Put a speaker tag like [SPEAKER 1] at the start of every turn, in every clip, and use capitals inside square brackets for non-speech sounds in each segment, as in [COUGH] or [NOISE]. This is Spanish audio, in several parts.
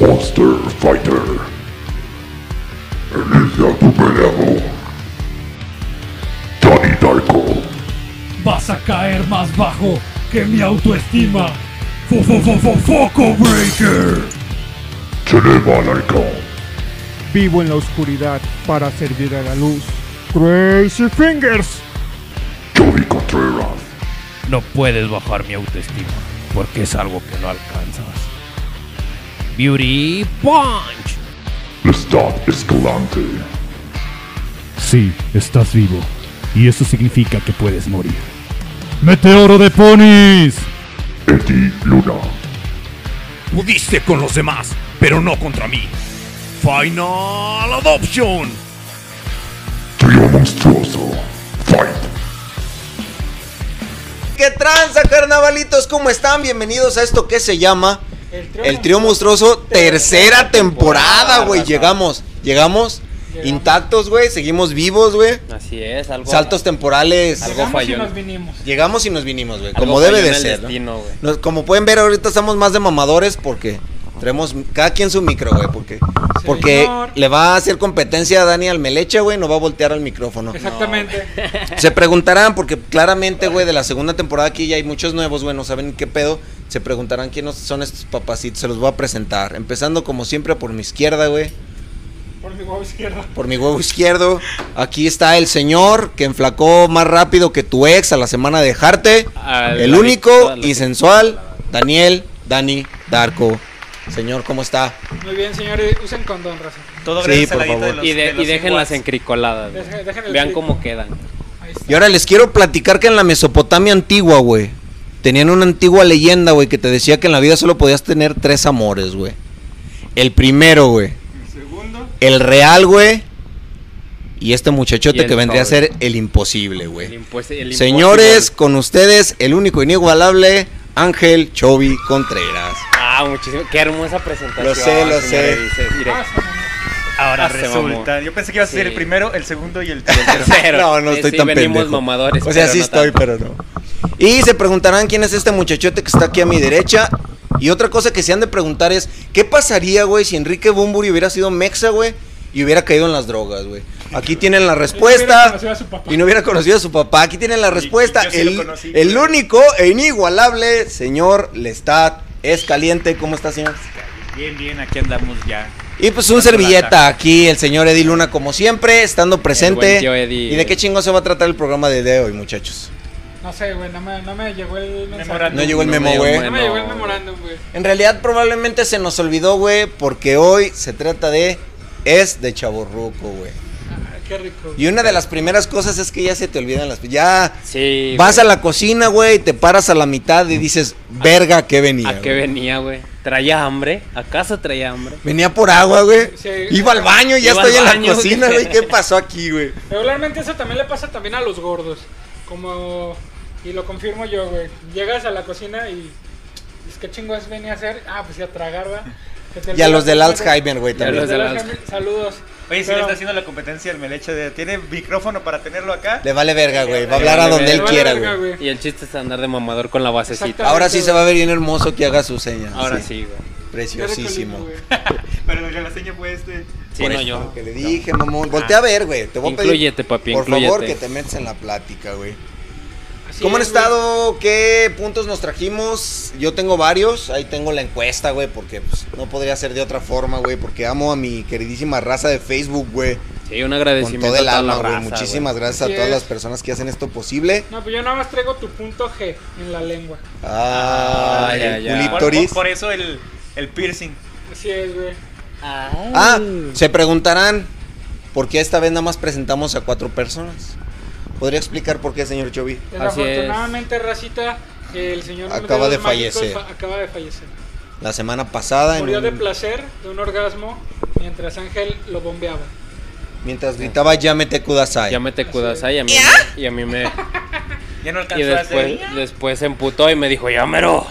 [SPEAKER 1] Monster Fighter. Elige a tu peleador. Johnny Darko.
[SPEAKER 2] Vas a caer más bajo que mi autoestima. Fo fo fo fo foco breaker.
[SPEAKER 1] Geneva Laika.
[SPEAKER 3] Vivo en la oscuridad para servir a la luz. Crazy Fingers.
[SPEAKER 1] Johnny Contreras.
[SPEAKER 4] No puedes bajar mi autoestima, porque es algo que no alcanzas. Beauty Punch.
[SPEAKER 1] Lestat Escalante.
[SPEAKER 5] Sí, estás vivo. Y eso significa que puedes morir.
[SPEAKER 3] Meteoro de ponis.
[SPEAKER 1] Eddie Luna.
[SPEAKER 2] Pudiste con los demás, pero no contra mí. Final Adoption.
[SPEAKER 1] Trío monstruoso. Fight.
[SPEAKER 6] ¿Qué tranza, carnavalitos? ¿Cómo están? Bienvenidos a esto que se llama El Trío Monstruoso, tercera temporada, güey. Llegamos, llegamos intactos, güey. Seguimos vivos, güey.
[SPEAKER 7] Así es, algo.
[SPEAKER 6] Saltos temporales.
[SPEAKER 7] Algo falló. en-
[SPEAKER 6] Llegamos y nos vinimos, güey.
[SPEAKER 7] algo
[SPEAKER 6] Como debe
[SPEAKER 7] falló
[SPEAKER 6] de
[SPEAKER 7] en el
[SPEAKER 6] ser. ¿no?
[SPEAKER 7] destino, güey.
[SPEAKER 6] Nos- como pueden ver, ahorita estamos más de mamadores porque traemos cada quien su micro, güey. Porque, porque le va a hacer competencia a Dani al Meleche, güey. No va a voltear al micrófono.
[SPEAKER 8] Exactamente.
[SPEAKER 6] Se preguntarán, porque claramente, güey, de la segunda temporada aquí ya hay muchos nuevos, güey, no saben qué pedo. Se preguntarán quiénes son estos papacitos, se los voy a presentar. Empezando como siempre por mi izquierda, güey,
[SPEAKER 8] Por mi huevo izquierdo.
[SPEAKER 6] por mi huevo izquierdo. Aquí está el señor que enflacó más rápido que tu ex a la semana de dejarte.
[SPEAKER 7] A
[SPEAKER 6] el
[SPEAKER 7] la
[SPEAKER 6] único
[SPEAKER 7] victoria, la
[SPEAKER 6] y sensual, Daniel, Dani, Darko. Señor, ¿cómo está?
[SPEAKER 8] Muy bien, señores, usen condón, raza.
[SPEAKER 9] Todo
[SPEAKER 6] Sí,
[SPEAKER 9] gracias a
[SPEAKER 6] por
[SPEAKER 9] la dieta
[SPEAKER 6] favor.
[SPEAKER 9] de los
[SPEAKER 7] Y, de-
[SPEAKER 9] de los
[SPEAKER 7] y déjenlas
[SPEAKER 9] inguas.
[SPEAKER 7] encricoladas. güey.
[SPEAKER 8] Deja- dejen el
[SPEAKER 7] Vean
[SPEAKER 8] cric.
[SPEAKER 7] cómo quedan.
[SPEAKER 8] Ahí está.
[SPEAKER 6] Y ahora les quiero platicar que en la Mesopotamia antigua, güey, tenían una antigua leyenda, güey, que te decía que en la vida solo podías tener tres amores, güey. El primero, güey. El real, güey. Y este muchachote
[SPEAKER 7] Y el
[SPEAKER 6] que vendría a
[SPEAKER 7] sobre.
[SPEAKER 6] ser el imposible,
[SPEAKER 7] El
[SPEAKER 6] güey.
[SPEAKER 7] impuesto- el
[SPEAKER 6] Señores,
[SPEAKER 7] impuesto-
[SPEAKER 6] con ustedes, el único inigualable, Ángel Chovy Contreras.
[SPEAKER 7] Ah, muchísimo. Qué hermosa presentación.
[SPEAKER 6] Lo sé, lo
[SPEAKER 7] señor
[SPEAKER 6] sé.
[SPEAKER 7] Ulises. Mire,
[SPEAKER 9] Ahora
[SPEAKER 7] Ah, se
[SPEAKER 9] resulta.
[SPEAKER 7] mamó.
[SPEAKER 9] Yo pensé que ibas a ser
[SPEAKER 7] Sí.
[SPEAKER 9] el primero, el segundo y el
[SPEAKER 7] [LAUGHS]
[SPEAKER 9] tercero.
[SPEAKER 7] Cero.
[SPEAKER 6] No, no
[SPEAKER 7] Sí,
[SPEAKER 6] estoy
[SPEAKER 7] sí,
[SPEAKER 6] tan
[SPEAKER 7] venimos
[SPEAKER 6] pendejo.
[SPEAKER 7] mamadores.
[SPEAKER 6] O sea,
[SPEAKER 7] pero
[SPEAKER 6] sí
[SPEAKER 7] no
[SPEAKER 6] estoy,
[SPEAKER 7] tanto.
[SPEAKER 6] pero no. Y se preguntarán quién es este muchachote que está aquí a mi derecha. Y otra cosa que se han de preguntar es, ¿qué pasaría, güey, si Enrique Bumburi hubiera sido mexa, güey, y hubiera caído en las drogas, güey? Aquí tienen la respuesta.
[SPEAKER 8] conocido a su papá.
[SPEAKER 6] Y no hubiera conocido a su papá. Aquí tienen la respuesta.
[SPEAKER 9] yo sí lo
[SPEAKER 6] el,
[SPEAKER 9] conocí.
[SPEAKER 6] el único e inigualable señor Lestat es caliente. ¿Cómo está, señor?
[SPEAKER 9] [LAUGHS] Bien, bien, aquí andamos ya.
[SPEAKER 6] Y pues un servilleta aquí, el señor Eddie Luna, como siempre, estando presente.
[SPEAKER 7] buen tío Eddie.
[SPEAKER 6] ¿Y de qué chingo se va a tratar el programa de día de hoy, muchachos?
[SPEAKER 8] No sé, güey, no me, no me llegó el mensaje.
[SPEAKER 9] Memorándum.
[SPEAKER 6] No llegó el
[SPEAKER 7] No
[SPEAKER 6] memo,
[SPEAKER 7] me
[SPEAKER 6] güey.
[SPEAKER 7] llegó
[SPEAKER 8] No me llegó el
[SPEAKER 7] No.
[SPEAKER 8] memorándum, güey.
[SPEAKER 6] En realidad probablemente se nos olvidó, güey, porque hoy se trata de es de chaborruco, güey.
[SPEAKER 8] Ah, qué rico.
[SPEAKER 6] Y una de las primeras cosas es que ya se te olvidan las ya
[SPEAKER 7] Sí.
[SPEAKER 6] vas
[SPEAKER 7] güey.
[SPEAKER 6] a la cocina, güey, te paras a la mitad y dices, "Verga, ¿a qué venía?"
[SPEAKER 7] ¿A qué
[SPEAKER 6] güey?
[SPEAKER 7] venía, güey? ¿Traía hambre? ¿Acaso ¿Eh? traía hambre?
[SPEAKER 6] Venía por agua, güey.
[SPEAKER 8] Sí.
[SPEAKER 6] Iba al baño, ya
[SPEAKER 7] Iba
[SPEAKER 6] estoy
[SPEAKER 7] al
[SPEAKER 6] en la
[SPEAKER 7] baño,
[SPEAKER 6] cocina,
[SPEAKER 7] güey.
[SPEAKER 6] güey. ¿Qué pasó aquí, güey?
[SPEAKER 8] Regularmente eso también le pasa también a los gordos. Como. Y lo confirmo yo, güey. Llegas a la cocina y. "Pues, Es que chingos venía a hacer. Ah, pues ya tragar, va. Se te
[SPEAKER 6] Y a los
[SPEAKER 7] [LAUGHS]
[SPEAKER 6] del
[SPEAKER 8] olvida-
[SPEAKER 6] Alzheimer, güey,
[SPEAKER 7] Ya
[SPEAKER 8] A
[SPEAKER 6] también.
[SPEAKER 8] los del
[SPEAKER 7] Los del
[SPEAKER 8] Alzheimer, Saludos.
[SPEAKER 9] Oye, si
[SPEAKER 8] Pero-
[SPEAKER 9] le está haciendo la competencia al Meleche de. ¿Tiene micrófono para tenerlo acá?
[SPEAKER 6] Le vale verga, güey. Va a
[SPEAKER 7] Le
[SPEAKER 6] hablar a
[SPEAKER 7] vale
[SPEAKER 6] donde él
[SPEAKER 7] verga,
[SPEAKER 6] quiera,
[SPEAKER 8] verga,
[SPEAKER 6] güey.
[SPEAKER 7] Y el chiste es andar de mamador con la basecita.
[SPEAKER 8] Exactamente.
[SPEAKER 6] Ahora sí se va a ver bien hermoso que haga su seña.
[SPEAKER 7] Ahora
[SPEAKER 8] Qué
[SPEAKER 7] sí, güey.
[SPEAKER 8] rico el
[SPEAKER 6] Preciosísimo.
[SPEAKER 8] mimo, güey.
[SPEAKER 9] Pero la la seña fue este.
[SPEAKER 7] Sí,
[SPEAKER 6] Por
[SPEAKER 7] no,
[SPEAKER 6] esto
[SPEAKER 7] yo.
[SPEAKER 6] Que le dije, mamón. Voltea a ver, güey. Te voy a pedir.
[SPEAKER 7] Inclúyete, papi,
[SPEAKER 6] Por favor,
[SPEAKER 7] inclúyete.
[SPEAKER 6] que te metas en la plática, güey.
[SPEAKER 8] Así
[SPEAKER 6] ¿Cómo han
[SPEAKER 8] es, güey.
[SPEAKER 6] estado? ¿Qué puntos nos trajimos? Yo tengo varios. Ahí tengo la encuesta, güey, porque pues, no podría ser de otra forma, güey. Porque amo a mi queridísima raza de Facebook, güey.
[SPEAKER 7] Sí, un
[SPEAKER 6] Con
[SPEAKER 7] agradecimiento
[SPEAKER 6] todo el
[SPEAKER 7] a toda
[SPEAKER 6] alma,
[SPEAKER 7] la
[SPEAKER 6] güey.
[SPEAKER 7] raza,
[SPEAKER 6] Muchísimas gracias
[SPEAKER 8] Así
[SPEAKER 6] a todas
[SPEAKER 8] es.
[SPEAKER 6] las personas que hacen esto posible.
[SPEAKER 8] No, pues yo nada más traigo tu punto G en la lengua.
[SPEAKER 6] Ah,
[SPEAKER 7] Ah, ya,
[SPEAKER 6] el
[SPEAKER 7] ya.
[SPEAKER 9] Por,
[SPEAKER 6] culíptoris.
[SPEAKER 9] por- por eso el, el piercing.
[SPEAKER 8] Así es, güey.
[SPEAKER 6] Ah, se preguntarán por qué esta vez nada más presentamos a cuatro personas. ¿Podría explicar por qué, señor Chovy?
[SPEAKER 8] Desafortunadamente, Racita, el señor
[SPEAKER 6] Acaba
[SPEAKER 8] Meteoros
[SPEAKER 6] de
[SPEAKER 8] Mágicos
[SPEAKER 6] fallecer.
[SPEAKER 8] fa- acaba de fallecer.
[SPEAKER 6] La semana pasada, en
[SPEAKER 8] Murió de
[SPEAKER 6] un-
[SPEAKER 8] placer, de un orgasmo, mientras Ángel lo bombeaba.
[SPEAKER 6] mientras gritaba, llámete Kudasai.
[SPEAKER 7] Ya me te cuidas ahí, a mí, y a mí
[SPEAKER 9] [LAUGHS]
[SPEAKER 7] me...
[SPEAKER 9] Ya no alcanzó
[SPEAKER 7] Y después,
[SPEAKER 9] a hacer.
[SPEAKER 7] después se emputó y me dijo, ya mero,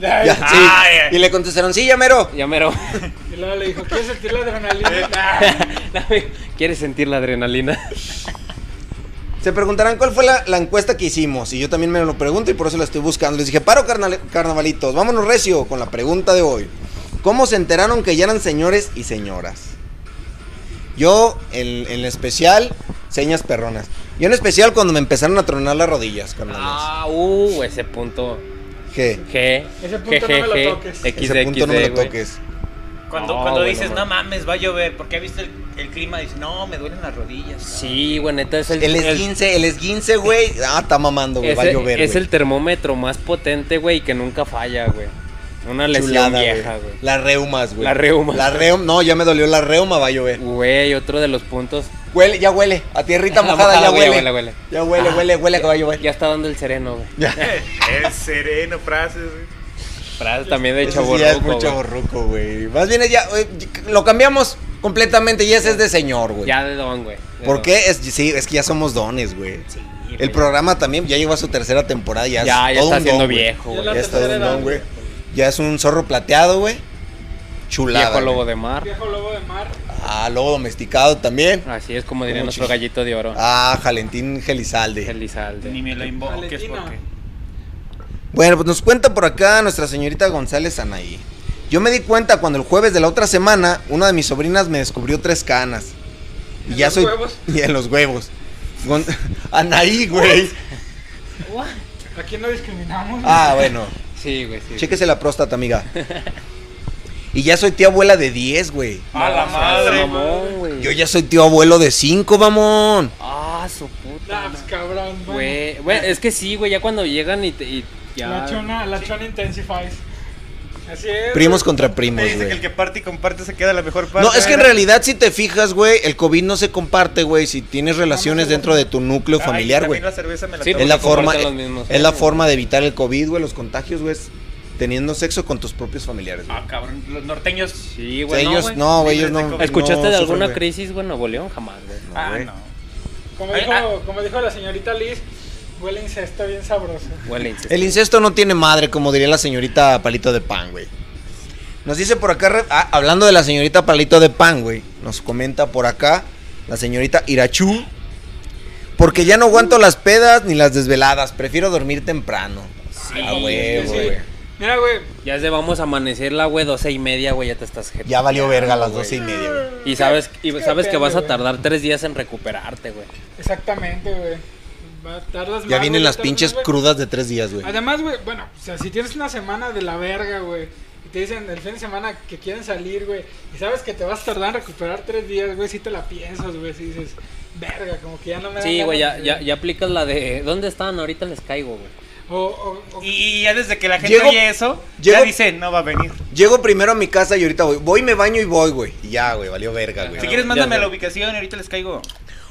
[SPEAKER 6] Ya, sí.
[SPEAKER 9] Ay, ay.
[SPEAKER 6] Y le contestaron, sí, llamero.
[SPEAKER 7] ya mero. [LAUGHS]
[SPEAKER 8] Y luego le dijo, ¿quieres sentir la
[SPEAKER 9] [LAUGHS] Ah.
[SPEAKER 8] adrenalina?
[SPEAKER 7] ¿Quieres sentir la adrenalina?
[SPEAKER 6] Se preguntarán cuál fue la, la encuesta que hicimos. Y yo también me lo pregunto y por eso la estoy buscando. Les dije, paro, carnal- carnavalitos. Vámonos recio con la pregunta de hoy. ¿Cómo se enteraron que ya eran señores y señoras? Yo, en, en especial, señas perronas. Yo en especial cuando me empezaron a tronar las rodillas, carnales.
[SPEAKER 7] Ah, uh, ese punto.
[SPEAKER 6] ¿Qué?
[SPEAKER 7] G.
[SPEAKER 8] Ese punto no me lo
[SPEAKER 7] GGG,
[SPEAKER 8] toques.
[SPEAKER 6] Ese punto no me
[SPEAKER 7] XD,
[SPEAKER 6] lo
[SPEAKER 7] güey.
[SPEAKER 6] toques.
[SPEAKER 9] Cuando,
[SPEAKER 7] No,
[SPEAKER 9] cuando
[SPEAKER 7] güey,
[SPEAKER 9] dices,
[SPEAKER 7] no
[SPEAKER 9] no mames, va a llover, porque ha visto el, el clima, dices, no, me duelen las rodillas.
[SPEAKER 7] Sí, güey, neta es el.
[SPEAKER 6] El
[SPEAKER 7] el-
[SPEAKER 6] esguince, el esguince, güey. Ah, está mamando, güey.
[SPEAKER 7] es
[SPEAKER 6] Va a
[SPEAKER 7] el-
[SPEAKER 6] llover,
[SPEAKER 7] es
[SPEAKER 6] güey.
[SPEAKER 7] el termómetro más potente, güey, que nunca falla, güey. Una lesión
[SPEAKER 6] Chulada,
[SPEAKER 7] vieja,
[SPEAKER 6] güey.
[SPEAKER 7] güey.
[SPEAKER 6] Las reumas, güey.
[SPEAKER 7] Las reumas.
[SPEAKER 6] Las reumas. No, ya me dolió la reuma, va a llover.
[SPEAKER 7] Güey, otro de los puntos.
[SPEAKER 6] Huele, ya huele. A tierrita
[SPEAKER 7] [LAUGHS] La
[SPEAKER 6] mojada,
[SPEAKER 7] mojada,
[SPEAKER 6] ya
[SPEAKER 7] güey,
[SPEAKER 6] huele.
[SPEAKER 7] huele, huele.
[SPEAKER 6] Ya huele, huele, huele que va a llover.
[SPEAKER 7] Ya está dando el sereno, güey.
[SPEAKER 9] El sereno, frases, güey.
[SPEAKER 7] Frase también de
[SPEAKER 6] Eso sí ya es muy
[SPEAKER 7] chaborruco, güey.
[SPEAKER 6] chaborruco, güey. Más bien es ya, eh, lo cambiamos completamente, ya ese es de señor, güey.
[SPEAKER 7] Ya de don, güey. de
[SPEAKER 6] ¿Por
[SPEAKER 7] don.
[SPEAKER 6] qué? Es, sí, es que ya somos dones, güey. El
[SPEAKER 7] güey.
[SPEAKER 6] programa también ya llegó a su tercera temporada, ya,
[SPEAKER 7] Ya,
[SPEAKER 6] es todo
[SPEAKER 7] ya está
[SPEAKER 6] un don,
[SPEAKER 7] siendo
[SPEAKER 6] güey.
[SPEAKER 7] viejo,
[SPEAKER 8] Ya
[SPEAKER 7] güey.
[SPEAKER 8] la
[SPEAKER 6] Ya está todo un
[SPEAKER 8] tercera
[SPEAKER 6] don,
[SPEAKER 8] edad.
[SPEAKER 6] güey. Ya es un zorro plateado, güey. Chulada.
[SPEAKER 7] Viejo lobo
[SPEAKER 6] güey.
[SPEAKER 7] de mar.
[SPEAKER 8] Viejo lobo de mar.
[SPEAKER 6] Ah, lobo domesticado también.
[SPEAKER 7] Así es como diría
[SPEAKER 6] Como
[SPEAKER 7] nuestro
[SPEAKER 6] chis-
[SPEAKER 7] gallito de oro.
[SPEAKER 6] Ah, Jalentín Gelizalde.
[SPEAKER 7] Elizalde.
[SPEAKER 9] Ni me lo invoques
[SPEAKER 8] Valentina.
[SPEAKER 9] porque.
[SPEAKER 6] Bueno, pues nos cuenta por acá nuestra señorita González Anaí. Yo me di cuenta cuando el jueves de la otra semana, una de mis sobrinas me descubrió tres canas. Y
[SPEAKER 8] ¿En
[SPEAKER 6] ya
[SPEAKER 8] los
[SPEAKER 6] soy.
[SPEAKER 8] huevos?
[SPEAKER 6] [LAUGHS] Y en los huevos. Gon- [LAUGHS] Anaí, güey.
[SPEAKER 8] Aquí no discriminamos.
[SPEAKER 6] Ah, bueno.
[SPEAKER 7] Sí, güey, sí.
[SPEAKER 6] Chéquese la próstata, amiga. Y ya soy tía abuela de 10, güey.
[SPEAKER 9] ¡A la
[SPEAKER 7] Se
[SPEAKER 9] madre!
[SPEAKER 7] mamó, güey.
[SPEAKER 6] Yo ya soy tío abuelo de 5, mamón.
[SPEAKER 7] Ah, su puta.
[SPEAKER 8] [LAUGHS] Nah, pues, cabrón. bueno.
[SPEAKER 7] Güey, güey, es que sí, güey, ya cuando llegan y, te- y
[SPEAKER 8] La
[SPEAKER 7] ya.
[SPEAKER 8] chona, la chona intensifies. Así es.
[SPEAKER 6] Primos contra primos,
[SPEAKER 9] Me dice que
[SPEAKER 6] güey.
[SPEAKER 9] el que parte y comparte se queda la mejor parte.
[SPEAKER 6] No, es que en realidad si te fijas, güey, el COVID no se comparte, güey, si tienes relaciones dentro de tu núcleo
[SPEAKER 9] Ah, Ay,
[SPEAKER 6] familiar,
[SPEAKER 9] también
[SPEAKER 6] güey.
[SPEAKER 9] la cerveza me la
[SPEAKER 7] Sí,
[SPEAKER 9] tomo.
[SPEAKER 6] Es la
[SPEAKER 7] porque comparten
[SPEAKER 6] forma,
[SPEAKER 7] los
[SPEAKER 6] es-
[SPEAKER 7] mismos
[SPEAKER 6] es la
[SPEAKER 7] genes.
[SPEAKER 6] forma de evitar el COVID, güey, los contagios, güey, es teniendo sexo con tus propios familiares. güey.
[SPEAKER 9] Ah, cabrón, los norteños. Sí,
[SPEAKER 7] Sí,
[SPEAKER 6] O
[SPEAKER 7] Ah, güey,
[SPEAKER 6] sea,
[SPEAKER 7] no,
[SPEAKER 6] ellos
[SPEAKER 7] güey.
[SPEAKER 6] no, güey, ellos
[SPEAKER 9] Libres de
[SPEAKER 6] no.
[SPEAKER 9] COVID.
[SPEAKER 7] ¿Escuchaste
[SPEAKER 6] no
[SPEAKER 7] de
[SPEAKER 6] sufren,
[SPEAKER 7] alguna
[SPEAKER 6] güey.
[SPEAKER 7] crisis, güey, en Nuevo León? Jamás, güey.
[SPEAKER 6] No,
[SPEAKER 9] Ah,
[SPEAKER 6] güey.
[SPEAKER 9] no.
[SPEAKER 8] Como
[SPEAKER 9] Ay,
[SPEAKER 8] dijo,
[SPEAKER 9] ah.
[SPEAKER 8] como dijo la señorita Liz, huele incesto bien sabroso.
[SPEAKER 7] Huele a incesto.
[SPEAKER 6] El incesto no tiene madre, como diría la señorita Palito de Pan, güey. Nos dice por acá, re- ah, hablando de la señorita Palito de Pan, güey, nos comenta por acá la señorita Irachú. Porque ya no aguanto las pedas ni las desveladas, prefiero dormir temprano. a huevo,
[SPEAKER 8] sí.
[SPEAKER 6] Ah, güey.
[SPEAKER 8] Mira, güey,
[SPEAKER 7] Ya se vamos a amanecer la güey, doce y media, güey, ya te estás jetando,
[SPEAKER 6] Ya valió verga a las
[SPEAKER 7] güey.
[SPEAKER 6] doce y media, güey.
[SPEAKER 7] Y sabes, y
[SPEAKER 8] Sí,
[SPEAKER 7] sabes que
[SPEAKER 8] depende,
[SPEAKER 7] vas a
[SPEAKER 8] güey.
[SPEAKER 7] tardar tres días en recuperarte, güey.
[SPEAKER 8] exactamente, güey. Va a tardas
[SPEAKER 6] Ya
[SPEAKER 8] más,
[SPEAKER 7] Ah,
[SPEAKER 6] vienen
[SPEAKER 8] güey,
[SPEAKER 6] las
[SPEAKER 8] tardas
[SPEAKER 6] pinches
[SPEAKER 8] más, güey.
[SPEAKER 6] crudas de tres días, güey.
[SPEAKER 8] Además, güey, bueno, o sea, si tienes una semana de la verga, güey, y te dicen el fin de semana que quieren salir, güey, y sabes que te vas a tardar en recuperar tres días, güey, si te la piensas, güey, si dices, verga, como que ya no me da
[SPEAKER 7] Sí, güey, ya,
[SPEAKER 8] ganas",
[SPEAKER 7] ya, ya aplicas la de. ¿Dónde están? Ahorita les caigo, güey.
[SPEAKER 8] O, o, o-
[SPEAKER 9] Y, y ya desde que la gente
[SPEAKER 6] Llego-
[SPEAKER 9] oye eso,
[SPEAKER 6] llego-
[SPEAKER 9] ya dice, no va a venir.
[SPEAKER 6] Llego primero a mi casa y ahorita voy. Voy, me baño y voy, güey. Y ya, güey, valió verga,
[SPEAKER 9] Si
[SPEAKER 6] güey.
[SPEAKER 9] quieres, mándame
[SPEAKER 7] ya.
[SPEAKER 9] la ubicación, ahorita les caigo.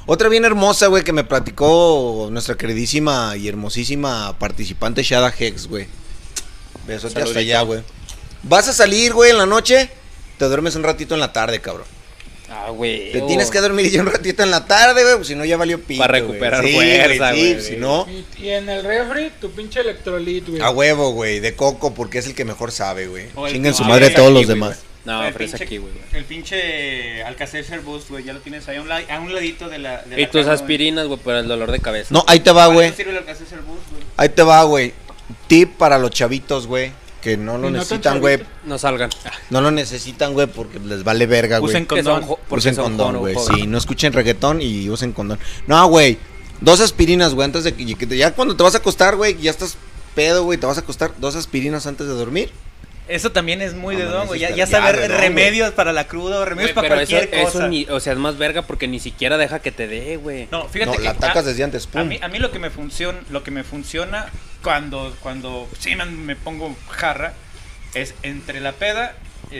[SPEAKER 6] Otra bien hermosa, güey, que me platicó nuestra queridísima y hermosísima participante Shada Hex, güey. Besote hasta allá, güey. Vas a salir, güey, en la noche. Te duermes un ratito en la tarde, cabrón.
[SPEAKER 7] Ah, güey.
[SPEAKER 6] Te tienes que dormir ya un ratito en la tarde, güey, pues si no ya valió pito.
[SPEAKER 7] Para
[SPEAKER 6] güey.
[SPEAKER 7] recuperar
[SPEAKER 6] Sí,
[SPEAKER 7] fuerza,
[SPEAKER 6] sí,
[SPEAKER 7] güey.
[SPEAKER 6] Si no,
[SPEAKER 8] y, y en el refri, tu pinche electrolit, güey.
[SPEAKER 6] a huevo, Ah, güey, de coco, porque es el que mejor sabe, güey.
[SPEAKER 7] Oh,
[SPEAKER 9] O el
[SPEAKER 6] Chinguen su
[SPEAKER 9] pinche
[SPEAKER 6] madre a
[SPEAKER 9] Alex
[SPEAKER 6] todos
[SPEAKER 7] aquí,
[SPEAKER 6] los
[SPEAKER 7] güey.
[SPEAKER 6] demás.
[SPEAKER 7] Oh. No,
[SPEAKER 9] el
[SPEAKER 7] fresa
[SPEAKER 9] pinche,
[SPEAKER 7] aquí, güey.
[SPEAKER 9] El pinche Alcacelser Boost, güey, ya lo tienes ahí a un, la- a un ladito de la. de
[SPEAKER 7] Y
[SPEAKER 9] la
[SPEAKER 7] tus
[SPEAKER 9] cama,
[SPEAKER 7] aspirinas, güey, para el dolor de cabeza.
[SPEAKER 6] No, ahí te va,
[SPEAKER 9] güey. ¿Para
[SPEAKER 6] güey.
[SPEAKER 9] qué sirve el Alcacelser Boost, güey?
[SPEAKER 6] Ahí te va, güey. Tip para los chavitos, güey. Que no lo
[SPEAKER 8] Y no tan
[SPEAKER 6] necesitan, güey.
[SPEAKER 8] chavito.
[SPEAKER 7] No salgan.
[SPEAKER 9] Ah,
[SPEAKER 6] No lo necesitan, güey, porque les vale verga, güey.
[SPEAKER 9] Usen
[SPEAKER 7] Que son
[SPEAKER 9] condón.
[SPEAKER 7] jo- porque
[SPEAKER 6] Usen
[SPEAKER 7] son
[SPEAKER 6] condón,
[SPEAKER 7] joven,
[SPEAKER 6] güey.
[SPEAKER 7] joven.
[SPEAKER 6] Sí, no escuchen reggaetón y usen condón. No, güey. Dos aspirinas, güey, antes de que... que te- Ya cuando te vas a acostar, güey, ya estás pedo, güey. Te vas a acostar dos aspirinas antes de dormir.
[SPEAKER 9] Eso también es muy
[SPEAKER 6] No
[SPEAKER 9] de don,
[SPEAKER 6] mames,
[SPEAKER 9] güey. Ya,
[SPEAKER 6] está
[SPEAKER 9] ya
[SPEAKER 6] ya
[SPEAKER 9] saber
[SPEAKER 6] de don,
[SPEAKER 9] remedios para la cruda o remedios
[SPEAKER 7] Güey,
[SPEAKER 9] para
[SPEAKER 7] pero eso,
[SPEAKER 9] cualquier cosa.
[SPEAKER 7] eso ni, o sea, es más verga porque ni siquiera deja que te dé, güey.
[SPEAKER 9] No, fíjate
[SPEAKER 6] no,
[SPEAKER 9] que
[SPEAKER 6] la atacas
[SPEAKER 9] a-
[SPEAKER 6] desde antes, pum.
[SPEAKER 9] a, mí, a mí lo que me funciona, lo que me funciona cuando cuando sí me, me pongo jarra es entre la peda,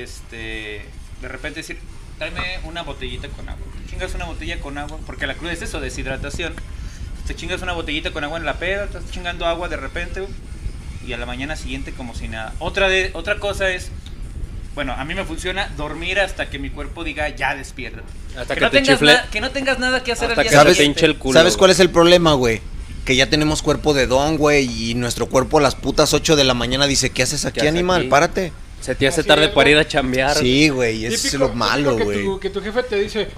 [SPEAKER 9] este, de repente decir, tráeme una botellita con agua. Te chingas una botella con agua, porque la cruda es eso, deshidratación. Te chingas una botellita con agua en la peda, estás chingando agua de repente güey, y a la mañana siguiente como si nada. Otra de otra cosa es bueno, a mí me funciona dormir hasta que mi cuerpo diga ya despierta.
[SPEAKER 7] Hasta
[SPEAKER 9] que,
[SPEAKER 7] que
[SPEAKER 9] no
[SPEAKER 7] te
[SPEAKER 9] tengas
[SPEAKER 7] chifle-
[SPEAKER 9] na- que no tengas nada que hacer
[SPEAKER 7] Hasta
[SPEAKER 9] al día
[SPEAKER 7] que se
[SPEAKER 6] ¿Sabes,
[SPEAKER 7] te
[SPEAKER 9] siguiente.
[SPEAKER 7] hinche el culo.
[SPEAKER 6] ¿Sabes
[SPEAKER 7] güey.
[SPEAKER 6] cuál es el problema, güey? Que ya tenemos cuerpo de don, güey, y nuestro cuerpo a las putas 8 de la mañana dice, ¿qué haces aquí,
[SPEAKER 7] haces
[SPEAKER 6] animal?
[SPEAKER 7] aquí?
[SPEAKER 6] Párate.
[SPEAKER 7] Se te hace
[SPEAKER 8] Así
[SPEAKER 7] tarde
[SPEAKER 8] es,
[SPEAKER 7] para
[SPEAKER 8] güey.
[SPEAKER 7] ir a chambear.
[SPEAKER 6] Sí, güey, eso es
[SPEAKER 8] Típico-
[SPEAKER 6] lo
[SPEAKER 8] típico
[SPEAKER 6] malo,
[SPEAKER 8] que
[SPEAKER 6] güey.
[SPEAKER 8] tu- Que, tu jefe te dice,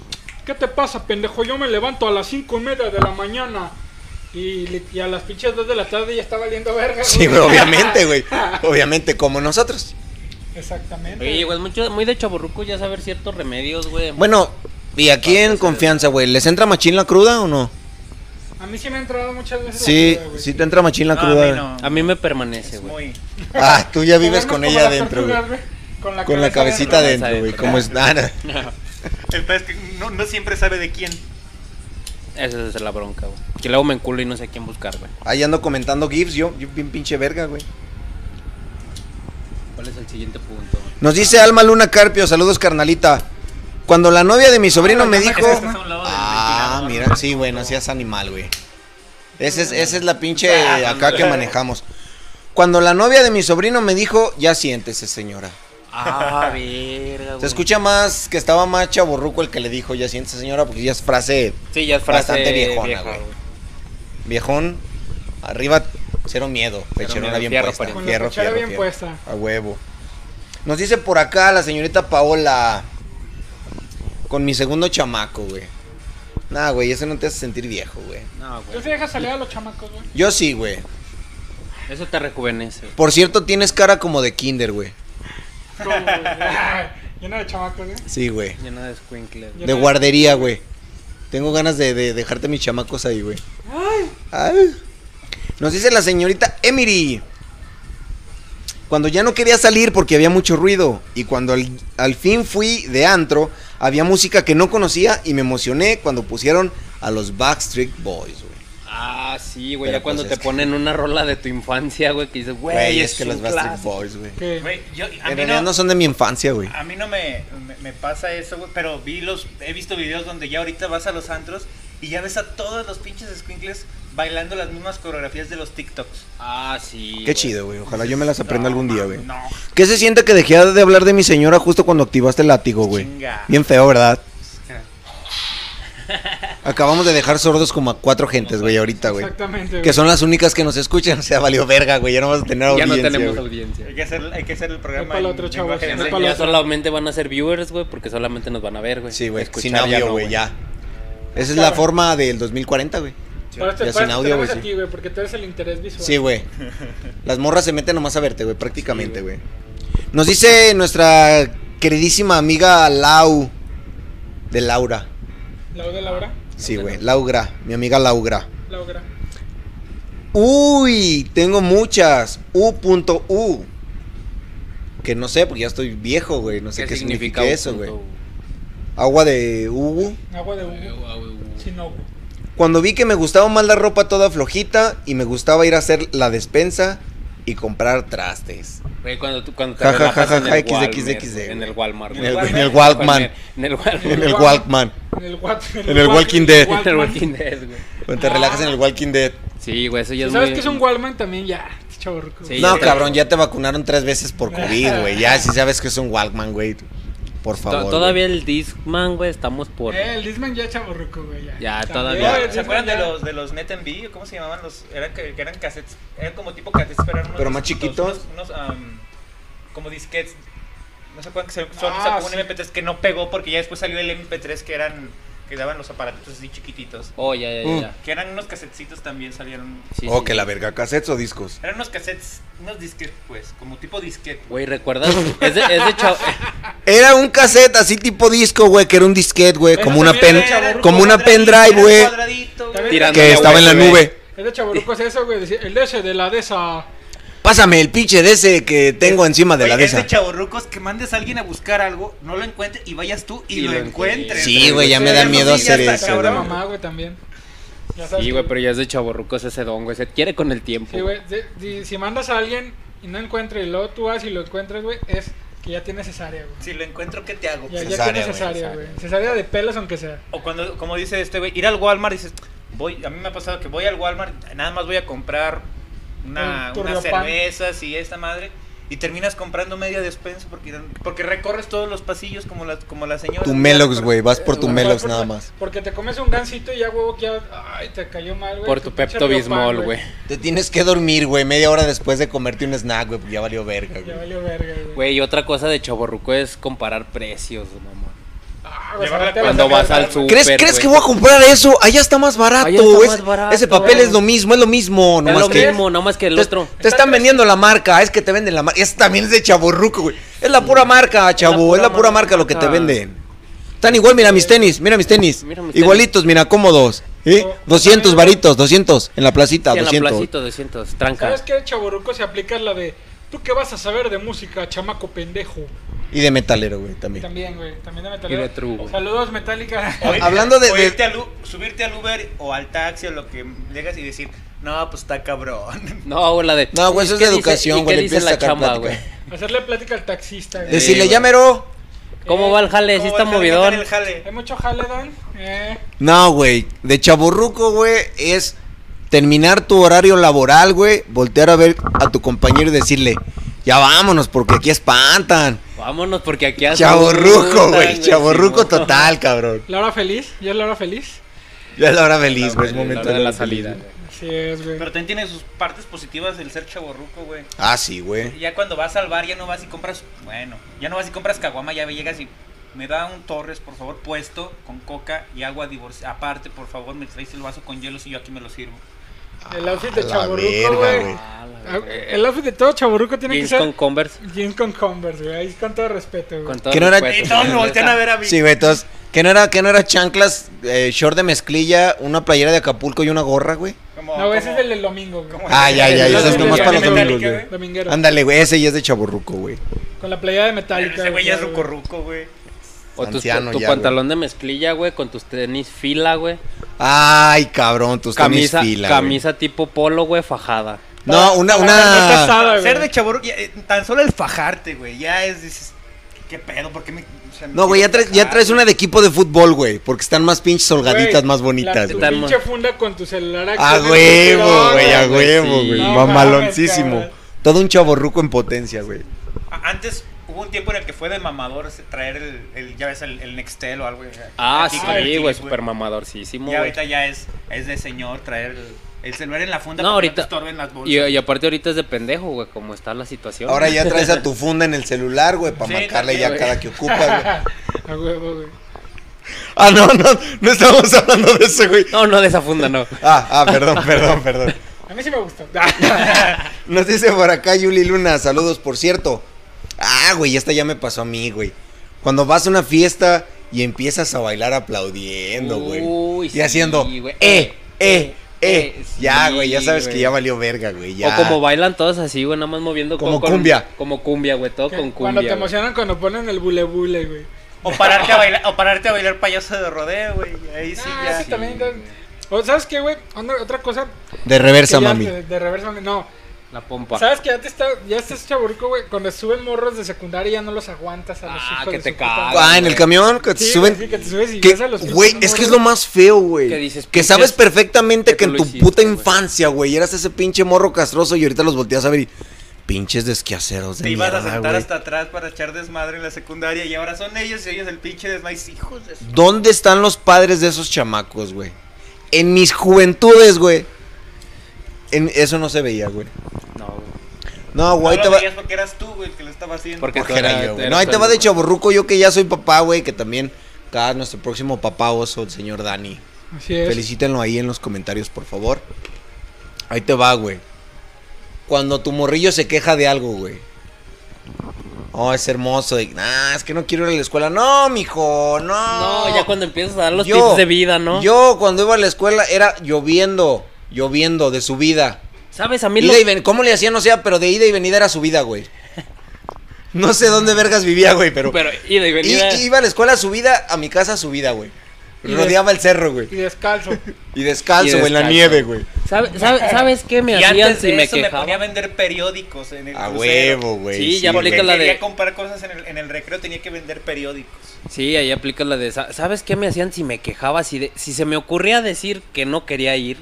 [SPEAKER 8] ¿qué te pasa, pendejo? Yo me levanto a las cinco y media de la mañana. Y, li- y a las [LAUGHS] pinches 2 de la tarde ya está valiendo verga.
[SPEAKER 6] Sí, güey, obviamente, güey. Obviamente, como nosotros.
[SPEAKER 8] Exactamente.
[SPEAKER 7] Oye, igual mucho, muy de chaborruco ya saber ciertos remedios, güey.
[SPEAKER 6] Bueno, y aquí en confianza, güey. ¿Les entra machín la cruda o no?
[SPEAKER 8] A mí sí me ha entrado muchas veces. la
[SPEAKER 6] Sí,
[SPEAKER 8] cruda, güey.
[SPEAKER 6] sí te entra machín la
[SPEAKER 9] No,
[SPEAKER 6] cruda.
[SPEAKER 9] a mí
[SPEAKER 6] güey.
[SPEAKER 9] no.
[SPEAKER 7] a mí me permanece, güey.
[SPEAKER 9] Muy.
[SPEAKER 6] Ah, tú ya vives
[SPEAKER 8] Como
[SPEAKER 6] con
[SPEAKER 8] la
[SPEAKER 6] ella
[SPEAKER 8] tortuga,
[SPEAKER 6] adentro, güey.
[SPEAKER 8] güey, Con la,
[SPEAKER 6] Con la
[SPEAKER 8] cabeza
[SPEAKER 6] cabecita
[SPEAKER 7] adentro.
[SPEAKER 6] adentro, güey. Como es. [LAUGHS] Ah, no.
[SPEAKER 9] El peor es que no, no siempre sabe de quién.
[SPEAKER 7] Esa es la bronca, güey. Que luego me enculo y no sé a quién buscar, güey.
[SPEAKER 6] Ahí ando comentando GIFs, yo, yo bien pinche verga, güey.
[SPEAKER 7] ¿Cuál es el siguiente punto?
[SPEAKER 6] Nos dice Alma Luna Carpio, saludos carnalita. Cuando la novia de mi sobrino me dijo.
[SPEAKER 9] Es que estás a un lado del
[SPEAKER 6] Ah,
[SPEAKER 9] ventilador.
[SPEAKER 6] mira, sí, güey, no seas animal, güey. Esa es, esa es la pinche eh, acá que manejamos. Cuando la novia de mi sobrino me dijo, ya siéntese, señora.
[SPEAKER 9] [LAUGHS]
[SPEAKER 7] Ah, verga, güey.
[SPEAKER 6] Se escucha más que estaba más chaborruco el que le dijo, ya siéntese, señora, porque ya es frase
[SPEAKER 7] Sí, ya es frase
[SPEAKER 6] Bastante viejona,
[SPEAKER 7] vieja,
[SPEAKER 6] güey.
[SPEAKER 7] güey.
[SPEAKER 6] viejón. Arriba, cero miedo, pechonera
[SPEAKER 7] miedo,
[SPEAKER 6] bien
[SPEAKER 7] fierro,
[SPEAKER 6] puesta.
[SPEAKER 7] pariente.
[SPEAKER 8] Con la
[SPEAKER 6] Fierro,
[SPEAKER 8] cuchara
[SPEAKER 6] fierro,
[SPEAKER 8] bien
[SPEAKER 6] fierro.
[SPEAKER 8] puesta.
[SPEAKER 6] A huevo. Nos dice por acá la señorita Paola. Con mi segundo chamaco, güey. Nah, güey, eso no te hace sentir viejo, güey.
[SPEAKER 7] No,
[SPEAKER 8] ¿Tú
[SPEAKER 7] güey.
[SPEAKER 8] sí dejas salir a los chamacos, güey?
[SPEAKER 6] Yo sí, güey.
[SPEAKER 7] Eso te rejuvenece. güey.
[SPEAKER 6] Por cierto, tienes cara como de kinder, güey. [LAUGHS]
[SPEAKER 8] ¿Cómo, güey? Ah, Lleno de chamacos, güey.
[SPEAKER 6] Sí, güey.
[SPEAKER 7] Lleno de escuincle, güey.
[SPEAKER 6] De guardería, güey. Tengo ganas de, de dejarte mis chamacos ahí, güey. Ay. Nos dice la señorita Emily. Cuando ya no quería salir porque había mucho ruido. Y cuando al, al fin fui de antro, había música que no conocía y me emocioné cuando pusieron a los Backstreet Boys, güey.
[SPEAKER 7] Ah, sí, güey.
[SPEAKER 6] Pero
[SPEAKER 7] Ya cuando
[SPEAKER 6] pues
[SPEAKER 7] te
[SPEAKER 6] es que-
[SPEAKER 7] ponen una rola de tu infancia, güey, que dices, güey,
[SPEAKER 6] Güey,
[SPEAKER 7] es,
[SPEAKER 6] es que los Backstreet Boys, güey.
[SPEAKER 8] Que
[SPEAKER 9] Güey, yo- a
[SPEAKER 6] En
[SPEAKER 9] mí
[SPEAKER 6] realidad
[SPEAKER 9] no,
[SPEAKER 6] no son de mi infancia, güey.
[SPEAKER 9] a mí no me, me, me pasa eso, güey. Pero vi los, he visto videos donde ya ahorita vas a los antros y ya ves a todos los pinches squinkles bailando las mismas coreografías de los TikToks.
[SPEAKER 7] Ah, sí.
[SPEAKER 6] Qué chido, güey. Ojalá yo me las aprenda algún día, güey.
[SPEAKER 9] No,
[SPEAKER 6] ¿Qué se siente que dejé de hablar de mi señora justo cuando activaste el látigo, güey?
[SPEAKER 9] Chinga.
[SPEAKER 6] Bien feo, ¿verdad? Acabamos de dejar sordos como a cuatro gentes, güey, ahorita, güey.
[SPEAKER 8] Exactamente,
[SPEAKER 6] Que
[SPEAKER 8] güey.
[SPEAKER 6] son las únicas que nos escuchan. [LAUGHS] O sea, valió verga, güey. Ya no vas a tener
[SPEAKER 7] Ya
[SPEAKER 6] audiencia.
[SPEAKER 7] no tenemos
[SPEAKER 6] güey.
[SPEAKER 7] audiencia.
[SPEAKER 9] hay que hacer, hay que hacer el
[SPEAKER 8] Ve
[SPEAKER 9] programa.
[SPEAKER 8] pa'l
[SPEAKER 9] en
[SPEAKER 8] otro, chavos,
[SPEAKER 9] lenguaje de
[SPEAKER 8] ve
[SPEAKER 9] señas.
[SPEAKER 8] pa'l
[SPEAKER 7] Ya
[SPEAKER 8] otro.
[SPEAKER 7] solamente van a ser viewers, güey, porque solamente nos van a ver, güey.
[SPEAKER 6] Sí, güey.
[SPEAKER 7] Escuchar
[SPEAKER 6] Sin
[SPEAKER 7] ya
[SPEAKER 6] audio,
[SPEAKER 7] no,
[SPEAKER 6] güey, ya. Esa es la forma del 2040, güey.
[SPEAKER 8] Por eso-
[SPEAKER 6] Ya
[SPEAKER 8] por eso
[SPEAKER 6] sin
[SPEAKER 8] te
[SPEAKER 6] audio, güey,
[SPEAKER 8] tenemos
[SPEAKER 6] sí.
[SPEAKER 8] aquí, güey, porque tú eres el interés visual.
[SPEAKER 6] Sí, güey. Las morras se meten nomás a verte, güey, prácticamente, güey. Nos dice nuestra queridísima amiga Lau. De Laura.
[SPEAKER 8] La obra, la obra.
[SPEAKER 6] Sí, güey. Laura. Mi amiga Laura.
[SPEAKER 8] La obra.
[SPEAKER 6] Uy, tengo muchas. U.U. Que no sé, porque ya estoy viejo, güey. No sé qué, significa, eso,
[SPEAKER 7] un
[SPEAKER 6] güey.
[SPEAKER 7] punto?
[SPEAKER 6] Agua de ubu.
[SPEAKER 8] Agua de humo. Sin agua.
[SPEAKER 6] Cuando vi que me gustaba más la ropa toda flojita y me gustaba ir a hacer la despensa y comprar trastes.
[SPEAKER 7] Güey, cuando, tú- cuando te
[SPEAKER 6] Ja, ja,
[SPEAKER 7] relajas
[SPEAKER 6] ja, ja,
[SPEAKER 7] en el
[SPEAKER 6] ja,
[SPEAKER 7] Walmart,
[SPEAKER 6] XXXD,
[SPEAKER 7] güey, En
[SPEAKER 6] güey.
[SPEAKER 7] el Walmart,
[SPEAKER 6] En el-
[SPEAKER 7] güey.
[SPEAKER 6] en el Walmart.
[SPEAKER 7] [LAUGHS] En el Walmart.
[SPEAKER 6] En el Walkman.
[SPEAKER 8] En el, what,
[SPEAKER 6] En el Walking Dead.
[SPEAKER 7] En el
[SPEAKER 8] Walkman.
[SPEAKER 7] Walking Dead, güey.
[SPEAKER 6] Cuando te relajas en el Walking Dead.
[SPEAKER 7] Sí, güey, eso ya
[SPEAKER 8] Si
[SPEAKER 7] es
[SPEAKER 8] ¿Sabes
[SPEAKER 7] muy-
[SPEAKER 8] que es un Walman también? Ya, chavorruco.
[SPEAKER 7] Sí,
[SPEAKER 6] no,
[SPEAKER 7] ya te-
[SPEAKER 6] cabrón, ya te vacunaron tres veces por COVID, güey. Ya, si sabes que es un Walkman, güey. Por
[SPEAKER 7] To-
[SPEAKER 6] favor.
[SPEAKER 7] Todavía el Discman, güey, estamos por...
[SPEAKER 8] Eh, el Disman ya chavorruco, güey. Ya,
[SPEAKER 7] Ya,
[SPEAKER 8] También,
[SPEAKER 7] todavía.
[SPEAKER 8] güey, el
[SPEAKER 9] ¿Se
[SPEAKER 8] Discman
[SPEAKER 9] acuerdan de
[SPEAKER 8] ya-
[SPEAKER 9] los, de los NetMB? ¿O ¿Cómo se llamaban los? Eran, que que eran cassettes. Eran como tipo cassettes, pero eran unos
[SPEAKER 6] Pero más
[SPEAKER 9] discos,
[SPEAKER 6] chiquitos.
[SPEAKER 9] Unos, unos, am, como disquets. No sé cuánto que se son,
[SPEAKER 8] Ah,
[SPEAKER 9] sacó un
[SPEAKER 8] sí.
[SPEAKER 9] MP3 que no pegó porque ya después salió el MP3 que eran que daban los aparatitos así chiquititos.
[SPEAKER 7] Oh, ya, ya, ya, ya.
[SPEAKER 9] Que eran unos cassettecitos también salieron.
[SPEAKER 7] Sí,
[SPEAKER 6] Mm. Oh,
[SPEAKER 7] sí.
[SPEAKER 6] que la verga. ¿Cassettes o discos?
[SPEAKER 9] Eran unos cassettes, unos disquets pues, como tipo disquet.
[SPEAKER 7] Güey, ¿recuerdas? Es de, es de chavo... [LAUGHS]
[SPEAKER 6] Era un cassette así tipo disco, güey, que era un disquete, güey.
[SPEAKER 8] Eso
[SPEAKER 6] Como una
[SPEAKER 8] también
[SPEAKER 6] pen,
[SPEAKER 8] era chaborruco
[SPEAKER 6] como una
[SPEAKER 9] Cuadradito,
[SPEAKER 6] pendrive,
[SPEAKER 9] era
[SPEAKER 6] güey.
[SPEAKER 9] cuadradito, güey.
[SPEAKER 8] También-
[SPEAKER 6] Que estaba en la nube.
[SPEAKER 8] Es de chavorruco es eso, güey. decir, El de ese, de la de esa.
[SPEAKER 6] Pásame el pinche de ese que tengo encima de
[SPEAKER 9] Oye,
[SPEAKER 6] la de
[SPEAKER 9] es
[SPEAKER 6] esa.
[SPEAKER 9] chavorrucos que mandes a alguien a buscar algo, no lo encuentre y vayas tú y,
[SPEAKER 7] Y
[SPEAKER 9] lo,
[SPEAKER 7] lo
[SPEAKER 9] encuentres.
[SPEAKER 6] Sí, güey, ya me
[SPEAKER 9] Sí,
[SPEAKER 6] da
[SPEAKER 9] eso
[SPEAKER 6] miedo
[SPEAKER 9] sí, ya
[SPEAKER 6] hacer
[SPEAKER 9] está
[SPEAKER 6] eso,
[SPEAKER 8] Cabrón,
[SPEAKER 9] cabrón.
[SPEAKER 8] mamá, güey, también. Ya sabes
[SPEAKER 7] Sí,
[SPEAKER 8] que-
[SPEAKER 7] güey, pero ya es de chaborrucos ese don, güey. Se adquiere con el tiempo.
[SPEAKER 8] Sí, güey. de- de- Si mandas a alguien y no encuentra y luego tú vas y lo encuentras, güey, es que ya tiene cesárea, güey.
[SPEAKER 9] Si lo encuentro, ¿qué te hago?
[SPEAKER 8] Ya, ya
[SPEAKER 6] Cesárea,
[SPEAKER 8] tiene
[SPEAKER 6] güey,
[SPEAKER 8] cesárea, güey. Cesárea de pelos, aunque sea.
[SPEAKER 9] O cuando, como dice este güey, ir al Walmart, dices, voy, a mí me ha pasado que voy al Walmart, nada más voy a comprar una,
[SPEAKER 8] Un
[SPEAKER 9] unas
[SPEAKER 8] turriapan.
[SPEAKER 9] cervezas y esta madre, y terminas comprando media despensa porque, porque recorres todos los pasillos como la, como la señora.
[SPEAKER 6] Tu Melox, güey. Vas por tu
[SPEAKER 8] Eh,
[SPEAKER 6] Melox
[SPEAKER 8] por-
[SPEAKER 6] nada más.
[SPEAKER 8] Porque te comes un gansito y ya, huevo, que ya. Ay, te cayó mal, güey.
[SPEAKER 7] Por tu
[SPEAKER 8] pinche
[SPEAKER 7] Pepto Bismol,
[SPEAKER 8] Riopan,
[SPEAKER 7] güey.
[SPEAKER 6] Te tienes que dormir, güey, media hora después de comerte un snack, güey, porque ya valió verga,
[SPEAKER 8] Ya
[SPEAKER 6] güey.
[SPEAKER 8] valió verga, güey.
[SPEAKER 7] Güey, y otra cosa de chaborruco es comparar precios, mamá.
[SPEAKER 8] Ah, güey,
[SPEAKER 9] Llevarla
[SPEAKER 8] vete a la
[SPEAKER 7] Cuando
[SPEAKER 8] verga.
[SPEAKER 7] vas al súper,
[SPEAKER 6] ¿Crees, ¿crees
[SPEAKER 7] güey.
[SPEAKER 6] que voy a comprar eso? Allá está más barato.
[SPEAKER 7] Allá está
[SPEAKER 6] es-
[SPEAKER 7] más barato.
[SPEAKER 6] Ese papel es lo mismo, es lo mismo.
[SPEAKER 7] Es
[SPEAKER 6] Nomás
[SPEAKER 7] lo
[SPEAKER 6] que
[SPEAKER 7] mismo, nomás que el
[SPEAKER 6] te,
[SPEAKER 7] otro.
[SPEAKER 6] te están vendiendo la marca, es que te venden la marca. Ese también es de chaburruco, güey. Es la pura marca, chavo, es la pura marca lo que te
[SPEAKER 7] marca.
[SPEAKER 6] venden. Están igual, mira mis tenis, mira mis tenis.
[SPEAKER 7] Mira mis tenis. Oh,
[SPEAKER 6] Igualitos, mira, cómodos. ¿eh? 200 varitos, 200 en la placita,
[SPEAKER 7] Sí, en la
[SPEAKER 6] 200.
[SPEAKER 7] placita 200, tranca.
[SPEAKER 8] ¿Sabes qué, chaboruco? Se aplica la de. ¿Tú qué vas a saber de música, chamaco pendejo?
[SPEAKER 6] Y de metalero, güey, también.
[SPEAKER 8] También, güey. También de Metallica.
[SPEAKER 7] Y de True, güey.
[SPEAKER 8] Saludos, Metallica.
[SPEAKER 9] O ir-
[SPEAKER 6] Hablando de-
[SPEAKER 9] o
[SPEAKER 6] de-
[SPEAKER 9] irte al U- subirte al Uber o al taxi o lo que llegas y decir, no, pues está cabrón.
[SPEAKER 7] No, güey, la de.
[SPEAKER 6] No, güey, eso
[SPEAKER 7] ¿y qué
[SPEAKER 6] es de
[SPEAKER 7] dice-
[SPEAKER 6] educación,
[SPEAKER 7] y
[SPEAKER 6] güey,
[SPEAKER 7] qué
[SPEAKER 6] le
[SPEAKER 7] dice
[SPEAKER 6] empiezas
[SPEAKER 7] la
[SPEAKER 6] a sacar
[SPEAKER 7] chamba,
[SPEAKER 6] plática.
[SPEAKER 7] güey?
[SPEAKER 8] Hacerle plática al taxista, güey. Eh,
[SPEAKER 6] Decirle,
[SPEAKER 7] güey.
[SPEAKER 6] ya mero.
[SPEAKER 7] ¿Cómo va el jale? ¿Sí
[SPEAKER 9] Eh, ¿Cómo
[SPEAKER 7] está
[SPEAKER 9] va el jale?
[SPEAKER 7] movidón?
[SPEAKER 9] ¿Qué tal el
[SPEAKER 8] Hay
[SPEAKER 9] jale?
[SPEAKER 8] mucho jale, Dan. Eh.
[SPEAKER 6] No, güey. De chaburruco, güey, es terminar tu horario laboral, güey. Voltear a ver a tu compañero y decirle, ya vámonos, porque aquí espantan.
[SPEAKER 7] Vámonos, porque aquí hace.
[SPEAKER 6] Chaburruco, güey. Chaburruco total, cabrón.
[SPEAKER 8] ¿La hora feliz? ¿Ya es la hora feliz?
[SPEAKER 6] Ya es la hora feliz, güey. Es
[SPEAKER 7] La
[SPEAKER 6] momento
[SPEAKER 7] hora de la
[SPEAKER 6] feliz,
[SPEAKER 7] salida.
[SPEAKER 6] güey.
[SPEAKER 8] Así es, güey.
[SPEAKER 9] Pero también tiene sus partes positivas el ser chaborruco, güey.
[SPEAKER 6] Ah, sí, güey.
[SPEAKER 9] Ya cuando vas al bar ya no vas y compras, bueno, ya no vas y compras caguama, ya llegas y me da un Torres, por favor, puesto con coca y agua divorci- aparte, por favor, me traes el vaso con hielos y yo aquí me lo sirvo.
[SPEAKER 8] El outfit de
[SPEAKER 6] la
[SPEAKER 8] chaboruco,
[SPEAKER 6] verga,
[SPEAKER 8] güey.
[SPEAKER 6] güey.
[SPEAKER 7] Ah, la
[SPEAKER 8] Ah,
[SPEAKER 7] verga.
[SPEAKER 9] Eh,
[SPEAKER 8] El outfit de todo chaboruco tiene
[SPEAKER 7] Jeans
[SPEAKER 8] que ser
[SPEAKER 7] con Converse.
[SPEAKER 8] jeans con Converse, güey. Ahí con todo respeto, güey.
[SPEAKER 7] Con todo
[SPEAKER 6] Que no era-
[SPEAKER 7] respeto.
[SPEAKER 9] Y todos me voltean a ver a mí.
[SPEAKER 6] Sí, güey, entonces, ¿qué no era, qué no era chanclas, eh, short de mezclilla, una playera de Acapulco y una gorra, güey?
[SPEAKER 9] Como-
[SPEAKER 8] No, güey, ese es
[SPEAKER 9] como-
[SPEAKER 8] el del domingo, güey.
[SPEAKER 9] como-
[SPEAKER 6] Ah, ya, ya,
[SPEAKER 9] el-
[SPEAKER 6] ese es
[SPEAKER 9] el-
[SPEAKER 6] nomás
[SPEAKER 9] el-
[SPEAKER 6] para los
[SPEAKER 9] el-
[SPEAKER 6] domingos,
[SPEAKER 9] Metallica,
[SPEAKER 6] güey.
[SPEAKER 8] Dominguero.
[SPEAKER 6] Ándale, güey, ese ya es de chaburruco, güey.
[SPEAKER 8] Con la playa de Metallica.
[SPEAKER 9] Ese güey ya es
[SPEAKER 8] claro,
[SPEAKER 9] rucorruco, güey.
[SPEAKER 7] O tus-
[SPEAKER 6] Anciano
[SPEAKER 7] tu
[SPEAKER 6] ya,
[SPEAKER 7] pantalón de mezclilla, güey, con tus tenis fila, güey.
[SPEAKER 6] Ay, cabrón, tus tenis
[SPEAKER 7] Camisa,
[SPEAKER 6] fila, güey.
[SPEAKER 7] camisa tipo polo, güey, fajada.
[SPEAKER 6] No, una,
[SPEAKER 8] Ah, no
[SPEAKER 6] una.
[SPEAKER 8] estás sano. Nada,
[SPEAKER 9] Ser
[SPEAKER 8] güey.
[SPEAKER 9] de chaborruco, ya, eh, tan solo el fajarte, güey, ya es, dices, ¿qué pedo? ¿Por qué me...? o sea, me
[SPEAKER 6] No, güey, ya
[SPEAKER 9] quiero
[SPEAKER 6] traes, ya
[SPEAKER 9] fajar,
[SPEAKER 6] traes una de equipo de fútbol, güey. Porque están más pinches holgaditas,
[SPEAKER 8] Güey,
[SPEAKER 6] más
[SPEAKER 8] la-
[SPEAKER 6] bonitas,
[SPEAKER 8] tu
[SPEAKER 6] güey.
[SPEAKER 8] pinche funda con tu celular aquí.
[SPEAKER 6] A
[SPEAKER 8] en el
[SPEAKER 6] huevo,
[SPEAKER 8] cinturón,
[SPEAKER 6] güey, a
[SPEAKER 7] güey,
[SPEAKER 6] huevo,
[SPEAKER 7] sí.
[SPEAKER 6] güey.
[SPEAKER 8] No mames,
[SPEAKER 6] Mamaloncísimo.
[SPEAKER 8] cabrón.
[SPEAKER 6] Todo un chaborruco en potencia, güey.
[SPEAKER 9] A- Antes hubo un tiempo en el que fue de mamador ese- traer el, el- ya ves, el, el Nextel o algo. o sea,
[SPEAKER 7] Ah,
[SPEAKER 9] aquí
[SPEAKER 7] sí,
[SPEAKER 9] con el
[SPEAKER 7] güey,
[SPEAKER 9] clip,
[SPEAKER 7] super mamadorcísimo,
[SPEAKER 9] Y
[SPEAKER 7] güey.
[SPEAKER 9] ahorita ya es, es de señor traer el, el celular en la funda
[SPEAKER 7] No,
[SPEAKER 9] para que
[SPEAKER 7] ahorita.
[SPEAKER 9] no te estorben las bolsas.
[SPEAKER 7] Y, y aparte, ahorita es de pendejo, güey, como está la situación.
[SPEAKER 6] Ahora
[SPEAKER 7] güey.
[SPEAKER 6] ya traes a tu funda en el celular, güey, para
[SPEAKER 9] Sí,
[SPEAKER 6] marcarle
[SPEAKER 9] también,
[SPEAKER 6] ya
[SPEAKER 9] güey.
[SPEAKER 6] cada que ocupas,
[SPEAKER 8] [LAUGHS]
[SPEAKER 6] güey.
[SPEAKER 8] A huevo, güey.
[SPEAKER 6] Ah, no, no, no estamos hablando de eso, güey.
[SPEAKER 7] [LAUGHS] No, no, de esa funda no.
[SPEAKER 6] Ah, ah, perdón, perdón, perdón.
[SPEAKER 8] A mí sí me
[SPEAKER 7] [LAUGHS]
[SPEAKER 8] gustó.
[SPEAKER 6] Nos dice por acá Yuli Luna, saludos, por cierto. Ah, güey, esta ya me pasó a mí, güey. Cuando vas a una fiesta y empiezas a bailar aplaudiendo, güey.
[SPEAKER 7] Uy,
[SPEAKER 6] y
[SPEAKER 7] sí,
[SPEAKER 6] haciendo,
[SPEAKER 7] güey.
[SPEAKER 6] eh, eh, eh.
[SPEAKER 7] eh,
[SPEAKER 6] ya,
[SPEAKER 7] sí,
[SPEAKER 6] güey, ya sabes que
[SPEAKER 7] güey.
[SPEAKER 6] ya valió verga, güey. Ya.
[SPEAKER 7] O como bailan todos así, güey, nada más moviendo
[SPEAKER 6] Como
[SPEAKER 7] con-
[SPEAKER 6] cumbia.
[SPEAKER 7] Como cumbia, güey, todo con
[SPEAKER 8] Cuando te
[SPEAKER 7] cumbia. güey.
[SPEAKER 8] emocionan cuando ponen el bule bule, güey.
[SPEAKER 9] O, pararte a bailar, o pararte a bailar payaso de rodeo, güey. Ahí sí
[SPEAKER 8] Ah,
[SPEAKER 9] ya.
[SPEAKER 8] sí, también. O, ¿Sabes qué, güey? Una- Otra cosa.
[SPEAKER 6] De
[SPEAKER 8] que
[SPEAKER 6] reversa,
[SPEAKER 8] ya
[SPEAKER 6] mami.
[SPEAKER 8] De, de reversa, mami. No.
[SPEAKER 7] La pompa.
[SPEAKER 8] ¿Sabes que ya te está, ya estás chaburco, güey? Cuando suben morros de secundaria ya no los aguantas a los
[SPEAKER 7] Ah,
[SPEAKER 8] hijos
[SPEAKER 7] que
[SPEAKER 8] de
[SPEAKER 7] te
[SPEAKER 8] su puta
[SPEAKER 7] cagas,
[SPEAKER 8] madre.
[SPEAKER 6] Ah, en el camión que te
[SPEAKER 8] Sí,
[SPEAKER 6] suben.
[SPEAKER 8] güey, sí, que te subes y
[SPEAKER 6] que-
[SPEAKER 8] ves a los
[SPEAKER 6] Güey,
[SPEAKER 8] pinches
[SPEAKER 6] es que es
[SPEAKER 8] morros.
[SPEAKER 6] lo más feo, güey.
[SPEAKER 7] Que
[SPEAKER 6] Que,
[SPEAKER 7] dices,
[SPEAKER 6] sabes
[SPEAKER 7] pinches,
[SPEAKER 6] perfectamente
[SPEAKER 7] que
[SPEAKER 6] que
[SPEAKER 7] tú
[SPEAKER 6] en
[SPEAKER 7] lo
[SPEAKER 6] tu
[SPEAKER 7] hiciste,
[SPEAKER 6] puta
[SPEAKER 7] güey.
[SPEAKER 6] infancia, güey, eras ese pinche morro castroso y ahorita los volteas a ver y pinches desquiaceros de
[SPEAKER 9] Te ibas a
[SPEAKER 6] mierda,
[SPEAKER 9] sentar
[SPEAKER 6] güey.
[SPEAKER 9] hasta atrás para echar desmadre en la secundaria y ahora son ellos y ellos el pinche desmadre. Hijos de su-
[SPEAKER 6] ¿Dónde están los padres de esos chamacos, güey? En mis juventudes, güey. En- eso no se veía, güey.
[SPEAKER 7] No, güey.
[SPEAKER 6] No,
[SPEAKER 9] No
[SPEAKER 6] güey, ahí te
[SPEAKER 9] lo
[SPEAKER 6] va.
[SPEAKER 9] veías porque eras tú, güey, el que lo estaba haciendo.
[SPEAKER 7] Porque
[SPEAKER 6] Porque
[SPEAKER 7] tú
[SPEAKER 6] era
[SPEAKER 7] eras-
[SPEAKER 6] yo, güey.
[SPEAKER 7] eras
[SPEAKER 6] No, ahí te
[SPEAKER 7] tú,
[SPEAKER 6] va de
[SPEAKER 7] güey.
[SPEAKER 6] chaburruco, yo que ya soy papá, güey, que también. Acá nuestro próximo papá oso, el señor Dani.
[SPEAKER 8] Así es.
[SPEAKER 6] Felicítenlo ahí en los comentarios, por favor. Ahí te va, güey. Cuando tu morrillo se queja de algo, güey. Oh, es hermoso. y, "Nah, es que no quiero ir a la escuela. No, mijo, no.
[SPEAKER 7] No, ya cuando empiezas a dar los tips de vida, ¿no?
[SPEAKER 6] Yo cuando iba a la escuela era lloviendo, lloviendo de subida.
[SPEAKER 7] ¿Sabes? A mí lo...
[SPEAKER 6] Ida y ven- ¿Cómo le hacía? No sé, pero de ida y venida era subida,
[SPEAKER 7] [LAUGHS]
[SPEAKER 6] güey. No sé dónde vergas vivía, güey, pero...
[SPEAKER 7] Pero ida y
[SPEAKER 6] I-
[SPEAKER 7] venida.
[SPEAKER 6] iba a la escuela subida, a mi casa subida, güey.
[SPEAKER 8] Y de-
[SPEAKER 6] Rodeaba el cerro, güey.
[SPEAKER 8] Y descalzo.
[SPEAKER 6] Y descalzo,
[SPEAKER 7] Y
[SPEAKER 6] güey, en la
[SPEAKER 7] descalzo.
[SPEAKER 6] nieve, güey.
[SPEAKER 7] ¿Sabe- sabe- ¿Sabes qué me
[SPEAKER 9] Y
[SPEAKER 7] hacían
[SPEAKER 9] antes
[SPEAKER 7] si
[SPEAKER 9] de
[SPEAKER 7] me
[SPEAKER 9] eso me
[SPEAKER 7] quejaba?
[SPEAKER 9] ponía a vender periódicos en el
[SPEAKER 6] A
[SPEAKER 9] crucero.
[SPEAKER 6] huevo, güey.
[SPEAKER 7] Sí, ya
[SPEAKER 6] güey.
[SPEAKER 7] aplica la-
[SPEAKER 9] Quería
[SPEAKER 7] de-
[SPEAKER 9] comprar cosas en el, en el recreo, tenía que vender periódicos.
[SPEAKER 7] Sí, ahí aplica la de... sa- ¿Sabes qué me hacían si me quejaba? Si, de- si se me ocurría decir que no quería ir,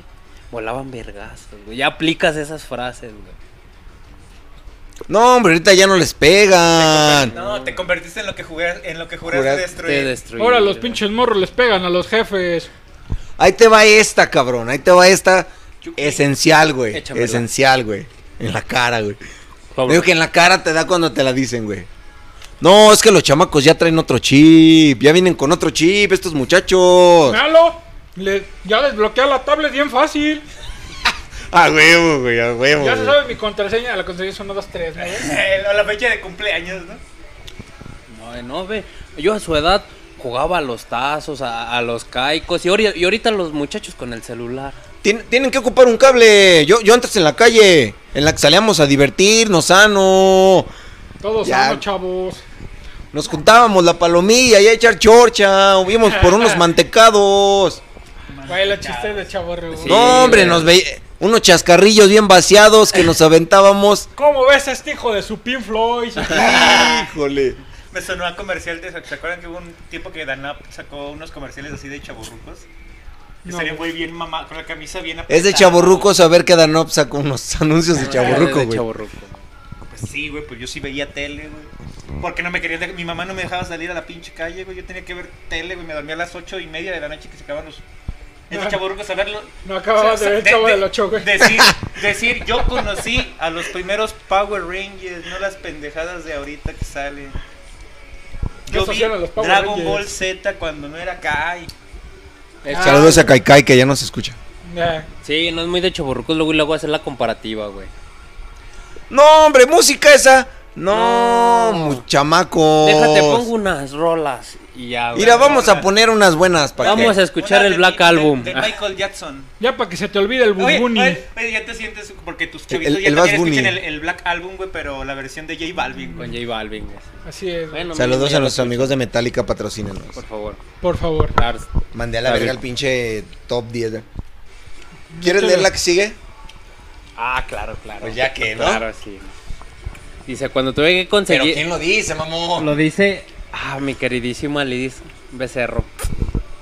[SPEAKER 7] volaban vergazos, güey. Ya aplicas esas frases, güey.
[SPEAKER 6] No, hombre, ahorita ya no les pegan.
[SPEAKER 9] No, te convertiste en lo que jugué, en lo que juraste
[SPEAKER 6] Juraste
[SPEAKER 7] Te
[SPEAKER 9] destruir. [LAUGHS]
[SPEAKER 7] destruyen.
[SPEAKER 8] Ahora los
[SPEAKER 7] güey.
[SPEAKER 8] pinches morros les pegan a los jefes.
[SPEAKER 6] Ahí te va esta, cabrón. Ahí te va esta esencial, güey.
[SPEAKER 7] Échamela.
[SPEAKER 6] Esencial, güey. En la cara, güey.
[SPEAKER 7] Vámonos.
[SPEAKER 6] Digo que en la cara te da cuando te la dicen, güey. No, es que los chamacos ya traen otro chip. Ya vienen con otro chip estos muchachos.
[SPEAKER 8] ¡Véalo! Le- ya desbloquea la tablet bien fácil.
[SPEAKER 6] A huevo, güey, a huevo.
[SPEAKER 8] Ya se
[SPEAKER 6] güey.
[SPEAKER 8] sabe mi contraseña, la contraseña son 123, ¿no? ves?
[SPEAKER 9] Eh, la fecha de cumpleaños, ¿no?
[SPEAKER 7] No, no, ve. Yo a su edad jugaba a los tazos, a, a los caicos y, ahori- y ahorita los muchachos con el celular.
[SPEAKER 6] Tien- tienen que ocupar un cable. Yo, yo antes en la calle, en la que salíamos a divertirnos sano.
[SPEAKER 8] Todos
[SPEAKER 6] Ya.
[SPEAKER 8] sano, chavos.
[SPEAKER 6] Nos juntábamos la palomilla y a echar chorcha. Hubimos por
[SPEAKER 7] [LAUGHS]
[SPEAKER 6] unos mantecados.
[SPEAKER 8] Güey, los chistes de chavo rebo.
[SPEAKER 7] Sí.
[SPEAKER 6] no, hombre,
[SPEAKER 7] güey.
[SPEAKER 6] nos veía. Unos chascarrillos bien vaciados que nos aventábamos.
[SPEAKER 8] ¿Cómo ves a este hijo de su Pin
[SPEAKER 7] [LAUGHS]
[SPEAKER 8] Floyd?
[SPEAKER 6] Híjole.
[SPEAKER 9] Me sonó a comercial de. ¿Se acuerdan que hubo un tiempo que Danap sacó unos comerciales así de chaborrucos? Que
[SPEAKER 8] No,
[SPEAKER 9] sería muy bien mamá, con la camisa bien apretada.
[SPEAKER 6] Es de chaborruco saber que Danop sacó unos [LAUGHS] anuncios de chaborruco,
[SPEAKER 7] Ah, De
[SPEAKER 6] güey.
[SPEAKER 7] chavorruco.
[SPEAKER 9] Pues sí, güey, pues yo sí veía tele, güey. Porque no me querían de- Mi mamá no me dejaba salir a la pinche calle, güey. Yo tenía que ver tele, güey. Me dormía a las ocho y media de la noche que se acababan los. Es de chaborrucos saberlo.
[SPEAKER 8] No acababas de ver el Chavo del Ocho, güey. [LAUGHS]
[SPEAKER 9] Decir, decir, yo conocí a los primeros Power Rangers, no las pendejadas de ahorita que salen. Yo
[SPEAKER 8] Esos
[SPEAKER 9] vi
[SPEAKER 8] eran los Power
[SPEAKER 9] Dragon
[SPEAKER 8] Rangers.
[SPEAKER 9] Ball Z cuando no era Kai.
[SPEAKER 8] Ah.
[SPEAKER 7] Es-
[SPEAKER 6] Saludos a Kaikai que ya no se escucha.
[SPEAKER 8] Ya.
[SPEAKER 7] Sí, no es muy de chavorrucos, luego y luego hacer la comparativa, güey.
[SPEAKER 6] No, hombre, música esa. No, mu- chamacos.
[SPEAKER 7] Déjate, pongo unas rolas y ya, güey.
[SPEAKER 6] Oh. Mira, vamos a poner unas buenas para
[SPEAKER 7] Vamos
[SPEAKER 6] que-
[SPEAKER 7] a escuchar
[SPEAKER 9] Una
[SPEAKER 7] el
[SPEAKER 9] de-
[SPEAKER 7] Black
[SPEAKER 9] de-
[SPEAKER 7] Album. Ah.
[SPEAKER 9] De, Michael Jackson.
[SPEAKER 8] Ya para que se te olvide el
[SPEAKER 9] Oye,
[SPEAKER 8] Bunbuni.
[SPEAKER 9] oye, oye, ya te sientes porque tus chavitos
[SPEAKER 6] el
[SPEAKER 9] ya
[SPEAKER 6] Bad
[SPEAKER 9] también escuchan
[SPEAKER 6] Bunny.
[SPEAKER 9] el, el Black Album, güey, pero la versión de J Balvin, güey.
[SPEAKER 7] [LAUGHS] Con J Balvin, güey.
[SPEAKER 8] Así es, güey.
[SPEAKER 7] Bueno,
[SPEAKER 6] Saludos
[SPEAKER 7] mínimo
[SPEAKER 6] a
[SPEAKER 7] ya
[SPEAKER 6] nuestros
[SPEAKER 7] lo
[SPEAKER 6] amigos de Metallica, patrocínenos.
[SPEAKER 7] escucho, Por favor.
[SPEAKER 8] por favor.
[SPEAKER 7] Lars,
[SPEAKER 6] Mandé a la
[SPEAKER 7] Está
[SPEAKER 6] verga
[SPEAKER 7] bien.
[SPEAKER 6] el pinche top 10. ¿eh? ¿Quieres leer la que sigue?
[SPEAKER 7] Ah, claro, claro.
[SPEAKER 6] Pues ya que, ¿no?
[SPEAKER 7] Claro, sí. Dice, cuando tuve que conseguir...
[SPEAKER 6] lo dice, mamón?
[SPEAKER 7] Lo dice... Ah, mi queridísima Liz Becerro.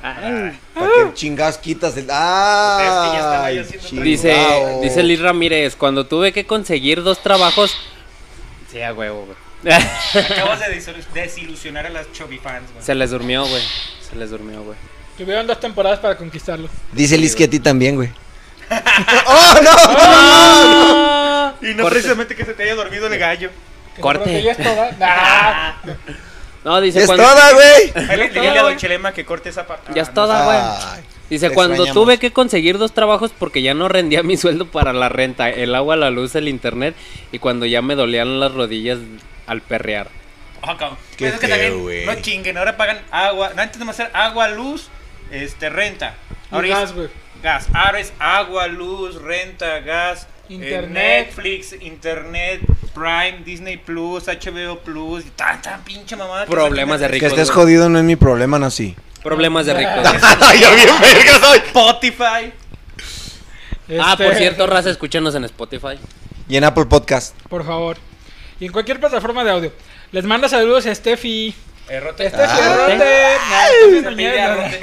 [SPEAKER 7] Ay.
[SPEAKER 6] ¿Para qué chingados quitas el.?
[SPEAKER 9] Pues es que ya estaba
[SPEAKER 6] ¡Ah!
[SPEAKER 9] yo haciendo otra
[SPEAKER 7] Dice, dice Liz Ramírez, cuando tuve que conseguir dos trabajos... Sí, a huevo,
[SPEAKER 6] [LAUGHS]
[SPEAKER 7] güey.
[SPEAKER 9] Acabas de desilu- desilusionar a las Chubby fans, güey.
[SPEAKER 7] Se les durmió, güey. Se les durmió, güey.
[SPEAKER 8] Tuvieron dos temporadas para conquistarlo.
[SPEAKER 6] Dice Liz que a ti también,
[SPEAKER 9] [LAUGHS]
[SPEAKER 6] güey. ¡Oh,
[SPEAKER 9] Ah.
[SPEAKER 6] Ah, no!
[SPEAKER 9] Y no
[SPEAKER 7] Corte.
[SPEAKER 9] precisamente que se te haya dormido el gallo.
[SPEAKER 8] Que
[SPEAKER 7] Corte.
[SPEAKER 8] creo que ya es
[SPEAKER 7] [LAUGHS]
[SPEAKER 8] toda. Nah.
[SPEAKER 7] No, dice
[SPEAKER 6] ¡Es
[SPEAKER 7] cuando...
[SPEAKER 6] toda, güey!
[SPEAKER 9] Ahí le Ah, dile a Don Chelema que corte esa Ah, parte.
[SPEAKER 7] Ya es toda, güey.
[SPEAKER 6] Ay,
[SPEAKER 7] Dice,
[SPEAKER 6] te
[SPEAKER 7] cuando
[SPEAKER 6] extrañamos.
[SPEAKER 7] tuve que conseguir dos trabajos porque ya no rendía [LAUGHS] mi sueldo para la renta, el agua, la luz, el internet y cuando ya me dolían las rodillas al perrear.
[SPEAKER 6] Qué
[SPEAKER 9] Oh, es que
[SPEAKER 6] feo,
[SPEAKER 9] también,
[SPEAKER 6] güey.
[SPEAKER 9] no chinguen, ahora pagan agua. No, antes nomás era agua, luz, este, renta. Ahora
[SPEAKER 8] Y
[SPEAKER 9] es
[SPEAKER 8] gas, güey.
[SPEAKER 9] gas. Ahora es agua, luz, renta, gas. eh,
[SPEAKER 8] Internet.
[SPEAKER 9] Netflix, internet, Prime, Disney Plus, HBO Plus. y Tan, tan pinche mamada. que
[SPEAKER 7] Problemas de
[SPEAKER 9] sacan
[SPEAKER 6] Que
[SPEAKER 7] ricos.
[SPEAKER 6] estés
[SPEAKER 7] güey.
[SPEAKER 6] jodido no es mi problema, no así.
[SPEAKER 7] Problemas de ricos.
[SPEAKER 6] ¡Ya bien, verga, soy!
[SPEAKER 9] Spotify.
[SPEAKER 7] Ah, por
[SPEAKER 8] Este,
[SPEAKER 7] cierto, raza, escúchanos en Spotify.
[SPEAKER 6] Y en Apple Podcast.
[SPEAKER 8] Por favor. Y en cualquier plataforma de audio. Les manda saludos a Steffi.
[SPEAKER 9] Errote.
[SPEAKER 8] Steffi Arrote. Nah, Steffi Núñez,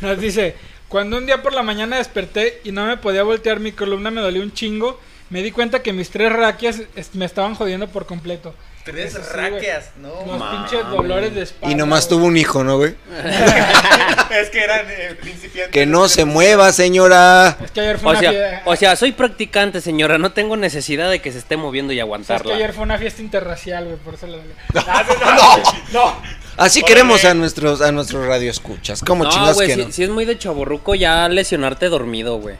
[SPEAKER 8] no. [LAUGHS] Nos dice, cuando un día por la mañana desperté y no me podía voltear mi columna, me dolió un chingo. Me di cuenta que mis tres raquias es- me estaban jodiendo por completo.
[SPEAKER 9] Tres
[SPEAKER 8] Eso sí, güey.
[SPEAKER 9] raqueas, no.
[SPEAKER 8] Los pinches dolores de espalda.
[SPEAKER 6] Y
[SPEAKER 9] Ah,
[SPEAKER 6] nomás tuvo un hijo, ¿no, güey?
[SPEAKER 9] [LAUGHS] es que eran eh, principiantes.
[SPEAKER 6] Que no
[SPEAKER 9] [LAUGHS]
[SPEAKER 6] se mueva, señora.
[SPEAKER 8] Es que ayer fue
[SPEAKER 7] O
[SPEAKER 8] una
[SPEAKER 7] sea,
[SPEAKER 8] fiesta.
[SPEAKER 7] o sea, soy practicante, señora. No tengo necesidad de que se esté moviendo
[SPEAKER 8] es
[SPEAKER 7] y
[SPEAKER 8] que ayer
[SPEAKER 7] aguantarla.
[SPEAKER 8] fue una fiesta interracial, güey, por eso la
[SPEAKER 9] Ah,
[SPEAKER 6] [LAUGHS]
[SPEAKER 9] No.
[SPEAKER 6] Así queremos a nuestros a nuestros radioescuchas. ¿Cómo
[SPEAKER 7] No,
[SPEAKER 6] chingas
[SPEAKER 7] güey,
[SPEAKER 6] que
[SPEAKER 7] si,
[SPEAKER 6] no?
[SPEAKER 7] si es muy de chaborruco ya lesionarte dormido, güey.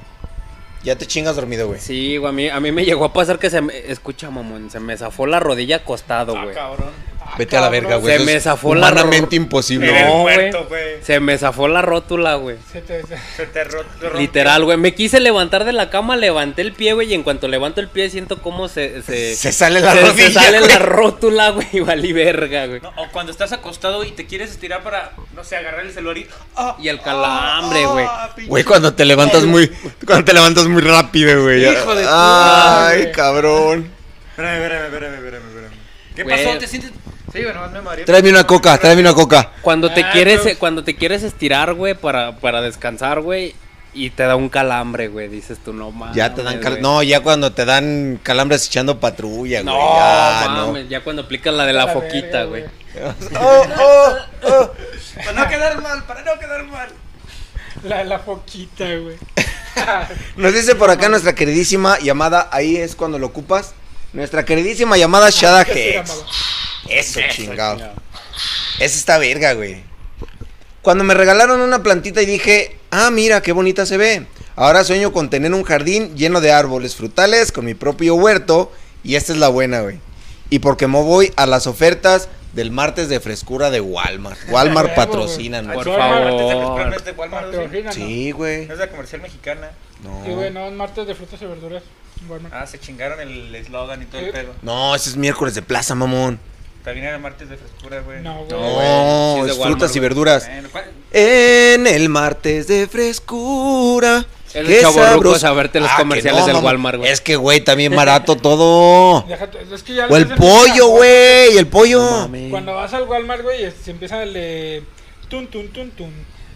[SPEAKER 6] Ya te chingas dormido, güey.
[SPEAKER 7] Sí, güey, a mí, a mí me llegó a pasar que se me... Escucha, mamón, se me zafó la rodilla acostado,
[SPEAKER 9] Ah,
[SPEAKER 7] güey.
[SPEAKER 9] cabrón.
[SPEAKER 6] Vete a la verga, güey.
[SPEAKER 7] Se
[SPEAKER 6] Eso
[SPEAKER 7] me
[SPEAKER 6] es
[SPEAKER 7] zafó la
[SPEAKER 6] humanamente
[SPEAKER 7] ro-
[SPEAKER 6] imposible.
[SPEAKER 9] Era el
[SPEAKER 7] No,
[SPEAKER 9] muerto,
[SPEAKER 7] güey.
[SPEAKER 9] güey.
[SPEAKER 7] Se me zafó la rótula, güey.
[SPEAKER 8] Se te- se-
[SPEAKER 9] Se te ro- te rompió.
[SPEAKER 7] Literal, güey. Me quise levantar de la cama, levanté el pie, güey, y en cuanto levanto el pie siento cómo se... Se,
[SPEAKER 6] Se sale la
[SPEAKER 7] se- se
[SPEAKER 6] rodilla,
[SPEAKER 7] sale
[SPEAKER 6] güey.
[SPEAKER 7] la rótula, güey, y valí verga, güey.
[SPEAKER 9] No, o cuando estás acostado y te quieres estirar para, no sé, agarrar el celular y. ah,
[SPEAKER 7] Y el calambre, güey.
[SPEAKER 6] Güey, cuando te levantas muy cuando te levantas muy rápido, güey. ya.
[SPEAKER 9] Hijo de tu
[SPEAKER 6] Ay,
[SPEAKER 8] madre.
[SPEAKER 6] cabrón.
[SPEAKER 9] Espérame, espérame, espérame, espérame, espérame. ¿Qué
[SPEAKER 7] Güey.
[SPEAKER 9] pasó? ¿Te sientes.? Sí, güey, nomás me mareé.
[SPEAKER 6] Tráeme una coca, tráeme una coca.
[SPEAKER 7] Cuando te
[SPEAKER 9] Ah,
[SPEAKER 7] quieres,
[SPEAKER 9] pues.
[SPEAKER 7] eh, cuando te quieres estirar, güey, para, para descansar, güey, y te da un calambre, güey, dices tú, no mames.
[SPEAKER 6] Ya te dan cal-
[SPEAKER 7] güey.
[SPEAKER 6] No, ya cuando te dan calambres echando patrulla, güey.
[SPEAKER 7] No,
[SPEAKER 6] ya,
[SPEAKER 7] mames, ya cuando aplicas la de la,
[SPEAKER 8] La verga,
[SPEAKER 7] foquita, güey.
[SPEAKER 8] güey.
[SPEAKER 6] no. [LAUGHS] Oh, oh, oh.
[SPEAKER 9] Para no quedar mal, para no quedar mal.
[SPEAKER 8] la, la foquita,
[SPEAKER 6] [LAUGHS]
[SPEAKER 8] güey.
[SPEAKER 6] Nos dice por acá nuestra queridísima llamada, ahí es cuando lo ocupas. Nuestra queridísima llamada Shada
[SPEAKER 8] ¿Qué se
[SPEAKER 6] Hex.
[SPEAKER 8] llamaba?
[SPEAKER 6] Eso, chingado. Esa está verga, güey. Cuando me regalaron una plantita y dije, ah, mira, qué bonita se ve. Ahora sueño con tener un jardín lleno de árboles frutales con mi propio huerto. Y esta es la buena, güey. Y porque me voy a las ofertas del martes de frescura de Walmart.
[SPEAKER 9] [LAUGHS]
[SPEAKER 6] Walmart patrocinan,
[SPEAKER 9] Por
[SPEAKER 6] güey.
[SPEAKER 9] favor. Es de Walmart, sí.
[SPEAKER 8] Patrocínanos.
[SPEAKER 6] Sí, güey.
[SPEAKER 9] Es la comercial mexicana.
[SPEAKER 8] Sí, güey,
[SPEAKER 6] No.
[SPEAKER 8] no, es martes de frutas y verduras. Bueno,
[SPEAKER 9] Ah, se chingaron el eslogan y todo el
[SPEAKER 8] Sí.
[SPEAKER 9] pedo.
[SPEAKER 6] No, ese es miércoles de plaza, mamón.
[SPEAKER 9] También era martes de frescura, güey.
[SPEAKER 8] no, güey.
[SPEAKER 6] No,
[SPEAKER 9] güey, sí es de
[SPEAKER 6] es frutas
[SPEAKER 9] Walmart,
[SPEAKER 6] y
[SPEAKER 9] güey.
[SPEAKER 6] verduras.
[SPEAKER 9] Bueno, ¿cuál?
[SPEAKER 6] En el martes de frescura.
[SPEAKER 7] Es
[SPEAKER 6] Qué
[SPEAKER 7] de chavorruco
[SPEAKER 6] sabroso.
[SPEAKER 7] saberte los
[SPEAKER 6] Ah, que
[SPEAKER 7] comerciales
[SPEAKER 6] no,
[SPEAKER 7] del
[SPEAKER 6] mamá.
[SPEAKER 7] Walmart, güey.
[SPEAKER 6] Es que, güey, también
[SPEAKER 7] [LAUGHS]
[SPEAKER 6] barato todo.
[SPEAKER 8] Déjate, es que ya
[SPEAKER 6] O
[SPEAKER 8] les
[SPEAKER 6] el
[SPEAKER 8] hacen
[SPEAKER 6] pollo,
[SPEAKER 8] una-
[SPEAKER 6] güey, el pollo.
[SPEAKER 8] Cuando vas al Walmart, güey, es- se empieza el de tun tun tun tun.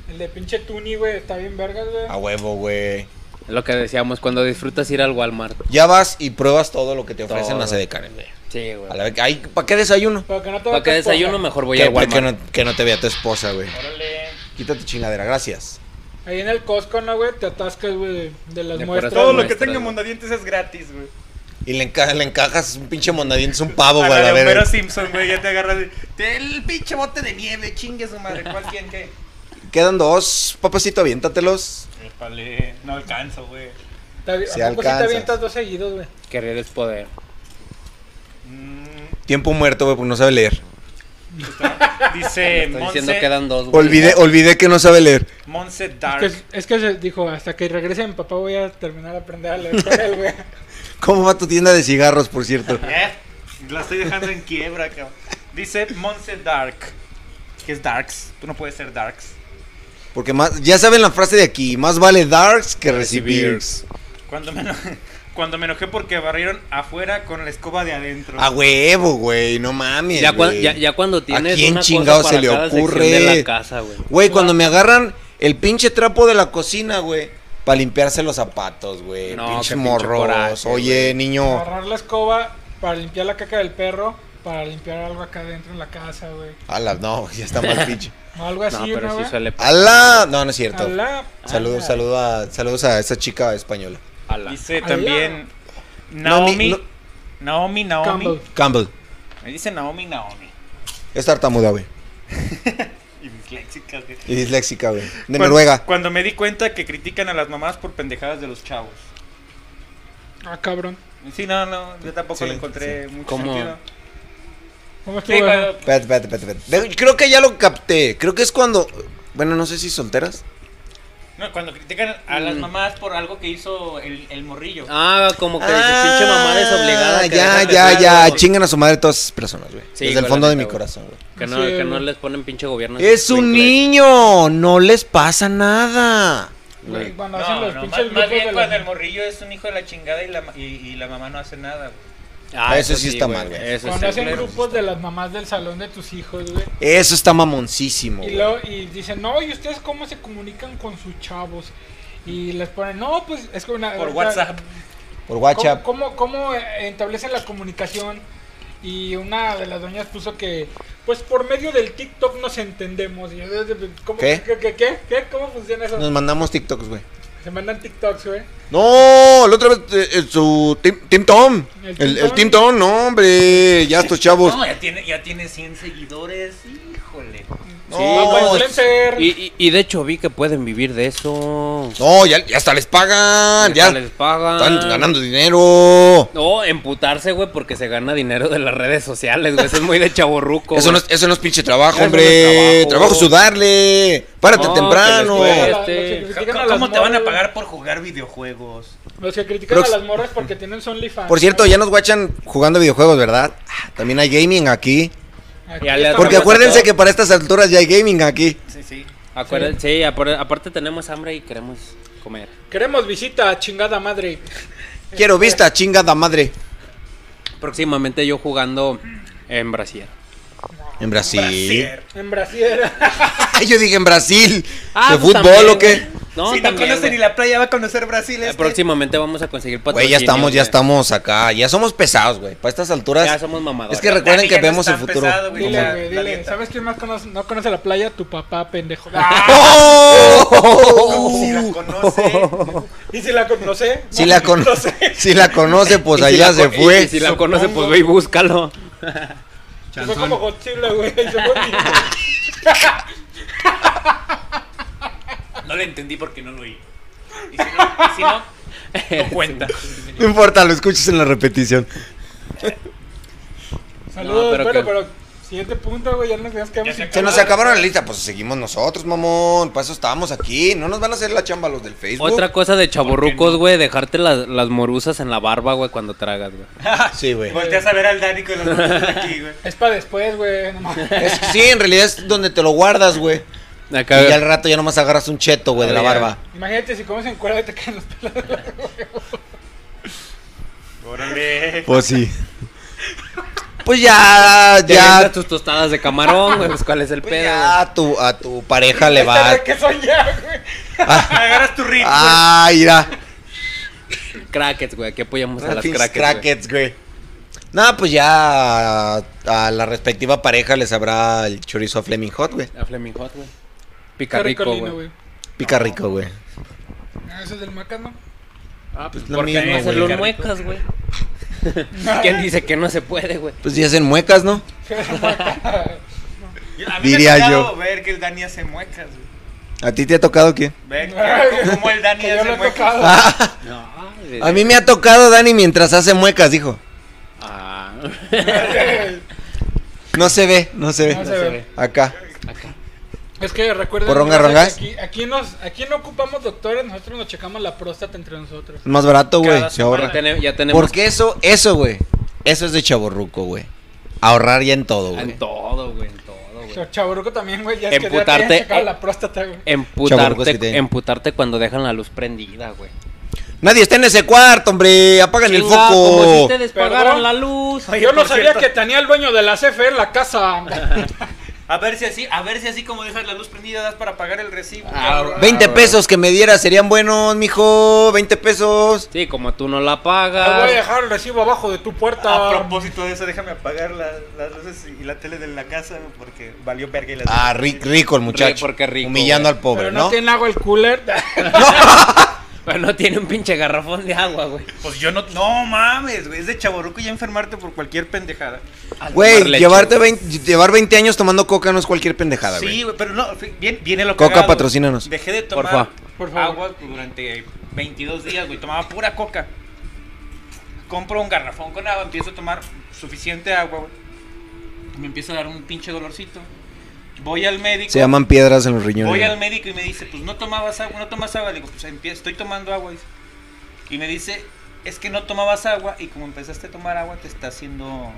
[SPEAKER 8] El de pinche tuni, güey, está bien vergas, güey.
[SPEAKER 6] A huevo, güey.
[SPEAKER 7] Lo que decíamos, cuando disfrutas ir al Walmart.
[SPEAKER 6] Ya vas y pruebas todo lo que te ofrecen
[SPEAKER 7] Todo.
[SPEAKER 6] las Edecaren, güey.
[SPEAKER 7] Sí, güey.
[SPEAKER 6] A la vez, ay, ¿para qué desayuno?
[SPEAKER 8] Pero que no te
[SPEAKER 7] Para que
[SPEAKER 8] vea tu esposa.
[SPEAKER 7] desayuno mejor voy
[SPEAKER 6] que,
[SPEAKER 7] al Walmart.
[SPEAKER 6] que no, que no te vea tu esposa, güey.
[SPEAKER 9] Órale.
[SPEAKER 6] Quítate chingadera, gracias.
[SPEAKER 8] Ahí en el Costco, no, güey, te atascas, güey, de- de las
[SPEAKER 7] De
[SPEAKER 8] muestras.
[SPEAKER 7] puras
[SPEAKER 9] Todo lo que
[SPEAKER 7] Nuestra,
[SPEAKER 9] tenga
[SPEAKER 7] güey.
[SPEAKER 9] mondadientes es gratis, güey.
[SPEAKER 6] Y le, enca- le encajas un pinche mondadientes, un pavo,
[SPEAKER 9] A
[SPEAKER 6] güey,
[SPEAKER 9] la
[SPEAKER 6] a la
[SPEAKER 9] de Homero
[SPEAKER 6] verga.
[SPEAKER 9] Simpson, güey, ya te agarras de- de- el pinche bote de nieve, chingue su madre, ¿cuál quién qué?
[SPEAKER 6] Quedan dos, papacito, aviéntatelos.
[SPEAKER 9] [LAUGHS] Épale, no alcanzo, güey.
[SPEAKER 8] Te avi-
[SPEAKER 6] Si
[SPEAKER 8] ¿A poco sí te
[SPEAKER 6] alcanzas.
[SPEAKER 8] avientas dos seguidos, güey?
[SPEAKER 7] Querer es poder.
[SPEAKER 9] Mm,
[SPEAKER 6] Tiempo muerto, güey, porque no sabe leer.
[SPEAKER 9] dice
[SPEAKER 7] Estoy diciendo que
[SPEAKER 9] Monse,
[SPEAKER 7] quedan dos, güey.
[SPEAKER 6] Olvidé, olvidé que no sabe leer.
[SPEAKER 9] Monse
[SPEAKER 8] Es
[SPEAKER 9] Dark.
[SPEAKER 8] que, es- es que se dijo, hasta que regrese mi papá voy a terminar a aprender a leer con él, güey.
[SPEAKER 6] ¿Cómo va tu tienda de cigarros, por cierto?
[SPEAKER 9] Eh, La estoy dejando en quiebra, cabrón. Dice Monse Dark. Que es Darks. Tú no puedes ser Darks.
[SPEAKER 6] Porque más, ya saben la frase de aquí, más vale darks que recibir.
[SPEAKER 9] Cuando me, eno- [LAUGHS] cuando me enojé porque barrieron afuera con la escoba de adentro.
[SPEAKER 6] A huevo, Ah, güey, no mames.
[SPEAKER 7] Ya, cuan-
[SPEAKER 6] güey.
[SPEAKER 7] ya, ya cuando tienes
[SPEAKER 6] quién
[SPEAKER 7] una
[SPEAKER 6] chingado
[SPEAKER 7] cosa
[SPEAKER 6] se
[SPEAKER 7] para
[SPEAKER 6] le
[SPEAKER 7] cada sección
[SPEAKER 6] ocurre?
[SPEAKER 7] de la casa, güey.
[SPEAKER 6] Güey, cuando me agarran el pinche trapo de la cocina, güey, para limpiarse los zapatos, güey.
[SPEAKER 7] No,
[SPEAKER 6] pinche
[SPEAKER 7] qué pinche
[SPEAKER 6] morros.
[SPEAKER 7] coraje,
[SPEAKER 6] Oye, niño.
[SPEAKER 8] Agarrar la escoba para limpiar la caca del perro, para limpiar algo acá dentro en la casa, güey.
[SPEAKER 6] Ala, no, [LAUGHS] ya está
[SPEAKER 7] [LAUGHS]
[SPEAKER 6] mal pinche.
[SPEAKER 8] O algo así,
[SPEAKER 7] No,
[SPEAKER 8] ¿no,
[SPEAKER 7] pero sí
[SPEAKER 8] güey?
[SPEAKER 7] suele
[SPEAKER 6] Ala, no, no es cierto.
[SPEAKER 8] Alá.
[SPEAKER 6] Saludos,
[SPEAKER 8] Alá.
[SPEAKER 9] Ah,
[SPEAKER 6] saludos a, saludos a esa chica española.
[SPEAKER 7] ala.
[SPEAKER 9] Dice
[SPEAKER 8] Alá.
[SPEAKER 9] también
[SPEAKER 6] No,
[SPEAKER 9] Naomi.
[SPEAKER 6] ni- no-
[SPEAKER 9] Naomi, Naomi.
[SPEAKER 8] Campbell.
[SPEAKER 6] Campbell,
[SPEAKER 9] Me dice Naomi, Naomi.
[SPEAKER 6] es tartamuda, güey.
[SPEAKER 9] Y disléxica, güey.
[SPEAKER 6] Y disléxica, güey. De
[SPEAKER 9] Cuando-
[SPEAKER 6] Noruega.
[SPEAKER 9] Cuando me di cuenta que critican a las mamás por pendejadas de los chavos.
[SPEAKER 8] Ah, cabrón.
[SPEAKER 9] Sí, no, no, yo tampoco
[SPEAKER 6] Sí,
[SPEAKER 9] le encontré mucho
[SPEAKER 7] ¿Cómo?
[SPEAKER 9] sentido.
[SPEAKER 8] ¿Cómo estuvo? eh?
[SPEAKER 9] Sí,
[SPEAKER 8] güey?
[SPEAKER 9] cuando-
[SPEAKER 6] Espérate, espérate, espérate, espérate. De- Creo que ya lo capté. Creo que es cuando. Bueno, no sé si solteras.
[SPEAKER 9] no, cuando critican a las mamás por algo que hizo el, el morrillo.
[SPEAKER 7] Mm. Ah, como que dices,
[SPEAKER 6] Ah,
[SPEAKER 7] pinche mamá desobligada. que
[SPEAKER 6] Ya,
[SPEAKER 7] dejan de
[SPEAKER 6] ya,
[SPEAKER 7] hacer
[SPEAKER 6] ya.
[SPEAKER 7] algo".
[SPEAKER 6] Chingan a su madre todas esas personas, güey.
[SPEAKER 7] Sí,
[SPEAKER 6] Desde el
[SPEAKER 7] güey,
[SPEAKER 6] fondo
[SPEAKER 7] la
[SPEAKER 6] de mi
[SPEAKER 7] neta, güey.
[SPEAKER 6] corazón, güey.
[SPEAKER 7] Que no,
[SPEAKER 8] Sí,
[SPEAKER 7] que no
[SPEAKER 8] güey.
[SPEAKER 7] les ponen pinche gobierno.
[SPEAKER 6] Es un niño. No les pasa nada.
[SPEAKER 8] Güey, Cuando
[SPEAKER 9] No,
[SPEAKER 8] hacen los
[SPEAKER 9] no,
[SPEAKER 8] pinches
[SPEAKER 9] más, más
[SPEAKER 8] grupos
[SPEAKER 9] bien
[SPEAKER 8] de
[SPEAKER 9] cuando
[SPEAKER 8] la-
[SPEAKER 9] el morrillo es un hijo de la chingada y la, ma- y, y la mamá no hace nada. güey.
[SPEAKER 7] Ah,
[SPEAKER 6] Eso sí está mal, güey.
[SPEAKER 9] Pues
[SPEAKER 7] Eso
[SPEAKER 8] Cuando
[SPEAKER 7] está
[SPEAKER 8] hacen
[SPEAKER 7] mal.
[SPEAKER 8] grupos de las mamás del salón de tus hijos, güey.
[SPEAKER 6] Eso está mamoncísimo,
[SPEAKER 8] Y,
[SPEAKER 6] güey.
[SPEAKER 8] luego, y dicen, no, ¿y ustedes cómo se comunican con sus chavos? Y les ponen, no, pues es que una...
[SPEAKER 9] Por
[SPEAKER 8] una-
[SPEAKER 9] WhatsApp.
[SPEAKER 6] Por
[SPEAKER 8] ¿Cómo,
[SPEAKER 6] WhatsApp.
[SPEAKER 8] cómo, cómo, eh, establecen la comunicación? Y una de las doñas puso que, pues por medio del TikTok nos entendemos. Y yo, ¿cómo,
[SPEAKER 6] ¿Qué?
[SPEAKER 8] ¿Qué, qué, qué, qué? ¿Cómo funciona eso?
[SPEAKER 6] Nos mandamos TikToks, güey.
[SPEAKER 8] Se mandan TikToks, güey.
[SPEAKER 6] No, la otra vez eh, eh, su Tim, Tim Tom.
[SPEAKER 8] El Tim
[SPEAKER 6] El, el
[SPEAKER 8] Tom.
[SPEAKER 6] Tim Tom, no, hombre. Ya estos chavos.
[SPEAKER 9] No, ya tiene, ya tiene 100 seguidores. Híjole.
[SPEAKER 8] Papá
[SPEAKER 6] No,
[SPEAKER 8] influencer.
[SPEAKER 7] Y, y, y de hecho vi que pueden vivir de eso.
[SPEAKER 6] no, ya, ya hasta les pagan.
[SPEAKER 7] Hasta
[SPEAKER 6] Ah, Ya
[SPEAKER 7] les pagan.
[SPEAKER 6] están ganando dinero.
[SPEAKER 7] No, emputarse, güey, porque se gana dinero de las redes sociales, güey. Eso es muy de chaborruco.
[SPEAKER 6] Eso no, es, eso no es pinche trabajo,
[SPEAKER 7] Eso no
[SPEAKER 6] hombre.
[SPEAKER 7] es
[SPEAKER 6] trabajo.
[SPEAKER 7] trabajo. sudarle.
[SPEAKER 6] Párate
[SPEAKER 7] No,
[SPEAKER 6] temprano.
[SPEAKER 7] que les
[SPEAKER 8] Los que
[SPEAKER 7] este,
[SPEAKER 8] critican a las
[SPEAKER 9] ¿Cómo te van a
[SPEAKER 8] morras,
[SPEAKER 9] pagar por jugar videojuegos?
[SPEAKER 8] Los que critican
[SPEAKER 6] Prox-
[SPEAKER 8] a las morras porque tienen su OnlyFans.
[SPEAKER 6] Por cierto,
[SPEAKER 8] ¿no?
[SPEAKER 6] ya nos guachan jugando videojuegos, ¿verdad? Ah, También hay gaming aquí.
[SPEAKER 8] Aquí
[SPEAKER 7] Ya le
[SPEAKER 8] está-
[SPEAKER 6] Porque
[SPEAKER 7] Estamos
[SPEAKER 6] acuérdense
[SPEAKER 7] atacados.
[SPEAKER 6] que para estas alturas ya hay gaming aquí.
[SPEAKER 9] Sí, sí.
[SPEAKER 7] Acuérdense, sí, apar- aparte tenemos hambre y queremos comer.
[SPEAKER 8] Queremos visita, chingada madre.
[SPEAKER 6] Quiero vista, chingada madre.
[SPEAKER 7] Próximamente yo jugando en Brasil.
[SPEAKER 6] En Brasil.
[SPEAKER 9] Brasier.
[SPEAKER 8] En Brasil.
[SPEAKER 6] Ay, [LAUGHS] yo dije en Brasil.
[SPEAKER 7] Ah,
[SPEAKER 6] ¿De
[SPEAKER 7] pues
[SPEAKER 6] fútbol
[SPEAKER 7] también,
[SPEAKER 6] o qué?
[SPEAKER 7] güey. No,
[SPEAKER 9] si no
[SPEAKER 7] también,
[SPEAKER 9] conoce
[SPEAKER 7] güey.
[SPEAKER 9] ni la playa, va a conocer Brasil.
[SPEAKER 7] Eh,
[SPEAKER 9] Este.
[SPEAKER 7] Próximamente vamos a conseguir patrocinio.
[SPEAKER 6] Güey, ya estamos, ya
[SPEAKER 7] güey.
[SPEAKER 6] estamos acá. Ya somos pesados, güey. Para estas alturas.
[SPEAKER 7] Ya somos mamadores.
[SPEAKER 6] Es que recuerden
[SPEAKER 9] Dani
[SPEAKER 6] que
[SPEAKER 9] ya no
[SPEAKER 6] vemos
[SPEAKER 9] es
[SPEAKER 6] el
[SPEAKER 9] tan
[SPEAKER 6] futuro.
[SPEAKER 9] pesado, güey,
[SPEAKER 8] Dile,
[SPEAKER 9] la-
[SPEAKER 8] güey,
[SPEAKER 9] la
[SPEAKER 8] dile.
[SPEAKER 9] dieta.
[SPEAKER 8] ¿Sabes quién más conoce- no conoce la playa? Tu papá, pendejo.
[SPEAKER 6] Ah. ¡Oh!
[SPEAKER 9] Si
[SPEAKER 7] Uh.
[SPEAKER 9] la
[SPEAKER 7] [LAUGHS]
[SPEAKER 9] conoce.
[SPEAKER 8] [LAUGHS] ¿Y si la conoce?
[SPEAKER 6] Si la, cono- [LAUGHS] si la conoce, pues
[SPEAKER 7] Y si
[SPEAKER 6] allá
[SPEAKER 7] la
[SPEAKER 6] se
[SPEAKER 7] co- y-
[SPEAKER 6] fue.
[SPEAKER 7] y si la conoce, pues ve y búscalo.
[SPEAKER 8] Fue como Godzilla, güey. Se fue mi-
[SPEAKER 9] No le entendí porque no lo oí. Y si no, y si no, no
[SPEAKER 7] [LAUGHS]
[SPEAKER 9] cuenta.
[SPEAKER 6] No importa, lo escuches en la repetición.
[SPEAKER 8] Saludos,
[SPEAKER 7] pero
[SPEAKER 8] pero, pero,
[SPEAKER 7] que-
[SPEAKER 8] siguiente punto, güey. Ya nos quedamos
[SPEAKER 9] Ya
[SPEAKER 8] quedamos
[SPEAKER 9] se
[SPEAKER 8] sin
[SPEAKER 6] Se nos
[SPEAKER 8] tema.
[SPEAKER 6] acabaron la lista, pues seguimos nosotros, mamón. Para eso estábamos aquí. No nos van a hacer la chamba los del Facebook.
[SPEAKER 7] Otra cosa de chaburrucos, güey, dejarte las, las morusas en la barba, güey, cuando tragas, güey.
[SPEAKER 6] Sí, güey.
[SPEAKER 9] Volteas a ver al Dani con las manos aquí, güey.
[SPEAKER 8] Es para después, güey. No
[SPEAKER 6] [LAUGHS]
[SPEAKER 8] mames.
[SPEAKER 6] Es- sí, en realidad es donde te lo guardas, güey. Y
[SPEAKER 7] Acá,
[SPEAKER 6] ya al rato ya nomás agarras un cheto, güey, de la
[SPEAKER 7] Ah, ya.
[SPEAKER 6] barba.
[SPEAKER 8] Imagínate si comes en cuerda y te caen los pelos.
[SPEAKER 9] Órale.
[SPEAKER 6] Pues sí. Pues ya,
[SPEAKER 7] te avientas
[SPEAKER 6] ya.
[SPEAKER 7] tus tostadas de camarón, güey, pues cuál es el
[SPEAKER 6] Pues
[SPEAKER 7] pedo,
[SPEAKER 6] ya
[SPEAKER 7] güey?
[SPEAKER 6] a tu, a tu pareja le va.
[SPEAKER 8] ¿Qué son ya, güey?
[SPEAKER 9] Agarras tu ritmo.
[SPEAKER 6] Ah, mira.
[SPEAKER 7] Crackets, güey, aquí apoyamos a las
[SPEAKER 6] Ah, Pinches crackets,
[SPEAKER 7] crackets, güey.
[SPEAKER 6] güey. Nada, pues ya a, a la respectiva pareja les habrá el chorizo a Fleming Hot, güey.
[SPEAKER 7] A Fleming Hot, güey. Pica
[SPEAKER 8] Qué
[SPEAKER 7] rico,
[SPEAKER 8] rico,
[SPEAKER 7] güey.
[SPEAKER 8] güey.
[SPEAKER 6] Pica rico, güey.
[SPEAKER 8] Ah, Eso es del Macas, ¿no?
[SPEAKER 7] Ah, pues
[SPEAKER 6] Pues lo
[SPEAKER 7] porque
[SPEAKER 6] mismo,
[SPEAKER 7] no
[SPEAKER 6] güey.
[SPEAKER 7] hacen los muecas,
[SPEAKER 8] [LAUGHS]
[SPEAKER 7] güey. ¿Quién dice que no se puede, güey?
[SPEAKER 6] Pues ya hacen muecas, ¿no?
[SPEAKER 9] A mí
[SPEAKER 6] Diría
[SPEAKER 9] me ha tocado
[SPEAKER 6] yo.
[SPEAKER 9] ver que el Dani hace muecas, güey.
[SPEAKER 6] ¿A ti te ha tocado qué?
[SPEAKER 8] [LAUGHS]
[SPEAKER 9] Ver que- cómo el Dani
[SPEAKER 8] Que yo lo
[SPEAKER 9] hace
[SPEAKER 8] he
[SPEAKER 9] muecas.
[SPEAKER 8] tocado.
[SPEAKER 6] [LAUGHS] Ah,
[SPEAKER 7] No,
[SPEAKER 6] a mí me ha tocado Dani mientras hace muecas, dijo.
[SPEAKER 7] Ah. [LAUGHS]
[SPEAKER 6] No se ve, no se ve.
[SPEAKER 8] No se ve.
[SPEAKER 6] Acá.
[SPEAKER 8] Es que recuerden
[SPEAKER 6] ¿Por ronga,
[SPEAKER 8] que
[SPEAKER 6] rongas?
[SPEAKER 8] aquí, aquí nos, aquí no ocupamos doctores, nosotros nos checamos la próstata entre nosotros.
[SPEAKER 6] Es más barato, güey.
[SPEAKER 9] Cada
[SPEAKER 6] Se ahorra.
[SPEAKER 7] Ya tene- ya tenemos
[SPEAKER 6] Porque eso, eso, güey. Eso es de chaborruco, güey. Ahorrar ya en todo, güey.
[SPEAKER 7] en todo, güey, en todo, güey.
[SPEAKER 8] Chaburuco también, güey, ya es que ya te
[SPEAKER 7] Emputarte,
[SPEAKER 8] habían checado
[SPEAKER 7] eh.
[SPEAKER 8] la próstata, güey.
[SPEAKER 6] Chaburrucos que
[SPEAKER 7] Emputarte,
[SPEAKER 6] tienen.
[SPEAKER 7] emputarte cuando dejan la luz prendida, güey.
[SPEAKER 6] Nadie está en ese cuarto, hombre. Apagan el
[SPEAKER 7] Chinga, Como si
[SPEAKER 6] foco.
[SPEAKER 7] ustedes pagaran
[SPEAKER 8] Perdón.
[SPEAKER 7] la luz.
[SPEAKER 8] Yo no sabía que tenía el dueño de la CFE en la casa.
[SPEAKER 9] A ver si así, a ver si así como dejas la luz prendida das para pagar el recibo.
[SPEAKER 7] Ah,
[SPEAKER 9] cabrón.
[SPEAKER 6] 20 pesos que me diera serían buenos, mijo. 20 pesos.
[SPEAKER 7] Sí, como tú no la
[SPEAKER 8] Te voy a
[SPEAKER 7] pagas.
[SPEAKER 8] dejar el recibo abajo de tu puerta.
[SPEAKER 9] A propósito de eso, déjame apagar la- las luces y la tele de la casa porque valió verga y las
[SPEAKER 6] Ah, rico, rico el muchacho.
[SPEAKER 7] Ri- porque rico,
[SPEAKER 6] Humillando
[SPEAKER 7] güey.
[SPEAKER 6] al pobre,
[SPEAKER 8] Pero
[SPEAKER 6] ¿no?
[SPEAKER 8] no, tiene agua el cooler. [LAUGHS]
[SPEAKER 7] Pero no tiene un pinche garrafón de agua, güey.
[SPEAKER 9] Pues yo no. No mames, güey. Es de chaborruco ya enfermarte por cualquier pendejada.
[SPEAKER 6] Güey,
[SPEAKER 7] tomar leche,
[SPEAKER 6] llevarte 20 llevar 20 años tomando coca no es cualquier pendejada, güey.
[SPEAKER 9] Sí, güey, pero no. fi- Bien, viene lo que.
[SPEAKER 6] Coca, patrocínanos.
[SPEAKER 9] Dejé de
[SPEAKER 7] Por
[SPEAKER 9] tomar
[SPEAKER 7] fa.
[SPEAKER 8] Por favor.
[SPEAKER 9] agua durante 22 días, güey. Tomaba pura coca. Compro un garrafón con agua, empiezo a tomar suficiente agua, güey. Me empieza a dar un pinche dolorcito. Voy al médico.
[SPEAKER 6] Se llaman piedras en los riñones.
[SPEAKER 9] Voy
[SPEAKER 6] güey.
[SPEAKER 9] al médico y me dice, pues no tomabas agua, no tomas agua. Le digo, pues empie- estoy tomando agua. dice. Y me dice, es que no tomabas agua y como empezaste a tomar agua te está haciendo,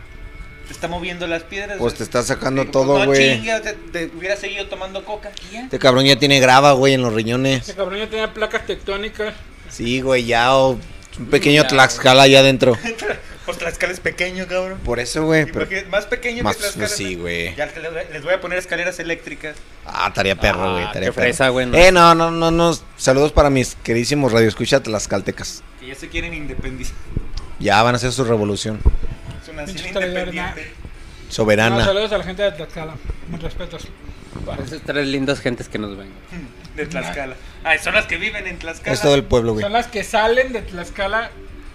[SPEAKER 9] te está moviendo las piedras.
[SPEAKER 6] Pues
[SPEAKER 9] güey.
[SPEAKER 6] te está sacando
[SPEAKER 9] Le digo,
[SPEAKER 6] todo,
[SPEAKER 9] "No
[SPEAKER 6] güey.
[SPEAKER 9] chingues, te, te hubiera seguido tomando coca. y ya.
[SPEAKER 6] Este cabrón ya tiene grava, güey, en los riñones.
[SPEAKER 8] Ese cabrón ya tenía placas tectónicas.
[SPEAKER 6] Sí, güey, ya. o- un pequeño Tlaxcala allá adentro.
[SPEAKER 9] Pues Tlaxcala es pequeño, cabrón.
[SPEAKER 6] Por eso, güey. pero-
[SPEAKER 9] Imagínate, Más pequeño
[SPEAKER 6] Más-
[SPEAKER 9] que Tlaxcala.
[SPEAKER 6] sí, güey.
[SPEAKER 9] Ya les- les voy a poner escaleras eléctricas.
[SPEAKER 6] Ah, tarea perro, güey.
[SPEAKER 7] Ah,
[SPEAKER 6] tarea
[SPEAKER 7] qué
[SPEAKER 6] perro.
[SPEAKER 7] fresa, güey, no.
[SPEAKER 6] Eh, no, no, no, no. Saludos para mis queridísimos radioescuchas tlaxcaltecas.
[SPEAKER 9] Que ya se quieren independizar.
[SPEAKER 6] Ya van a hacer su revolución
[SPEAKER 9] Es una
[SPEAKER 8] Pinches
[SPEAKER 9] nación
[SPEAKER 8] traidores,
[SPEAKER 9] independiente.
[SPEAKER 8] No,
[SPEAKER 6] soberana.
[SPEAKER 8] saludos a la gente de Tlaxcala. Mis respetos.
[SPEAKER 7] Esas tres lindas gentes que nos ven.
[SPEAKER 9] [LAUGHS] De Tlaxcala. Ay, son las que viven en Tlaxcala.
[SPEAKER 6] Es todo el pueblo, güey.
[SPEAKER 8] Son las que salen de Tlaxcala,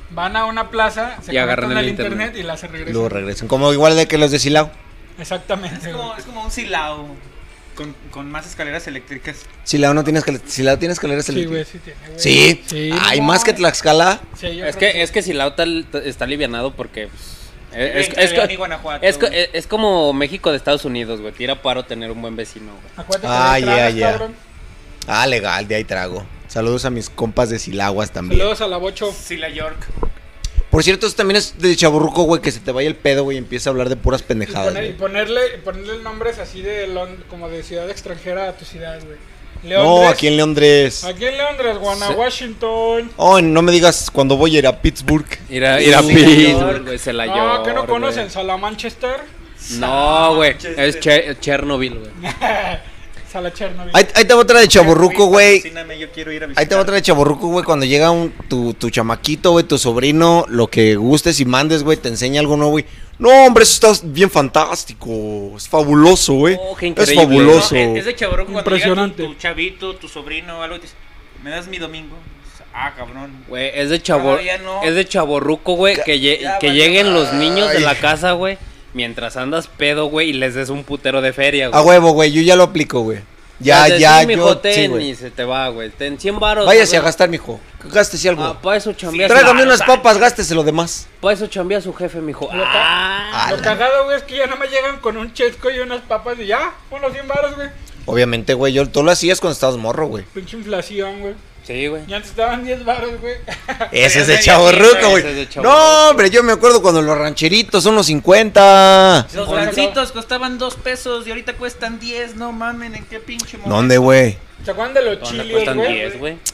[SPEAKER 8] van a una plaza, se
[SPEAKER 7] Y agarran
[SPEAKER 8] conectan
[SPEAKER 7] el
[SPEAKER 8] al
[SPEAKER 7] internet.
[SPEAKER 8] internet. y las regresan.
[SPEAKER 6] Luego regresan. Como igual de que los de Silao.
[SPEAKER 8] Exactamente.
[SPEAKER 9] Es como, es como un silao con, con más escaleras eléctricas.
[SPEAKER 6] Silao no tiene escaleras. Silao tiene escaleras
[SPEAKER 8] Sí, güey,
[SPEAKER 6] eléctricas.
[SPEAKER 8] sí tiene, güey.
[SPEAKER 6] Sí. Hay
[SPEAKER 8] no
[SPEAKER 6] más que
[SPEAKER 8] mames.
[SPEAKER 6] Tlaxcala.
[SPEAKER 8] Sí, yo
[SPEAKER 7] Es
[SPEAKER 8] creo
[SPEAKER 7] que, es que Silao tal- t- está alivianado porque. pues, es,
[SPEAKER 9] Entre
[SPEAKER 7] es,
[SPEAKER 9] León y
[SPEAKER 7] es,
[SPEAKER 9] Guanajuato.
[SPEAKER 7] es co- es- es como México de Estados Unidos, güey. Tira paro tener un buen vecino, güey.
[SPEAKER 8] Acuérdate
[SPEAKER 6] Ah,
[SPEAKER 8] que
[SPEAKER 6] ya,
[SPEAKER 8] no hay trabas,
[SPEAKER 6] ya.
[SPEAKER 8] cabrón.
[SPEAKER 6] Ah, legal, de ahí trago. Saludos a mis compas de Silaguas también.
[SPEAKER 8] Saludos a la bocho.
[SPEAKER 9] Sila York.
[SPEAKER 6] Por cierto, eso también es de chaburruco, güey, que se te vaya el pedo, güey, y empieza a hablar de puras
[SPEAKER 8] Y,
[SPEAKER 6] pendejadas.
[SPEAKER 8] poner- y
[SPEAKER 6] güey.
[SPEAKER 8] ponerle, y ponerle nombres así de Lon- como de ciudad extranjera a tu ciudad, güey.
[SPEAKER 6] No,
[SPEAKER 8] Leondres-
[SPEAKER 6] aquí en Leondres.
[SPEAKER 8] Aquí en Londres, Guana, Washington.
[SPEAKER 6] Oh, no me digas cuando voy a ir a Pittsburgh.
[SPEAKER 7] Ir a, ir a
[SPEAKER 6] Sí,
[SPEAKER 7] Pittsburgh, güey. Se la
[SPEAKER 8] Ah, que no
[SPEAKER 7] llor,
[SPEAKER 8] conocen, este Salamanchester,
[SPEAKER 7] güey. No, güey. Es Che- Chernobyl, güey.
[SPEAKER 8] Sala Chernobyl.
[SPEAKER 6] Ahí, ahí te va otra de chaburruco, güey.
[SPEAKER 9] Patrocíname, yo quiero ir a
[SPEAKER 6] Ahí te va otra de chaborruco, güey. Cuando llega un, tu, tu chamaquito, güey, tu sobrino, lo que gustes y mandes, güey, te enseña algo nuevo, güey. No, hombre, eso está bien fantástico. Es fabuloso, güey.
[SPEAKER 7] Oh, qué
[SPEAKER 6] es
[SPEAKER 7] increíble.
[SPEAKER 6] fabuloso.
[SPEAKER 9] No, es, es de chaborruco cuando
[SPEAKER 8] Impresionante.
[SPEAKER 9] llega tu, tu chavito, tu sobrino o algo y te dice, ¿me das mi domingo? Dices, Ah, cabrón.
[SPEAKER 7] Güey, es de chavo,
[SPEAKER 9] Todavía no.
[SPEAKER 7] es de chaborruco, güey, que, lle-
[SPEAKER 9] ya
[SPEAKER 7] que
[SPEAKER 9] valió.
[SPEAKER 7] lleguen los niños de
[SPEAKER 6] Ay.
[SPEAKER 7] la casa, güey. mientras andas pedo, güey, y les des un putero de feria, güey.
[SPEAKER 6] A huevo, Ah, güey, yo ya lo aplico, güey. Ya,
[SPEAKER 7] Entonces,
[SPEAKER 6] ya,
[SPEAKER 7] sí, mijo,
[SPEAKER 6] yo.
[SPEAKER 7] ten
[SPEAKER 6] Sí, güey.
[SPEAKER 7] y se te va, güey. Ten 100 baros.
[SPEAKER 6] Váyase a
[SPEAKER 7] güey.
[SPEAKER 6] gastar, mijo. Gástese algo.
[SPEAKER 7] Ah, para eso chambea
[SPEAKER 6] Tráigame unas papas, gástese lo demás.
[SPEAKER 7] Para eso chambea su jefe, mijo.
[SPEAKER 8] Lo,
[SPEAKER 7] Ah,
[SPEAKER 8] ca- lo cagado, güey, es que ya nada más llegan con un chesco y unas papas y ya, unos 100 baros, güey.
[SPEAKER 6] Obviamente, güey, yo tú lo hacías cuando estabas morro, güey.
[SPEAKER 8] Pinche inflación, güey.
[SPEAKER 7] sí, güey.
[SPEAKER 8] Y antes estaban 10 baros, güey.
[SPEAKER 6] Ese
[SPEAKER 8] [LAUGHS]
[SPEAKER 6] es
[SPEAKER 9] Ese
[SPEAKER 6] de
[SPEAKER 9] ya
[SPEAKER 6] chavo
[SPEAKER 9] sí,
[SPEAKER 6] ruco,
[SPEAKER 7] ese es
[SPEAKER 6] güey.
[SPEAKER 7] de chavo
[SPEAKER 6] No, hombre, yo me acuerdo cuando los rancheritos son los 50.
[SPEAKER 9] Los
[SPEAKER 8] Oye,
[SPEAKER 9] gancitos costaban dos pesos y ahorita cuestan 10. No mamen, ¿en qué pinche momento?
[SPEAKER 6] ¿Dónde, güey?
[SPEAKER 8] ¿Se acuerdan de los
[SPEAKER 7] ¿Dónde
[SPEAKER 8] chiles,
[SPEAKER 7] cuestan
[SPEAKER 8] güey?
[SPEAKER 7] 10, güey?
[SPEAKER 9] Me
[SPEAKER 6] No,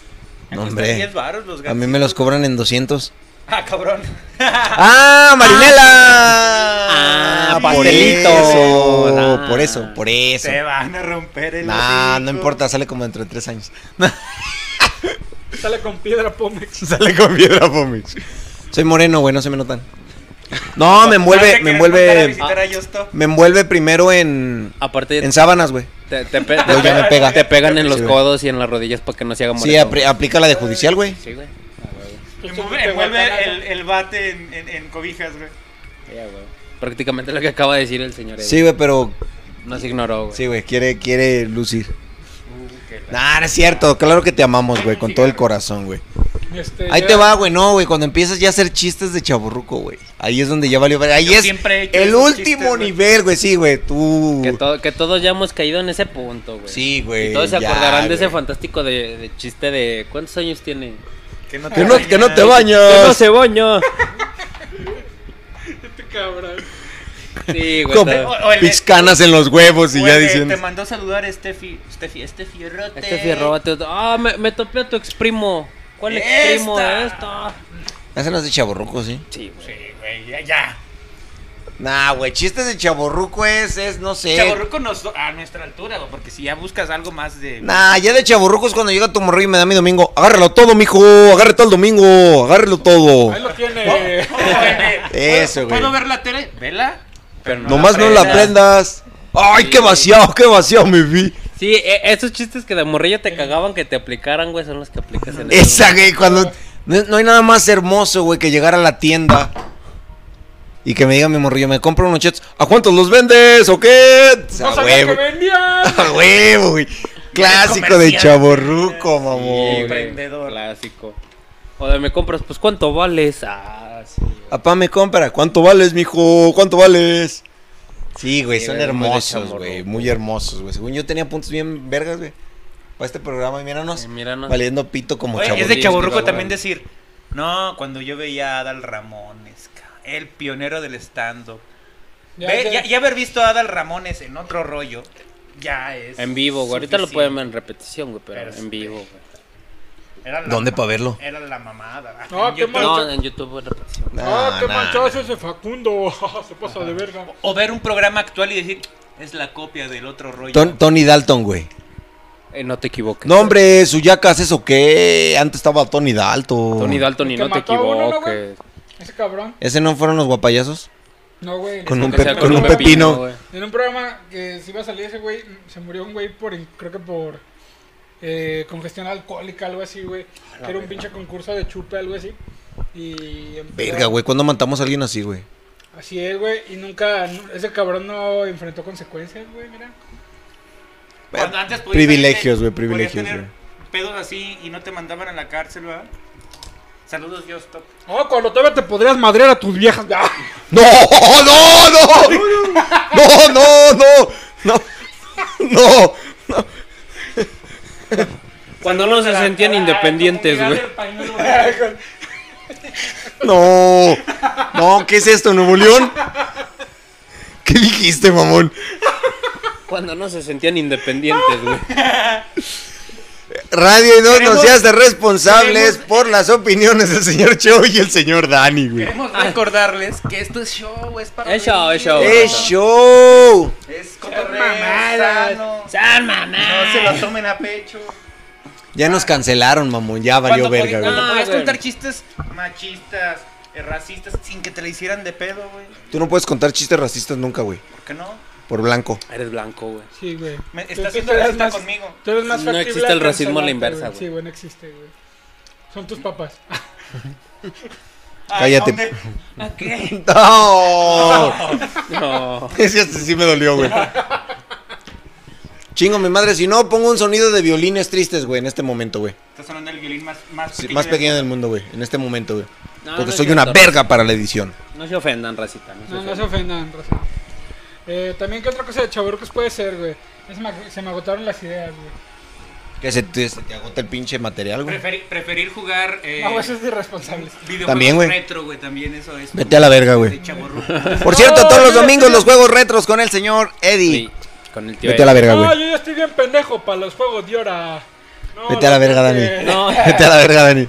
[SPEAKER 9] cuestan
[SPEAKER 6] hombre.
[SPEAKER 9] 10 varos los
[SPEAKER 6] A mí me los
[SPEAKER 9] gancitos.
[SPEAKER 6] cobran en 200.
[SPEAKER 9] Ah,
[SPEAKER 6] [LAUGHS]
[SPEAKER 9] cabrón.
[SPEAKER 6] ¡Ah, Marinela!
[SPEAKER 7] Ah, pastelito.
[SPEAKER 6] Por eso,
[SPEAKER 7] Ah.
[SPEAKER 6] por eso, por eso.
[SPEAKER 9] Se van a romper el.
[SPEAKER 6] Nah, no
[SPEAKER 9] hocico.
[SPEAKER 6] importa, sale como dentro de tres años. [LAUGHS]
[SPEAKER 8] Sale con piedra Pomex.
[SPEAKER 6] sale con piedra Pomix. Soy moreno, güey, no se me notan. No, me
[SPEAKER 9] Vas a
[SPEAKER 6] envuelve, ah. me
[SPEAKER 9] querer mandar a
[SPEAKER 6] envuelve,
[SPEAKER 9] visitar a Yostop.
[SPEAKER 6] me envuelve primero en,
[SPEAKER 7] A partir
[SPEAKER 6] en sábanas, güey.
[SPEAKER 7] te, te pe-
[SPEAKER 6] Luego ya me pega.
[SPEAKER 7] te pegan en los
[SPEAKER 6] Sí, güey.
[SPEAKER 7] codos y en las rodillas para que no se haga
[SPEAKER 6] Sí,
[SPEAKER 7] moreno.
[SPEAKER 6] apri- aplica la de judicial, güey.
[SPEAKER 7] Sí, güey.
[SPEAKER 9] Envuelve envuelve el, el bate en, en- en cobijas, güey.
[SPEAKER 7] Ya, ah, güey. Prácticamente lo que acaba de decir el señor. Eddie.
[SPEAKER 6] Sí, güey, pero
[SPEAKER 7] No se ignoró, güey.
[SPEAKER 6] sí, güey, quiere, quiere lucir. Nah, no es cierto, claro que te amamos, güey, con todo el corazón, güey.
[SPEAKER 8] Este,
[SPEAKER 6] Ahí
[SPEAKER 8] ya-
[SPEAKER 6] te va, güey, no, güey, cuando empiezas ya a hacer chistes de chaburruco, güey. Ahí es donde ya valió ver. Ahí
[SPEAKER 9] Yo
[SPEAKER 6] es
[SPEAKER 9] siempre he hecho
[SPEAKER 6] el
[SPEAKER 9] esos
[SPEAKER 6] último
[SPEAKER 9] chistes, güey.
[SPEAKER 6] nivel, güey, sí, güey, tú.
[SPEAKER 7] Que, to- que todos ya hemos caído en ese punto, güey.
[SPEAKER 6] uh. Sí, güey,
[SPEAKER 7] Y todos se
[SPEAKER 6] ya,
[SPEAKER 7] acordarán de ese
[SPEAKER 6] güey.
[SPEAKER 7] fantástico de, de chiste de. ¿Cuántos años tiene?
[SPEAKER 9] Que no
[SPEAKER 6] Que no, que no te
[SPEAKER 7] ¡Que no
[SPEAKER 6] bañas.
[SPEAKER 7] se baña!
[SPEAKER 8] Este cabrón.
[SPEAKER 7] Sí, güey.
[SPEAKER 6] Como
[SPEAKER 7] está-
[SPEAKER 9] O- o el-
[SPEAKER 6] pizcanas en los huevos y
[SPEAKER 9] Güey,
[SPEAKER 6] ya
[SPEAKER 9] te-
[SPEAKER 6] diciendo.
[SPEAKER 9] Te mandó saludar Steffi. Steffi, este fierrote.
[SPEAKER 7] Este fierrote. Ah, me, me topé a tu exprimo. ¿Cuál exprimo?
[SPEAKER 9] Esta.
[SPEAKER 7] Esta.
[SPEAKER 6] Hacen las de chaburruco, sí.
[SPEAKER 7] Sí, güey.
[SPEAKER 9] Sí, güey, ya, ya.
[SPEAKER 6] Nah, güey, chistes de chaburruco es, es, no sé.
[SPEAKER 9] Chaborruco nos, a nuestra altura, güey, porque si ya buscas algo más de. [LAUGHS]
[SPEAKER 6] Nah, ya de chaburruco es cuando llega tu morrillo y me da mi domingo. Agárralo todo, mijo. Agarre todo el domingo. Agárrelo todo.
[SPEAKER 8] Ahí lo tiene.
[SPEAKER 9] Oh, güey,
[SPEAKER 6] Eso, güey.
[SPEAKER 9] ¿Puedo ver la tele? ¿Vela? Pero
[SPEAKER 6] Nomás no la prendas. Ay, qué vaciado, qué vaciado me vi.
[SPEAKER 7] Sí, e- esos chistes que de morrillo te cagaban que te aplicaran, güey, son los que aplicas en estos
[SPEAKER 6] [LAUGHS] Esa, güey, cuando. No, no hay nada más hermoso, güey, que llegar a la tienda. Y que me diga mi morrillo, me compro unos chetos. ¿A cuántos los vendes o qué?
[SPEAKER 8] [LAUGHS] No
[SPEAKER 6] A
[SPEAKER 8] sabía que
[SPEAKER 6] huevo. [LAUGHS]
[SPEAKER 8] vendían.
[SPEAKER 6] A huevo, güey. Clásico de
[SPEAKER 9] comerciante.
[SPEAKER 6] chaborruco,
[SPEAKER 7] Sí,
[SPEAKER 6] mamón.
[SPEAKER 7] güey,
[SPEAKER 9] Emprendedor.
[SPEAKER 7] Clásico. Joder, me compras, pues ¿cuánto vales? Ah, sí. güey.
[SPEAKER 6] Papá me compra. ¿Cuánto vales, mijo? ¿Cuánto vales? Sí, güey,
[SPEAKER 7] Sí,
[SPEAKER 6] son
[SPEAKER 7] güey, muy de
[SPEAKER 6] hermosos,
[SPEAKER 7] chaborruco.
[SPEAKER 6] güey. Muy hermosos, güey. Según yo tenía puntos bien vergas, güey. Para este programa, y míranos.
[SPEAKER 7] Eh, míranos.
[SPEAKER 6] Valiendo pito como
[SPEAKER 9] Oye, es
[SPEAKER 6] chaborruco.
[SPEAKER 9] de chaborruco
[SPEAKER 7] Chaborruco.
[SPEAKER 9] también decir. No, cuando yo veía a Adal Ramones, ca- el pionero del stand-up.
[SPEAKER 8] Ya,
[SPEAKER 9] Ve-
[SPEAKER 8] ya.
[SPEAKER 9] ya- ya haber visto a Adal Ramones en otro rollo, ya es.
[SPEAKER 7] En vivo, güey. Ahorita lo
[SPEAKER 9] suficiente.
[SPEAKER 7] pueden ver en repetición, güey, pero,
[SPEAKER 9] Pero
[SPEAKER 7] en
[SPEAKER 9] sí.
[SPEAKER 7] vivo, güey.
[SPEAKER 9] Era la
[SPEAKER 6] ¿Dónde
[SPEAKER 9] ma-
[SPEAKER 6] pa' verlo?
[SPEAKER 9] Era la mamada.
[SPEAKER 8] No,
[SPEAKER 9] En
[SPEAKER 8] qué
[SPEAKER 9] YouTube.
[SPEAKER 8] mal-
[SPEAKER 7] No, en YouTube en repetición.
[SPEAKER 8] Ah,
[SPEAKER 6] Nah,
[SPEAKER 8] qué
[SPEAKER 6] nah.
[SPEAKER 8] manchazo ese Facundo. [LAUGHS] Se pasa de verga.
[SPEAKER 9] O ver un programa actual y decir, es la copia del otro rollo.
[SPEAKER 6] Ton- Tony Dalton, güey.
[SPEAKER 7] Eh, no te equivoques.
[SPEAKER 6] No, hombre, Suyacas, ¿eso qué? Antes estaba Tony Dalton.
[SPEAKER 7] Tony Dalton y
[SPEAKER 8] Que
[SPEAKER 7] no te
[SPEAKER 8] mató a uno, ¿no, güey?
[SPEAKER 7] equivoques.
[SPEAKER 8] Ese cabrón.
[SPEAKER 6] ¿Ese no fueron los guapayazos?
[SPEAKER 8] No, güey.
[SPEAKER 6] Con
[SPEAKER 8] Ese
[SPEAKER 6] un
[SPEAKER 8] cabrón.
[SPEAKER 6] pep- con un pepino.
[SPEAKER 7] güey.
[SPEAKER 8] En un programa que se iba a salir ese güey, se murió un güey por, in- creo que por eh, congestión alcohólica, algo así, güey. Que era un pinche concurso de chupe, algo así. Y...
[SPEAKER 6] Verga, güey, ¿cuándo matamos a alguien así, güey?
[SPEAKER 8] Así es, güey. Y nunca, nu- ese cabrón no enfrentó consecuencias, güey, mira.
[SPEAKER 9] Cuando antes podías
[SPEAKER 6] Privilegios,
[SPEAKER 9] tener-
[SPEAKER 6] güey, privilegios,
[SPEAKER 9] podías tener
[SPEAKER 6] güey.
[SPEAKER 9] pedos así y no te mandaban a la cárcel, ¿verdad? Saludos, Dios, top.
[SPEAKER 8] No, cuando todavía te podrías madrear a tus viejas. ¡Ah!
[SPEAKER 6] ¡No! ¡No! ¡No! [LAUGHS] ¡No! ¡No! ¡No! ¡No! ¡No!
[SPEAKER 7] Cuando no se sentían independientes, güey.
[SPEAKER 6] ¡No! ¡No! ¿Qué es esto, Nuevo León? ¿Qué dijiste, mamón?
[SPEAKER 7] Cuando no se sentían independientes, güey.
[SPEAKER 6] Radio y no, no
[SPEAKER 9] Queremos-
[SPEAKER 6] seas de responsables
[SPEAKER 9] queremos-
[SPEAKER 6] por las opiniones del señor Cho y el señor Dani, güey.
[SPEAKER 9] Queremos recordarles que esto es show, es para.
[SPEAKER 7] Es show,
[SPEAKER 9] reír,
[SPEAKER 7] es show.
[SPEAKER 6] ¡Es ¡Eh, show!
[SPEAKER 9] Es cotorreo, sano.
[SPEAKER 7] ¡San mamá!
[SPEAKER 9] No se lo tomen a pecho.
[SPEAKER 6] Ya nos cancelaron, mamón. Ya
[SPEAKER 9] Cuando
[SPEAKER 6] valió verga,
[SPEAKER 9] podías-
[SPEAKER 6] güey.
[SPEAKER 9] Cuando
[SPEAKER 7] Ah,
[SPEAKER 9] podías
[SPEAKER 7] güey.
[SPEAKER 9] contar chistes machistas, eh, racistas, sin que te la hicieran de pedo, güey.
[SPEAKER 6] Tú no puedes contar chistes racistas nunca, güey.
[SPEAKER 9] ¿Por qué no?
[SPEAKER 6] Por blanco.
[SPEAKER 7] Eres blanco, güey.
[SPEAKER 8] Sí, güey.
[SPEAKER 9] Me-
[SPEAKER 8] Tú-
[SPEAKER 9] estás
[SPEAKER 8] tú
[SPEAKER 9] siendo
[SPEAKER 8] eres
[SPEAKER 9] racista
[SPEAKER 8] más-
[SPEAKER 9] conmigo.
[SPEAKER 8] Tú eres más
[SPEAKER 7] No
[SPEAKER 8] factible
[SPEAKER 7] existe el
[SPEAKER 8] a
[SPEAKER 7] racismo a la
[SPEAKER 8] cancelarte,
[SPEAKER 7] inversa,
[SPEAKER 8] Sí,
[SPEAKER 7] güey.
[SPEAKER 8] güey, no existe, güey. Son tus papás.
[SPEAKER 6] Cállate.
[SPEAKER 9] ¿A qué?
[SPEAKER 6] [LAUGHS] ¡No!
[SPEAKER 7] No.
[SPEAKER 6] [LAUGHS] Ese hasta sí me dolió, güey. Chingo mi madre, si no pongo un sonido de violines tristes, güey, en este momento, güey.
[SPEAKER 9] Está sonando el violín más, más
[SPEAKER 6] Sí,
[SPEAKER 9] pequeño.
[SPEAKER 6] más
[SPEAKER 9] del-
[SPEAKER 6] pequeño del mundo, güey, en este momento, güey.
[SPEAKER 7] No,
[SPEAKER 6] Porque
[SPEAKER 7] no
[SPEAKER 6] soy
[SPEAKER 7] es
[SPEAKER 6] una
[SPEAKER 7] cierto.
[SPEAKER 6] verga para la edición.
[SPEAKER 7] No se ofendan, racita. No se
[SPEAKER 8] No,
[SPEAKER 7] ofendan.
[SPEAKER 8] no se ofendan, Rafa. Eh, también, ¿qué otra cosa de chaburcos puede ser, güey? Ya Se me, se me agotaron las ideas, güey.
[SPEAKER 6] Que se te, se te agota el pinche material, güey.
[SPEAKER 9] Preferi- preferir jugar eh,
[SPEAKER 8] No, güey, eso es irresponsable.
[SPEAKER 9] videojuegos
[SPEAKER 6] También, güey.
[SPEAKER 9] retro, güey. También eso es.
[SPEAKER 6] Vete a la verga, güey.
[SPEAKER 9] De chavorruco.
[SPEAKER 6] Por cierto,
[SPEAKER 8] No,
[SPEAKER 6] todos los
[SPEAKER 8] yo ya
[SPEAKER 6] domingos
[SPEAKER 8] estoy-
[SPEAKER 6] los juegos retros con el señor Eddie.
[SPEAKER 7] Sí, con el tío.
[SPEAKER 6] Vete a la verga,
[SPEAKER 8] No,
[SPEAKER 6] güey.
[SPEAKER 8] yo ya estoy bien pendejo para los juegos de hora. No,
[SPEAKER 6] Vete a la verga, Dani.
[SPEAKER 8] eh,
[SPEAKER 7] No,
[SPEAKER 6] Vete a la verga, Dani.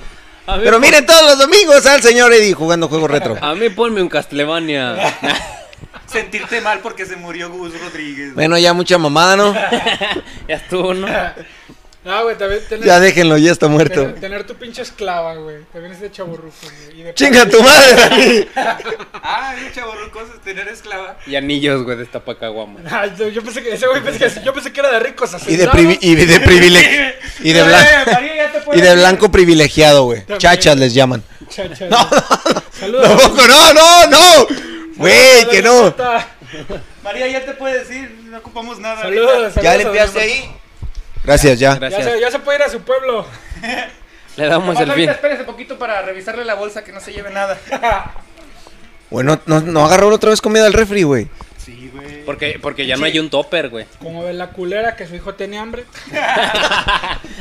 [SPEAKER 7] a mí,
[SPEAKER 6] Pero miren todos los domingos al señor Eddie jugando juegos retro.
[SPEAKER 7] a mí ponme
[SPEAKER 6] [LAUGHS]
[SPEAKER 7] un Castlevania.
[SPEAKER 9] [LAUGHS]
[SPEAKER 7] [LAUGHS]
[SPEAKER 9] Sentirte mal porque se murió Gus Rodríguez.
[SPEAKER 6] Bueno, ya mucha mamada, ¿no?
[SPEAKER 7] ya estuvo, ¿no?
[SPEAKER 8] No, güey, también tener,
[SPEAKER 6] Ya déjenlo, ya está muerto.
[SPEAKER 8] tener, tener tu pinche esclava, güey. También es de chaburruco, güey. Y de-
[SPEAKER 6] Chinga tu madre, Dani.
[SPEAKER 9] Ah, es chavorruco es tener esclava.
[SPEAKER 7] Y anillos, güey, de esta pacaguama.
[SPEAKER 8] [LAUGHS] Ay, Ah, yo, yo pensé que ese güey pensé que, yo pensé que era de ricos
[SPEAKER 6] Y de, privi- y de privilegio. Y de, blan- y de blanco privilegiado, güey. Chachas les llaman.
[SPEAKER 8] [LAUGHS] No, Saludos.
[SPEAKER 6] Tampoco, no, no, no. Güey, que no.
[SPEAKER 9] María, ya te puede decir, no ocupamos nada.
[SPEAKER 8] Saludos, saludos.
[SPEAKER 6] ¿Ya limpiaste ahí? Gracias, ya.
[SPEAKER 8] Ya
[SPEAKER 7] Gracias.
[SPEAKER 8] se, ya se puede ir a su pueblo.
[SPEAKER 7] Le damos el fin.
[SPEAKER 9] espérese poquito para revisarle la bolsa que no se lleve nada. [LAUGHS]
[SPEAKER 6] Bueno, no, no agarró otra vez comida al refri, güey.
[SPEAKER 9] Sí, güey.
[SPEAKER 7] Porque, porque ya no hay un topper, güey.
[SPEAKER 8] Como ve la culera que su hijo tiene hambre.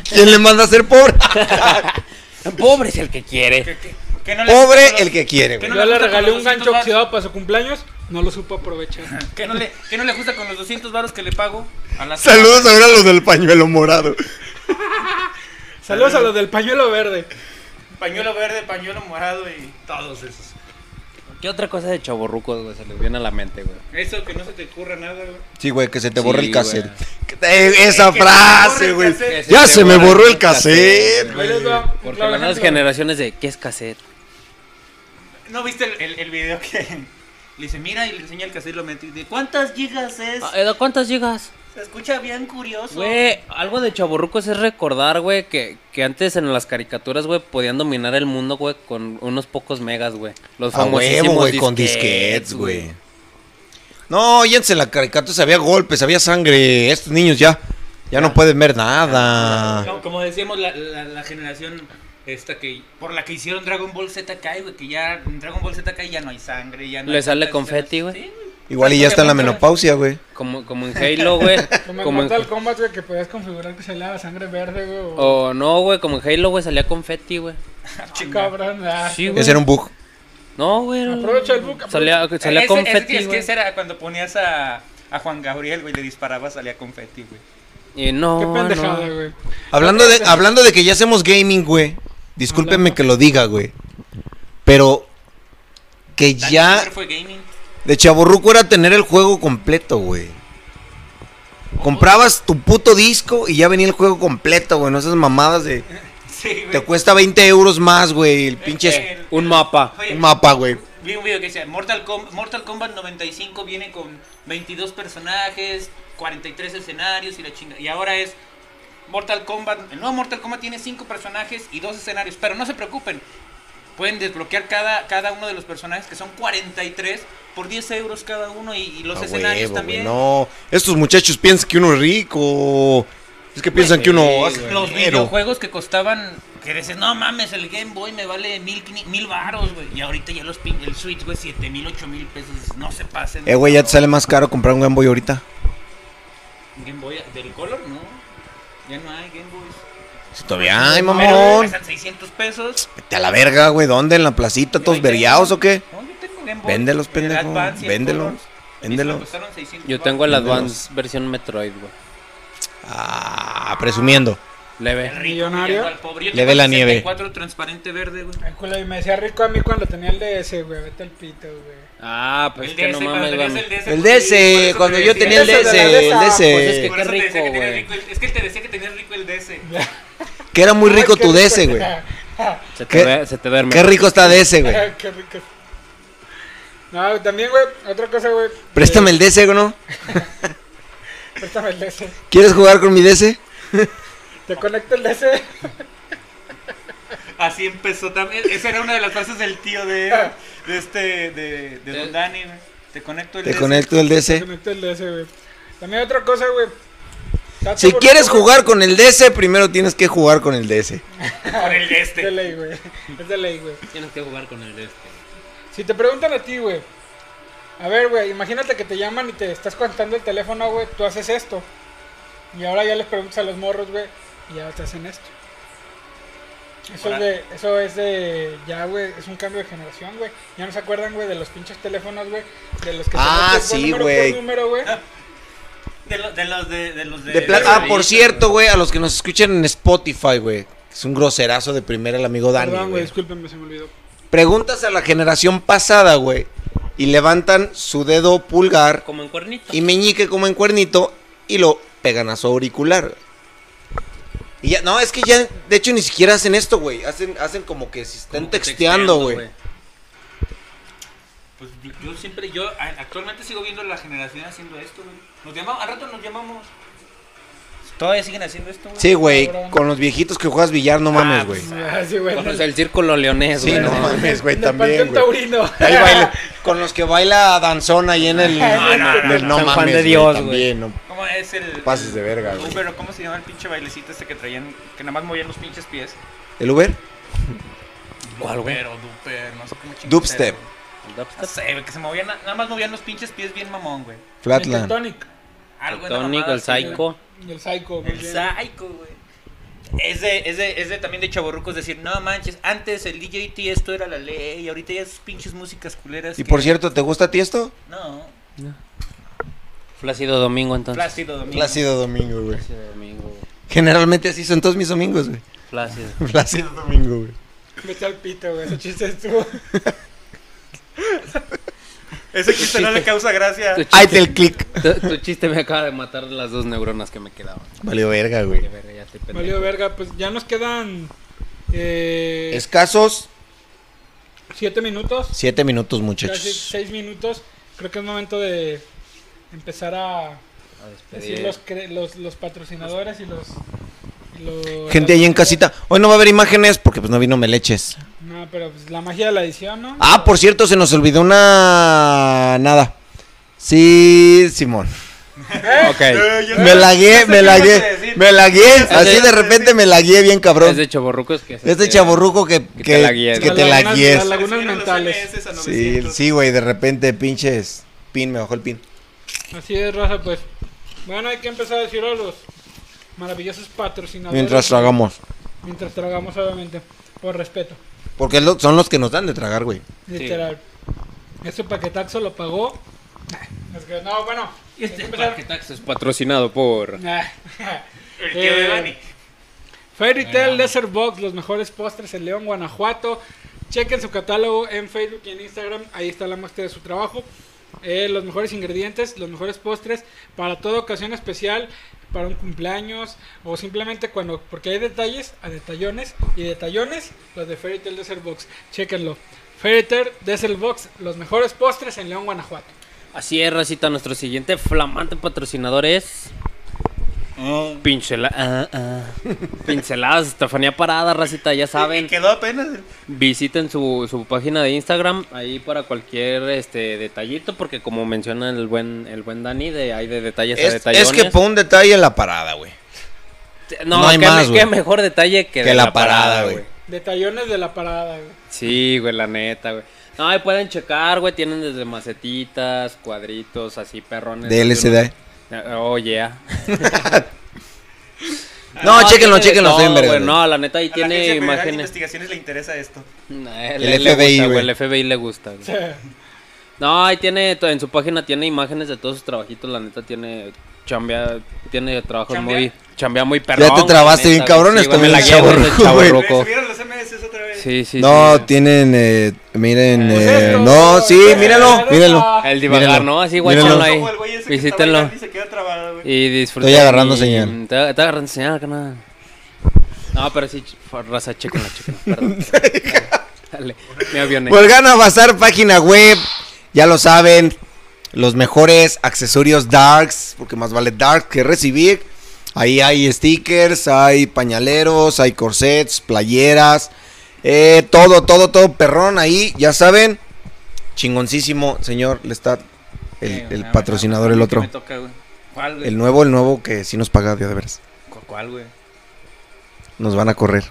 [SPEAKER 6] ¿Quién le manda a ser pobre?
[SPEAKER 7] Pobre es el que quiere.
[SPEAKER 9] Que no le
[SPEAKER 6] Pobre
[SPEAKER 9] gusta
[SPEAKER 6] el que quiere,
[SPEAKER 9] que
[SPEAKER 6] güey.
[SPEAKER 9] no
[SPEAKER 8] Yo le
[SPEAKER 9] gusta
[SPEAKER 8] regalé
[SPEAKER 9] con los
[SPEAKER 8] un gancho
[SPEAKER 9] 200
[SPEAKER 8] oxidado para su cumpleaños. No lo supo
[SPEAKER 7] [LAUGHS]
[SPEAKER 8] aprovechar.
[SPEAKER 9] varos- Que no, le, que no le gusta con los 200 varos que le pago a la
[SPEAKER 6] [LAUGHS] Saludos ahora a los del pañuelo morado.
[SPEAKER 8] Saludos a los del pañuelo verde.
[SPEAKER 9] Pañuelo verde, pañuelo morado y todos esos.
[SPEAKER 7] ¿Qué otra cosa de chaborrucos, güey, se les viene a la mente, güey?
[SPEAKER 9] Eso que no se te ocurra nada, güey.
[SPEAKER 6] Sí, güey, que se te borre
[SPEAKER 7] Sí,
[SPEAKER 6] el cassette.
[SPEAKER 7] güey.
[SPEAKER 6] Que te- eh, esa
[SPEAKER 9] Que se
[SPEAKER 6] frase,
[SPEAKER 9] borre el
[SPEAKER 6] güey.
[SPEAKER 9] cassette.
[SPEAKER 6] Ya se me borró el
[SPEAKER 7] este, cassette,
[SPEAKER 6] cassette.
[SPEAKER 8] Ahí les va un
[SPEAKER 7] Porque
[SPEAKER 8] claro
[SPEAKER 7] las nuevas
[SPEAKER 8] ejemplo.
[SPEAKER 7] generaciones de ¿qué es cassette?
[SPEAKER 9] ¿No viste el, el- el video que le dice, mira, y le enseña el cassette y lo mete? y dice, ¿Cuántas gigas es?
[SPEAKER 7] Ah, Edo, ¿Cuántas llegas?
[SPEAKER 9] Se escucha bien curioso.
[SPEAKER 7] Güey, algo de chaborrucos es recordar, güey, que, que antes en las caricaturas, güey, podían dominar el mundo, güey, con unos pocos megas, güey. Los
[SPEAKER 6] A huevo,
[SPEAKER 7] famosísimos
[SPEAKER 6] güey, con disquets, güey. No, óyense la caricatura, había golpes, había sangre. Estos niños ya, ya no pueden ver nada.
[SPEAKER 9] Como, como decíamos, la, la- la generación esta que por la que hicieron Dragon Ball Z Kai, güey, que ya en Dragon Ball Z Kai ya no hay sangre, ya no
[SPEAKER 7] Le
[SPEAKER 9] hay
[SPEAKER 7] sale
[SPEAKER 9] tantas
[SPEAKER 7] confeti,
[SPEAKER 9] escenas.
[SPEAKER 7] güey.
[SPEAKER 9] Sí,
[SPEAKER 6] Igual y ya está en la
[SPEAKER 9] Tanto que-
[SPEAKER 6] menopausia, güey.
[SPEAKER 7] Como, como en Halo, güey.
[SPEAKER 8] [LAUGHS] Como en
[SPEAKER 7] como en-
[SPEAKER 8] Mortal Kombat, güey, que podías configurar que se la sangre verde, güey. O
[SPEAKER 7] O no, güey, como en Halo, güey, salía confeti, güey.
[SPEAKER 8] cabrón. ah.
[SPEAKER 7] Sí, güey.
[SPEAKER 6] Ese era un bug.
[SPEAKER 7] No, güey. era-
[SPEAKER 8] Aprovecha el buca,
[SPEAKER 7] Salía, salía
[SPEAKER 9] Ese- es, que-
[SPEAKER 7] confeti,
[SPEAKER 9] es que
[SPEAKER 7] güey.
[SPEAKER 9] ese era cuando ponías a, a Juan Gabriel, güey, le disparaba, salía confeti, güey.
[SPEAKER 7] Y no,
[SPEAKER 8] Qué pendejada,
[SPEAKER 7] no.
[SPEAKER 8] güey.
[SPEAKER 6] Hablando de, hablando de que ya hacemos gaming, güey. Discúlpenme que lo diga, güey. Pero que
[SPEAKER 9] Dani
[SPEAKER 6] ya
[SPEAKER 9] siempre fue gaming. [LAUGHS]
[SPEAKER 6] de chaborruco era tener el juego completo, güey. Comprabas tu puto disco y ya venía el juego completo, güey. No esas mamadas de.
[SPEAKER 9] Sí,
[SPEAKER 6] Te
[SPEAKER 9] güey.
[SPEAKER 6] cuesta 20 euros más, güey. El pinche
[SPEAKER 9] El-
[SPEAKER 7] Un mapa.
[SPEAKER 9] Oye,
[SPEAKER 6] un mapa, güey.
[SPEAKER 9] Vi un video que decía, Mortal, Com- Mortal Kombat 95 viene con 22 personajes, 43 escenarios y la chinga. Y ahora es Mortal Kombat, el nuevo Mortal Kombat tiene 5 personajes y 2 escenarios. Pero no se preocupen, pueden desbloquear cada, cada uno de los personajes, que son 43, por 10 euros cada uno y, y los
[SPEAKER 6] A
[SPEAKER 9] escenarios
[SPEAKER 6] huevo, güey,
[SPEAKER 9] también.
[SPEAKER 6] no, estos muchachos piensan que uno es rico. Es que piensan que uno hace
[SPEAKER 9] Los
[SPEAKER 6] dinero.
[SPEAKER 9] videojuegos que costaban, que dices, no mames, el Game Boy me vale mil, quini- mil baros, güey. Y ahorita ya los pin- el Switch, güey, siete mil, ocho mil pesos, no se pasen.
[SPEAKER 6] Eh, güey, ya
[SPEAKER 9] No.
[SPEAKER 6] te sale más caro comprar un Game Boy ahorita.
[SPEAKER 9] Game Boy del color, no. Ya no hay Game Boys.
[SPEAKER 6] Si Todavía, ay,
[SPEAKER 9] Pero
[SPEAKER 6] mamón.
[SPEAKER 9] pesan 600 pesos.
[SPEAKER 6] Vete a la verga, güey. ¿Dónde? ¿En la placita? ¿Todos
[SPEAKER 9] Yo ahí
[SPEAKER 6] veriados
[SPEAKER 9] tengo-
[SPEAKER 6] o qué?
[SPEAKER 9] No, yo tengo Game Boy.
[SPEAKER 6] Véndelos,
[SPEAKER 9] El
[SPEAKER 6] pendejo.
[SPEAKER 9] Advance y el
[SPEAKER 6] Véndelos.
[SPEAKER 9] Color. Eso me
[SPEAKER 6] Véndelos.
[SPEAKER 9] costaron 600
[SPEAKER 7] Yo tengo el
[SPEAKER 9] baros.
[SPEAKER 7] Advance versión Metroid, güey.
[SPEAKER 6] Ah, presumiendo.
[SPEAKER 9] El
[SPEAKER 7] Leve.
[SPEAKER 9] rico
[SPEAKER 8] Millonario.
[SPEAKER 9] yendo al pobre. Yo
[SPEAKER 6] Le
[SPEAKER 9] tengo
[SPEAKER 6] ve
[SPEAKER 9] el
[SPEAKER 6] la nieve.
[SPEAKER 9] 64 transparente verde, güey.
[SPEAKER 8] Ay, culo, y me decía rico a mí cuando tenía el DS, güey. Vete al pito, güey.
[SPEAKER 7] Ah, pues es
[SPEAKER 9] El
[SPEAKER 7] que no
[SPEAKER 9] DS, cuando
[SPEAKER 7] mames,
[SPEAKER 9] tenías
[SPEAKER 7] güey.
[SPEAKER 9] el DS.
[SPEAKER 6] El
[SPEAKER 9] pues, sí, por
[SPEAKER 6] DS,
[SPEAKER 9] eso
[SPEAKER 6] cuando
[SPEAKER 9] te
[SPEAKER 6] yo
[SPEAKER 9] decía-
[SPEAKER 6] tenía el
[SPEAKER 8] Eso de la
[SPEAKER 6] DS, el
[SPEAKER 8] DS,
[SPEAKER 7] pues es que-
[SPEAKER 6] DS.
[SPEAKER 9] Por eso
[SPEAKER 7] Qué
[SPEAKER 9] te decía que
[SPEAKER 7] rico,
[SPEAKER 9] tenías
[SPEAKER 7] güey.
[SPEAKER 9] rico el- Es que te decía que tenías rico el DS.
[SPEAKER 6] Que era muy
[SPEAKER 8] Ay,
[SPEAKER 6] rico
[SPEAKER 8] qué
[SPEAKER 6] tu
[SPEAKER 8] rico
[SPEAKER 6] DS, güey.
[SPEAKER 8] [LAUGHS] está.
[SPEAKER 7] Se
[SPEAKER 6] ¿Qué?
[SPEAKER 7] te, ve- se te duerme.
[SPEAKER 6] Qué rico está DS, güey.
[SPEAKER 8] Qué rico. No, también, güey, otra cosa, güey.
[SPEAKER 6] Préstame el DS, güey, ¿no?
[SPEAKER 8] Eh, préstame el DS.
[SPEAKER 6] ¿Quieres jugar con mi DS? [LAUGHS]
[SPEAKER 8] Te conecto el DS.
[SPEAKER 9] [LAUGHS] Así empezó también. Esa era una de las frases del tío de, de este, de,
[SPEAKER 7] Eh.
[SPEAKER 9] de Don Dani, güey. Te conecto el
[SPEAKER 6] Te
[SPEAKER 9] DS.
[SPEAKER 6] conecto el
[SPEAKER 8] Se
[SPEAKER 6] DC.
[SPEAKER 8] conectó el DS, güey. También hay otra cosa, güey. Está
[SPEAKER 6] Si
[SPEAKER 8] todo
[SPEAKER 6] quieres
[SPEAKER 8] borroso,
[SPEAKER 6] jugar con el DC, primero tienes que jugar con el DC.
[SPEAKER 8] [LAUGHS]
[SPEAKER 9] Con el de
[SPEAKER 8] Es de
[SPEAKER 9] este.
[SPEAKER 8] ley, güey. Es de ley, güey.
[SPEAKER 7] Tienes que jugar con el de este.
[SPEAKER 8] Si te preguntan a ti, güey. A ver, güey, imagínate que te llaman y te estás contando el teléfono, güey. Tú haces esto. Y ahora ya les preguntas a los morros, güey. Y ya te hacen esto. Eso es,
[SPEAKER 9] Ahora-
[SPEAKER 8] de, eso es de. Ya, güey. Es un cambio de generación, güey. Ya no se acuerdan, güey, de los pinches teléfonos, güey. De los que te
[SPEAKER 6] Ah,
[SPEAKER 8] metes por
[SPEAKER 6] sí,
[SPEAKER 8] número por
[SPEAKER 6] güey.
[SPEAKER 8] número, güey.
[SPEAKER 9] De, lo- de los de, de los de.
[SPEAKER 6] De pla-
[SPEAKER 9] de-
[SPEAKER 6] ah, por cierto, güey, a los que nos escuchan en Spotify, güey. Es un groserazo de primera el amigo Dani.
[SPEAKER 8] Perdón, güey,
[SPEAKER 6] güey.
[SPEAKER 8] discúlpenme, se me olvidó.
[SPEAKER 6] Preguntas a la generación pasada, güey. Y levantan su dedo pulgar
[SPEAKER 7] Como en cuernito.
[SPEAKER 6] y meñique como en cuernito y lo pegan a su auricular. Y ya, no, es que ya, de hecho, ni siquiera hacen esto, güey. Hacen, hacen como que si están
[SPEAKER 7] Como que
[SPEAKER 6] texteando, güey.
[SPEAKER 9] Pues yo, yo siempre, yo a- actualmente sigo viendo la generación haciendo esto, güey. Nos llamamos, al rato nos llamamos. Todavía siguen haciendo esto, güey.
[SPEAKER 6] Sí, güey,
[SPEAKER 8] Cabrón.
[SPEAKER 6] con los viejitos que juegas billar, no mames,
[SPEAKER 9] Ah,
[SPEAKER 6] güey.
[SPEAKER 9] pues,
[SPEAKER 8] Ah, sí, güey.
[SPEAKER 7] Conoce el círculo leonés,
[SPEAKER 6] Sí,
[SPEAKER 7] güey.
[SPEAKER 6] no mames, güey,
[SPEAKER 8] En el
[SPEAKER 6] también,
[SPEAKER 8] Panteón
[SPEAKER 6] güey.
[SPEAKER 8] Taurino.
[SPEAKER 6] Ahí
[SPEAKER 8] [LAUGHS]
[SPEAKER 6] baila- con los que baila danzón ahí en el...
[SPEAKER 8] No,
[SPEAKER 9] no, no,
[SPEAKER 6] del
[SPEAKER 7] no, San Juan de
[SPEAKER 6] güey,
[SPEAKER 7] Dios,
[SPEAKER 6] también, no
[SPEAKER 9] ¿Cómo es el.
[SPEAKER 6] pases de verga, güey.
[SPEAKER 9] Uber, o ¿cómo se llama el pinche bailecito este que traían, que nada más movían los pinches pies?
[SPEAKER 6] ¿El Uber?
[SPEAKER 7] ¿Cuál, güey?
[SPEAKER 9] Pero, duper, no sé cómo chingados.
[SPEAKER 6] Dubstep.
[SPEAKER 9] era, güey. No sé, güey, que se movían, na- nada más movían los pinches pies bien mamón, güey.
[SPEAKER 8] El
[SPEAKER 6] Flatland.
[SPEAKER 8] Tonic.
[SPEAKER 9] Algo
[SPEAKER 7] El
[SPEAKER 9] de
[SPEAKER 7] Tonic, el Psycho.
[SPEAKER 8] Y el Psycho, muy
[SPEAKER 9] El
[SPEAKER 8] bien.
[SPEAKER 9] psycho, güey. Es de, es, de, es de también de chaborrucos decir, no manches, antes el DJT esto era la ley, ahorita ya es pinches músicas culeras.
[SPEAKER 6] Y
[SPEAKER 9] que-
[SPEAKER 6] por cierto, ¿te gusta a ti esto?
[SPEAKER 9] No,
[SPEAKER 7] Flácido Domingo, entonces.
[SPEAKER 9] Plácido Domingo.
[SPEAKER 6] Plácido Domingo, güey.
[SPEAKER 7] Flácido Domingo, güey.
[SPEAKER 6] Generalmente así son todos mis domingos, güey. [LAUGHS]
[SPEAKER 7] Flácido.
[SPEAKER 6] Plácido Domingo, güey.
[SPEAKER 8] Vete al pito, güey. Ese chiste estuvo.
[SPEAKER 9] Ese chiste no le causa gracia.
[SPEAKER 7] Tu
[SPEAKER 6] Ahí
[SPEAKER 7] chiste,
[SPEAKER 6] te el click.
[SPEAKER 7] tu- tu chiste me acaba de matar de las dos neuronas que me quedaban.
[SPEAKER 6] Valió verga,
[SPEAKER 7] De
[SPEAKER 6] güey.
[SPEAKER 7] verga, ya estoy pendejo.
[SPEAKER 8] Valió verga, pues ya nos quedan. Eh,
[SPEAKER 6] Escasos
[SPEAKER 8] Siete minutos.
[SPEAKER 6] siete minutos,
[SPEAKER 8] Casi
[SPEAKER 6] muchachos.
[SPEAKER 8] seis minutos. Creo que es momento de empezar a
[SPEAKER 7] A despedir.
[SPEAKER 8] decir los, cre- los, los patrocinadores y los. y los-
[SPEAKER 6] Gente ahí en casita. Hoy no va a haber imágenes porque pues no vino Meleches.
[SPEAKER 8] No, pero pues la magia de la edición, ¿no?
[SPEAKER 6] Ah, por cierto, se nos olvidó una... Nada. Sí, Simón. Eh,
[SPEAKER 7] Ok.
[SPEAKER 6] Me lagué, me lagué, me lagué. Así de repente me lagué bien
[SPEAKER 7] Es
[SPEAKER 6] cabrón.
[SPEAKER 7] de chaborrucos que se
[SPEAKER 6] Este
[SPEAKER 7] queda.
[SPEAKER 6] chaborruco que,
[SPEAKER 7] te
[SPEAKER 6] que,
[SPEAKER 7] laguees.
[SPEAKER 6] que
[SPEAKER 8] Las
[SPEAKER 6] te
[SPEAKER 8] lagunas-
[SPEAKER 6] laguies.
[SPEAKER 8] las lagunas mentales.
[SPEAKER 6] Sí, sí, güey, de repente pinches pin, me bajó el pin.
[SPEAKER 8] Así es, raza, pues. Bueno, hay que empezar a decir a los maravillosos patrocinadores.
[SPEAKER 6] Mientras tragamos.
[SPEAKER 8] Mientras tragamos, obviamente. Por respeto.
[SPEAKER 6] Porque es lo- son los que nos dan de tragar, güey.
[SPEAKER 8] Literal. Ese paquetaxo lo pagó. Es que, no, bueno.
[SPEAKER 7] Este
[SPEAKER 8] hay que empezar-
[SPEAKER 7] paquetaxo es patrocinado por.
[SPEAKER 8] Ah,
[SPEAKER 9] El tío de
[SPEAKER 8] Eh,
[SPEAKER 9] Dani.
[SPEAKER 8] Fairy Tail Desert Box, los mejores postres en León, Guanajuato. Chequen su catálogo en Facebook y en Instagram. Ahí está la muestra de su trabajo. Eh, los mejores ingredientes, los mejores postres para toda ocasión especial, para un cumpleaños o simplemente cuando, porque hay detalles a detallones y detallones, los de Fairy Tail Desert Box. Chequenlo. Fairy Tail Desert Box, los mejores postres en León, Guanajuato.
[SPEAKER 7] Así es, Racita. Nuestro siguiente flamante patrocinador es.
[SPEAKER 9] Oh.
[SPEAKER 7] Pincela- ah, ah. Pinceladas, Estefanía Parada, Racita. Ya saben.
[SPEAKER 9] Quedó apenas.
[SPEAKER 7] Visiten su, su página de Instagram ahí para cualquier este detallito, porque como menciona el buen el buen Dani, de, hay de detalles a
[SPEAKER 6] Es,
[SPEAKER 7] detallones.
[SPEAKER 6] es que pon un detalle en la parada, güey.
[SPEAKER 7] no,
[SPEAKER 6] no hay
[SPEAKER 7] qué,
[SPEAKER 6] más,
[SPEAKER 7] me-
[SPEAKER 6] güey.
[SPEAKER 7] qué mejor detalle que,
[SPEAKER 6] Que
[SPEAKER 7] de
[SPEAKER 6] la parada, güey.
[SPEAKER 8] Detallones de la parada, güey.
[SPEAKER 7] Sí, güey, la neta, güey. No, ahí pueden checar, güey, tienen desde macetitas, cuadritos, así perrones.
[SPEAKER 6] De LCD.
[SPEAKER 7] Eh, Oh, yeah. [LAUGHS]
[SPEAKER 6] No, chéquenlo,
[SPEAKER 7] chequenlo,
[SPEAKER 6] chéquenlo, estoy en verga, güey.
[SPEAKER 7] Ah, No, la neta ahí
[SPEAKER 9] A la Agencia
[SPEAKER 7] tiene
[SPEAKER 9] Federal de
[SPEAKER 7] imágenes.
[SPEAKER 9] Investigaciones le interesa esto.
[SPEAKER 7] No,
[SPEAKER 6] El
[SPEAKER 7] el, FBI,
[SPEAKER 6] FBI, güey.
[SPEAKER 7] güey. El FBI le gusta, güey. No, ahí tiene, to- en su página tiene imágenes de todos sus trabajitos, la neta tiene, chambea, tiene trabajos
[SPEAKER 9] ¿Chambea?
[SPEAKER 7] muy, chambea muy perrón.
[SPEAKER 6] Ya te
[SPEAKER 7] güey,
[SPEAKER 6] trabaste
[SPEAKER 7] neta,
[SPEAKER 6] bien
[SPEAKER 7] güey.
[SPEAKER 6] cabrón,
[SPEAKER 7] Sí, güey, me
[SPEAKER 6] también
[SPEAKER 7] la
[SPEAKER 6] el
[SPEAKER 7] llevo,
[SPEAKER 6] chavorruco,
[SPEAKER 7] el
[SPEAKER 6] güey.
[SPEAKER 9] Güey,
[SPEAKER 7] chavorruco.
[SPEAKER 9] Subieron los MS otra vez.
[SPEAKER 7] Sí, sí,
[SPEAKER 6] No,
[SPEAKER 7] sí, güey.
[SPEAKER 6] tienen, eh, miren,
[SPEAKER 8] Pues
[SPEAKER 6] eh,
[SPEAKER 8] esto, este
[SPEAKER 6] no, sí,
[SPEAKER 8] güey,
[SPEAKER 6] mírenlo,
[SPEAKER 8] la
[SPEAKER 6] mírenlo.
[SPEAKER 8] neta.
[SPEAKER 7] El divagar,
[SPEAKER 6] Mírenlo,
[SPEAKER 7] ¿no? Así,
[SPEAKER 6] mírenlo.
[SPEAKER 7] guáchalo ahí.
[SPEAKER 9] Como Pues el güey ese que está
[SPEAKER 7] Visítenlo
[SPEAKER 9] bailando y se queda trabado, güey.
[SPEAKER 7] y disfruten.
[SPEAKER 6] Estoy agarrando
[SPEAKER 7] y-
[SPEAKER 6] señal.
[SPEAKER 7] Te, te agarrando señal, carnal. No, pero sí, ch- raza, chéquenla, chéquenla,
[SPEAKER 6] [LAUGHS]
[SPEAKER 7] perdón. Dale, me avioné.
[SPEAKER 6] Volgan a pasar Pues página web, ya lo saben, los mejores accesorios darks, porque más vale dark que recibir. Ahí hay stickers, hay pañaleros, hay corsets, playeras, Eh, todo, todo, todo perrón ahí, ya saben. Chingoncísimo, señor Lestat.
[SPEAKER 9] Sí,
[SPEAKER 6] El,
[SPEAKER 9] güey,
[SPEAKER 6] el
[SPEAKER 9] no,
[SPEAKER 6] patrocinador,
[SPEAKER 9] no,
[SPEAKER 6] el
[SPEAKER 9] ¿qué
[SPEAKER 6] otro.
[SPEAKER 9] me toca, güey? ¿Cuál, güey?
[SPEAKER 6] El nuevo, el nuevo que sí nos paga, Dios de veras.
[SPEAKER 9] ¿Cu- ¿Cuál, güey?
[SPEAKER 6] Nos van a correr.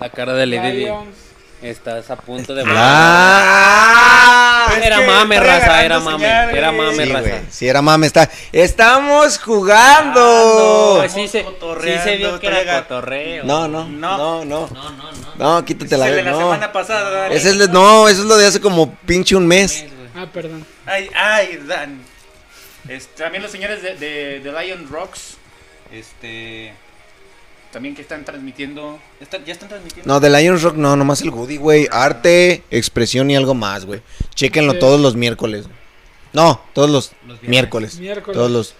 [SPEAKER 7] La cara de Lady Di.
[SPEAKER 8] Lions.
[SPEAKER 7] Estás a punto de
[SPEAKER 6] ¡Ah!
[SPEAKER 9] Es
[SPEAKER 7] Pues Era
[SPEAKER 9] que
[SPEAKER 7] mame,
[SPEAKER 9] estoy
[SPEAKER 7] raza, era
[SPEAKER 9] agarrando
[SPEAKER 7] mame.
[SPEAKER 9] señales.
[SPEAKER 7] Era mame,
[SPEAKER 6] Sí,
[SPEAKER 7] raza.
[SPEAKER 6] güey. Sí, era mame, está. ¡Estamos
[SPEAKER 9] Oh,
[SPEAKER 7] Ah,
[SPEAKER 6] jugando!
[SPEAKER 7] no, sí, se, sí se vio que era cotorreo.
[SPEAKER 6] No, no, no,
[SPEAKER 9] No.
[SPEAKER 6] no.
[SPEAKER 7] no, no. no.
[SPEAKER 6] No, quítate
[SPEAKER 9] Es
[SPEAKER 6] la
[SPEAKER 9] el de la
[SPEAKER 6] no.
[SPEAKER 9] semana pasada.
[SPEAKER 6] Ese es, de- no, eso es lo de hace como pinche un mes.
[SPEAKER 8] Ah, perdón.
[SPEAKER 9] Ay, ay, Dan. Es- también los señores de, de- de Lion Rocks. Este. También que están transmitiendo. están- ya están transmitiendo.
[SPEAKER 6] No, de Lions Rock no, nomás el Goody, güey. Arte, expresión y algo más, güey. Chéquenlo
[SPEAKER 8] Sí.
[SPEAKER 6] todos los miércoles. No, todos los, miércoles.
[SPEAKER 8] Miércoles.
[SPEAKER 6] Todos los.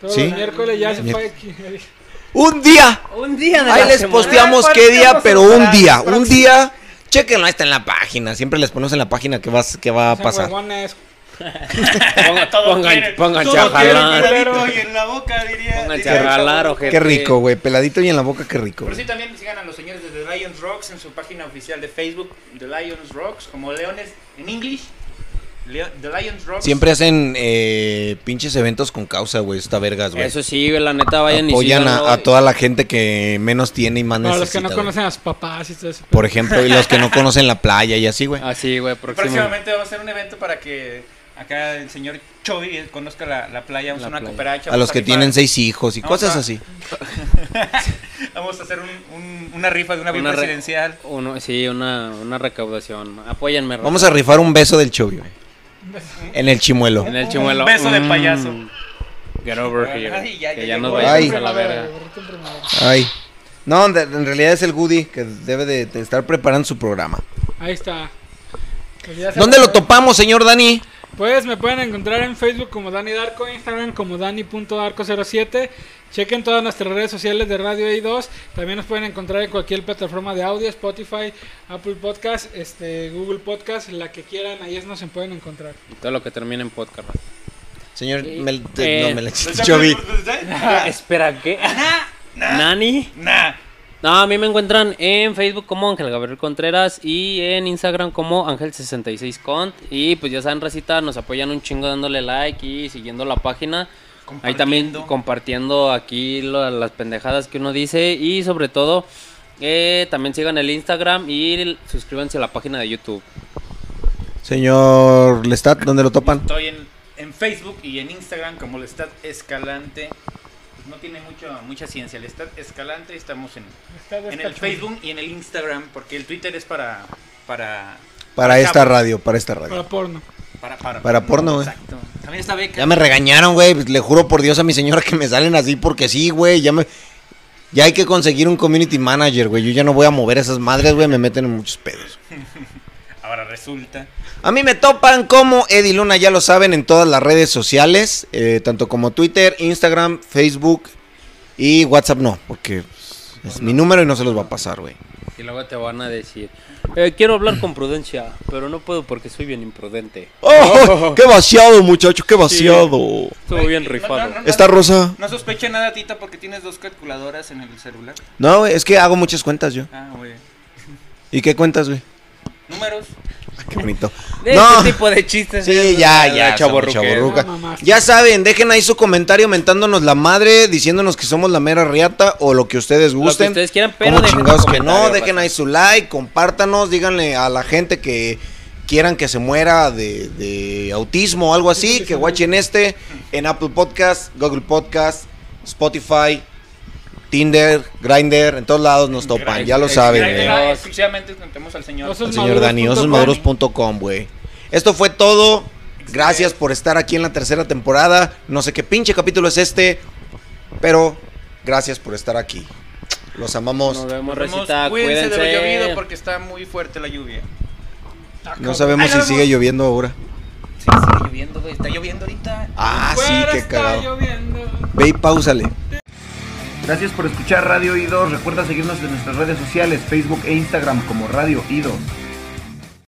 [SPEAKER 8] Todos
[SPEAKER 6] ¿Sí?
[SPEAKER 8] los miércoles ya se
[SPEAKER 6] Mier-
[SPEAKER 8] fue aquí. [LAUGHS]
[SPEAKER 6] ¡Un día!
[SPEAKER 7] Un día de
[SPEAKER 6] Ahí
[SPEAKER 7] la
[SPEAKER 6] les
[SPEAKER 7] semana.
[SPEAKER 9] [LAUGHS]
[SPEAKER 6] posteamos
[SPEAKER 9] Ah,
[SPEAKER 6] qué día,
[SPEAKER 9] posteamos
[SPEAKER 6] pero
[SPEAKER 9] el
[SPEAKER 6] un
[SPEAKER 9] horario
[SPEAKER 6] día. Un
[SPEAKER 9] próximo.
[SPEAKER 6] día. Chéquenlo, ahí está en la página. Siempre les ponemos en la página qué, vas, qué va a
[SPEAKER 8] Sean
[SPEAKER 6] pasar.
[SPEAKER 8] huevones.
[SPEAKER 7] Pongan, pongan, pónganse a
[SPEAKER 9] todo quieren
[SPEAKER 7] jalar.
[SPEAKER 9] peladito y en la boca, diría.
[SPEAKER 7] Pónganse
[SPEAKER 9] diría
[SPEAKER 7] a
[SPEAKER 9] el
[SPEAKER 7] jalar,
[SPEAKER 9] chavo.
[SPEAKER 7] ojete.
[SPEAKER 6] Qué rico, güey. Peladito y en la boca, qué rico.
[SPEAKER 9] Pero sí,
[SPEAKER 6] güey.
[SPEAKER 9] también sigan a los señores de The Lions Rocks en su página oficial de Facebook, The Lions Rocks, como Leones en English. Leo- The Lions Rocks.
[SPEAKER 6] Siempre hacen eh, pinches eventos con causa, güey. Está vergas, güey.
[SPEAKER 7] Eso sí, güey, la neta, vayan
[SPEAKER 6] Apoyan
[SPEAKER 7] y
[SPEAKER 6] a,
[SPEAKER 7] síganlo.
[SPEAKER 6] a toda la gente que menos tiene y más
[SPEAKER 8] Para los
[SPEAKER 6] necesita.
[SPEAKER 8] que no
[SPEAKER 6] güey.
[SPEAKER 8] conocen a sus papás y todo eso.
[SPEAKER 6] Por ejemplo, y los que no conocen la playa y así, güey.
[SPEAKER 7] Así, güey, próximo.
[SPEAKER 9] Próximamente vamos a hacer un evento para que acá el señor Chovy conozca la, la playa, vamos
[SPEAKER 7] La
[SPEAKER 9] a una
[SPEAKER 7] playa.
[SPEAKER 9] cooperacha.
[SPEAKER 6] A los que tienen
[SPEAKER 9] seis
[SPEAKER 6] seis hijos y
[SPEAKER 9] Vamos
[SPEAKER 6] cosas
[SPEAKER 9] a-
[SPEAKER 6] así.
[SPEAKER 9] Vamos a hacer un, un- una rifa de una
[SPEAKER 7] Una
[SPEAKER 9] vida
[SPEAKER 7] re-
[SPEAKER 9] presidencial.
[SPEAKER 7] Uno, sí, una, una recaudación. Apóyenme. raza.
[SPEAKER 6] Vamos a rifar un beso del chovio. güey. En el chimuelo.
[SPEAKER 7] En el chimuelo. Mm.
[SPEAKER 9] Un beso de payaso.
[SPEAKER 7] Get over here.
[SPEAKER 9] Ay, ya, ya
[SPEAKER 7] que ya nos
[SPEAKER 9] llegó.
[SPEAKER 6] Ay.
[SPEAKER 7] vayamos a la verga.
[SPEAKER 6] Ay. No, de- en realidad es el Goody que debe de, de estar preparando su programa.
[SPEAKER 8] Ahí está. Pues ya se
[SPEAKER 6] ¿Dónde
[SPEAKER 8] la-
[SPEAKER 6] lo topamos, señor Dani?
[SPEAKER 8] Pues me pueden encontrar en Facebook como Dani Darko, Instagram como Dani.darko07. Chequen todas nuestras redes sociales de Radio I2. También nos pueden encontrar en cualquier plataforma de audio, Spotify, Apple Podcast, este, Google Podcast, la que quieran, ahí es nos pueden encontrar.
[SPEAKER 7] Todo lo que termine en podcast. raza.
[SPEAKER 9] [LAUGHS]
[SPEAKER 6] Señor
[SPEAKER 7] Eh,
[SPEAKER 6] Mel- te-
[SPEAKER 7] eh,
[SPEAKER 6] no, Mel- Chovy.
[SPEAKER 7] Ah, espera, ¿qué? [LAUGHS] ¿Nani?
[SPEAKER 9] Nah.
[SPEAKER 7] No, a mí me encuentran en Facebook como Ángel Gabriel Contreras y en Instagram como Ángel66cont. Y pues ya saben, Racita, nos apoyan un chingo dándole like y siguiendo la página. Ahí también compartiendo aquí lo- las pendejadas que uno dice. Y sobre todo, eh, también sigan el Instagram y el- suscríbanse a la página de YouTube.
[SPEAKER 6] Señor Lestat, ¿dónde lo topan?
[SPEAKER 9] Estoy en, en Facebook y en Instagram como Lestat Escalante. Pues no tiene mucho, mucha ciencia. Lestat Escalante estamos en,
[SPEAKER 8] Está
[SPEAKER 9] en el
[SPEAKER 8] descachón.
[SPEAKER 9] Facebook y en el Instagram porque el Twitter es para... Para,
[SPEAKER 6] Para esta
[SPEAKER 9] chavos.
[SPEAKER 6] radio, para esta radio.
[SPEAKER 8] Para porno.
[SPEAKER 9] Para, para,
[SPEAKER 6] Para porno, güey.
[SPEAKER 9] Exacto. También está beca.
[SPEAKER 6] Ya me regañaron, güey. pues, Le juro por Dios a mi señora que me salen así porque sí, güey. Ya me. Ya hay que conseguir un community manager, güey. Yo ya no voy a mover esas madres, güey. Me meten en muchos pedos.
[SPEAKER 9] Ahora resulta.
[SPEAKER 6] A mí me topan como Eddie Luna, ya lo saben, en todas las redes sociales. eh, tanto como Twitter, Instagram, Facebook y WhatsApp no. Porque pues, es mi número y no se los va a pasar, güey.
[SPEAKER 7] Y luego te van a decir, "Eh, quiero hablar con prudencia, pero no puedo porque soy bien imprudente.
[SPEAKER 6] [LAUGHS] ¡Oh! ¡Qué vaciado, muchacho! ¡Qué vaciado!
[SPEAKER 7] Estuvo bien
[SPEAKER 9] No, no,
[SPEAKER 7] rifado.
[SPEAKER 9] no, no.
[SPEAKER 6] Esta rosa.
[SPEAKER 9] No sospeche nada, Tita, porque tienes dos calculadoras en el celular.
[SPEAKER 6] No, güey, es que hago muchas cuentas yo.
[SPEAKER 9] Ah, güey.
[SPEAKER 6] ¿Y qué cuentas, güey?
[SPEAKER 9] Números.
[SPEAKER 6] Ah, Qué bonito.
[SPEAKER 7] Este
[SPEAKER 6] No.
[SPEAKER 7] tipo de chistes.
[SPEAKER 6] Sí,
[SPEAKER 7] este es
[SPEAKER 6] ya,
[SPEAKER 7] la- la
[SPEAKER 6] ya, somos
[SPEAKER 7] chavorruquera.
[SPEAKER 6] chavorruca.
[SPEAKER 8] No, mamá.
[SPEAKER 6] Ya saben, dejen ahí su comentario mentándonos la madre, diciéndonos que somos la mera riata o lo que ustedes
[SPEAKER 7] que
[SPEAKER 6] gusten.
[SPEAKER 7] ustedes quieran, pero
[SPEAKER 6] Como
[SPEAKER 7] dejen un
[SPEAKER 6] chingados que no,
[SPEAKER 7] comentario,
[SPEAKER 6] dejen
[SPEAKER 7] raza.
[SPEAKER 6] ahí su like, compártanos, díganle a la gente que quieran que se muera de, de autismo o algo así, que watchen este en Apple Podcast, Google Podcast, Spotify, Tinder, Grinder, en todos lados nos topan, ya lo saben. eh.
[SPEAKER 9] Ahí
[SPEAKER 6] güey.
[SPEAKER 9] está, Ah, Exclusivamente contemos al señor.
[SPEAKER 8] Osos
[SPEAKER 6] Al señor Dani, ososmaduros.com, güey. Esto fue todo. Gracias por estar aquí en la tercera temporada. No sé qué pinche capítulo es este, pero gracias por estar aquí. Los amamos.
[SPEAKER 7] Nos
[SPEAKER 9] Nos
[SPEAKER 7] vemos,
[SPEAKER 9] vemos.
[SPEAKER 7] recita,
[SPEAKER 9] Cuídense de lo llovido
[SPEAKER 7] cuídense.
[SPEAKER 9] porque está muy fuerte la lluvia.
[SPEAKER 6] No sabemos si sigue lloviendo ahora.
[SPEAKER 9] Sí, está lloviendo, güey. Está lloviendo ahorita.
[SPEAKER 6] Ah, sí,
[SPEAKER 8] Fuera
[SPEAKER 6] qué
[SPEAKER 8] está
[SPEAKER 6] cagado.
[SPEAKER 8] lloviendo.
[SPEAKER 6] Ve y pausale.
[SPEAKER 10] Gracias por escuchar Radio Ido. Recuerda seguirnos en nuestras redes sociales, Facebook e Instagram como Radio Ido.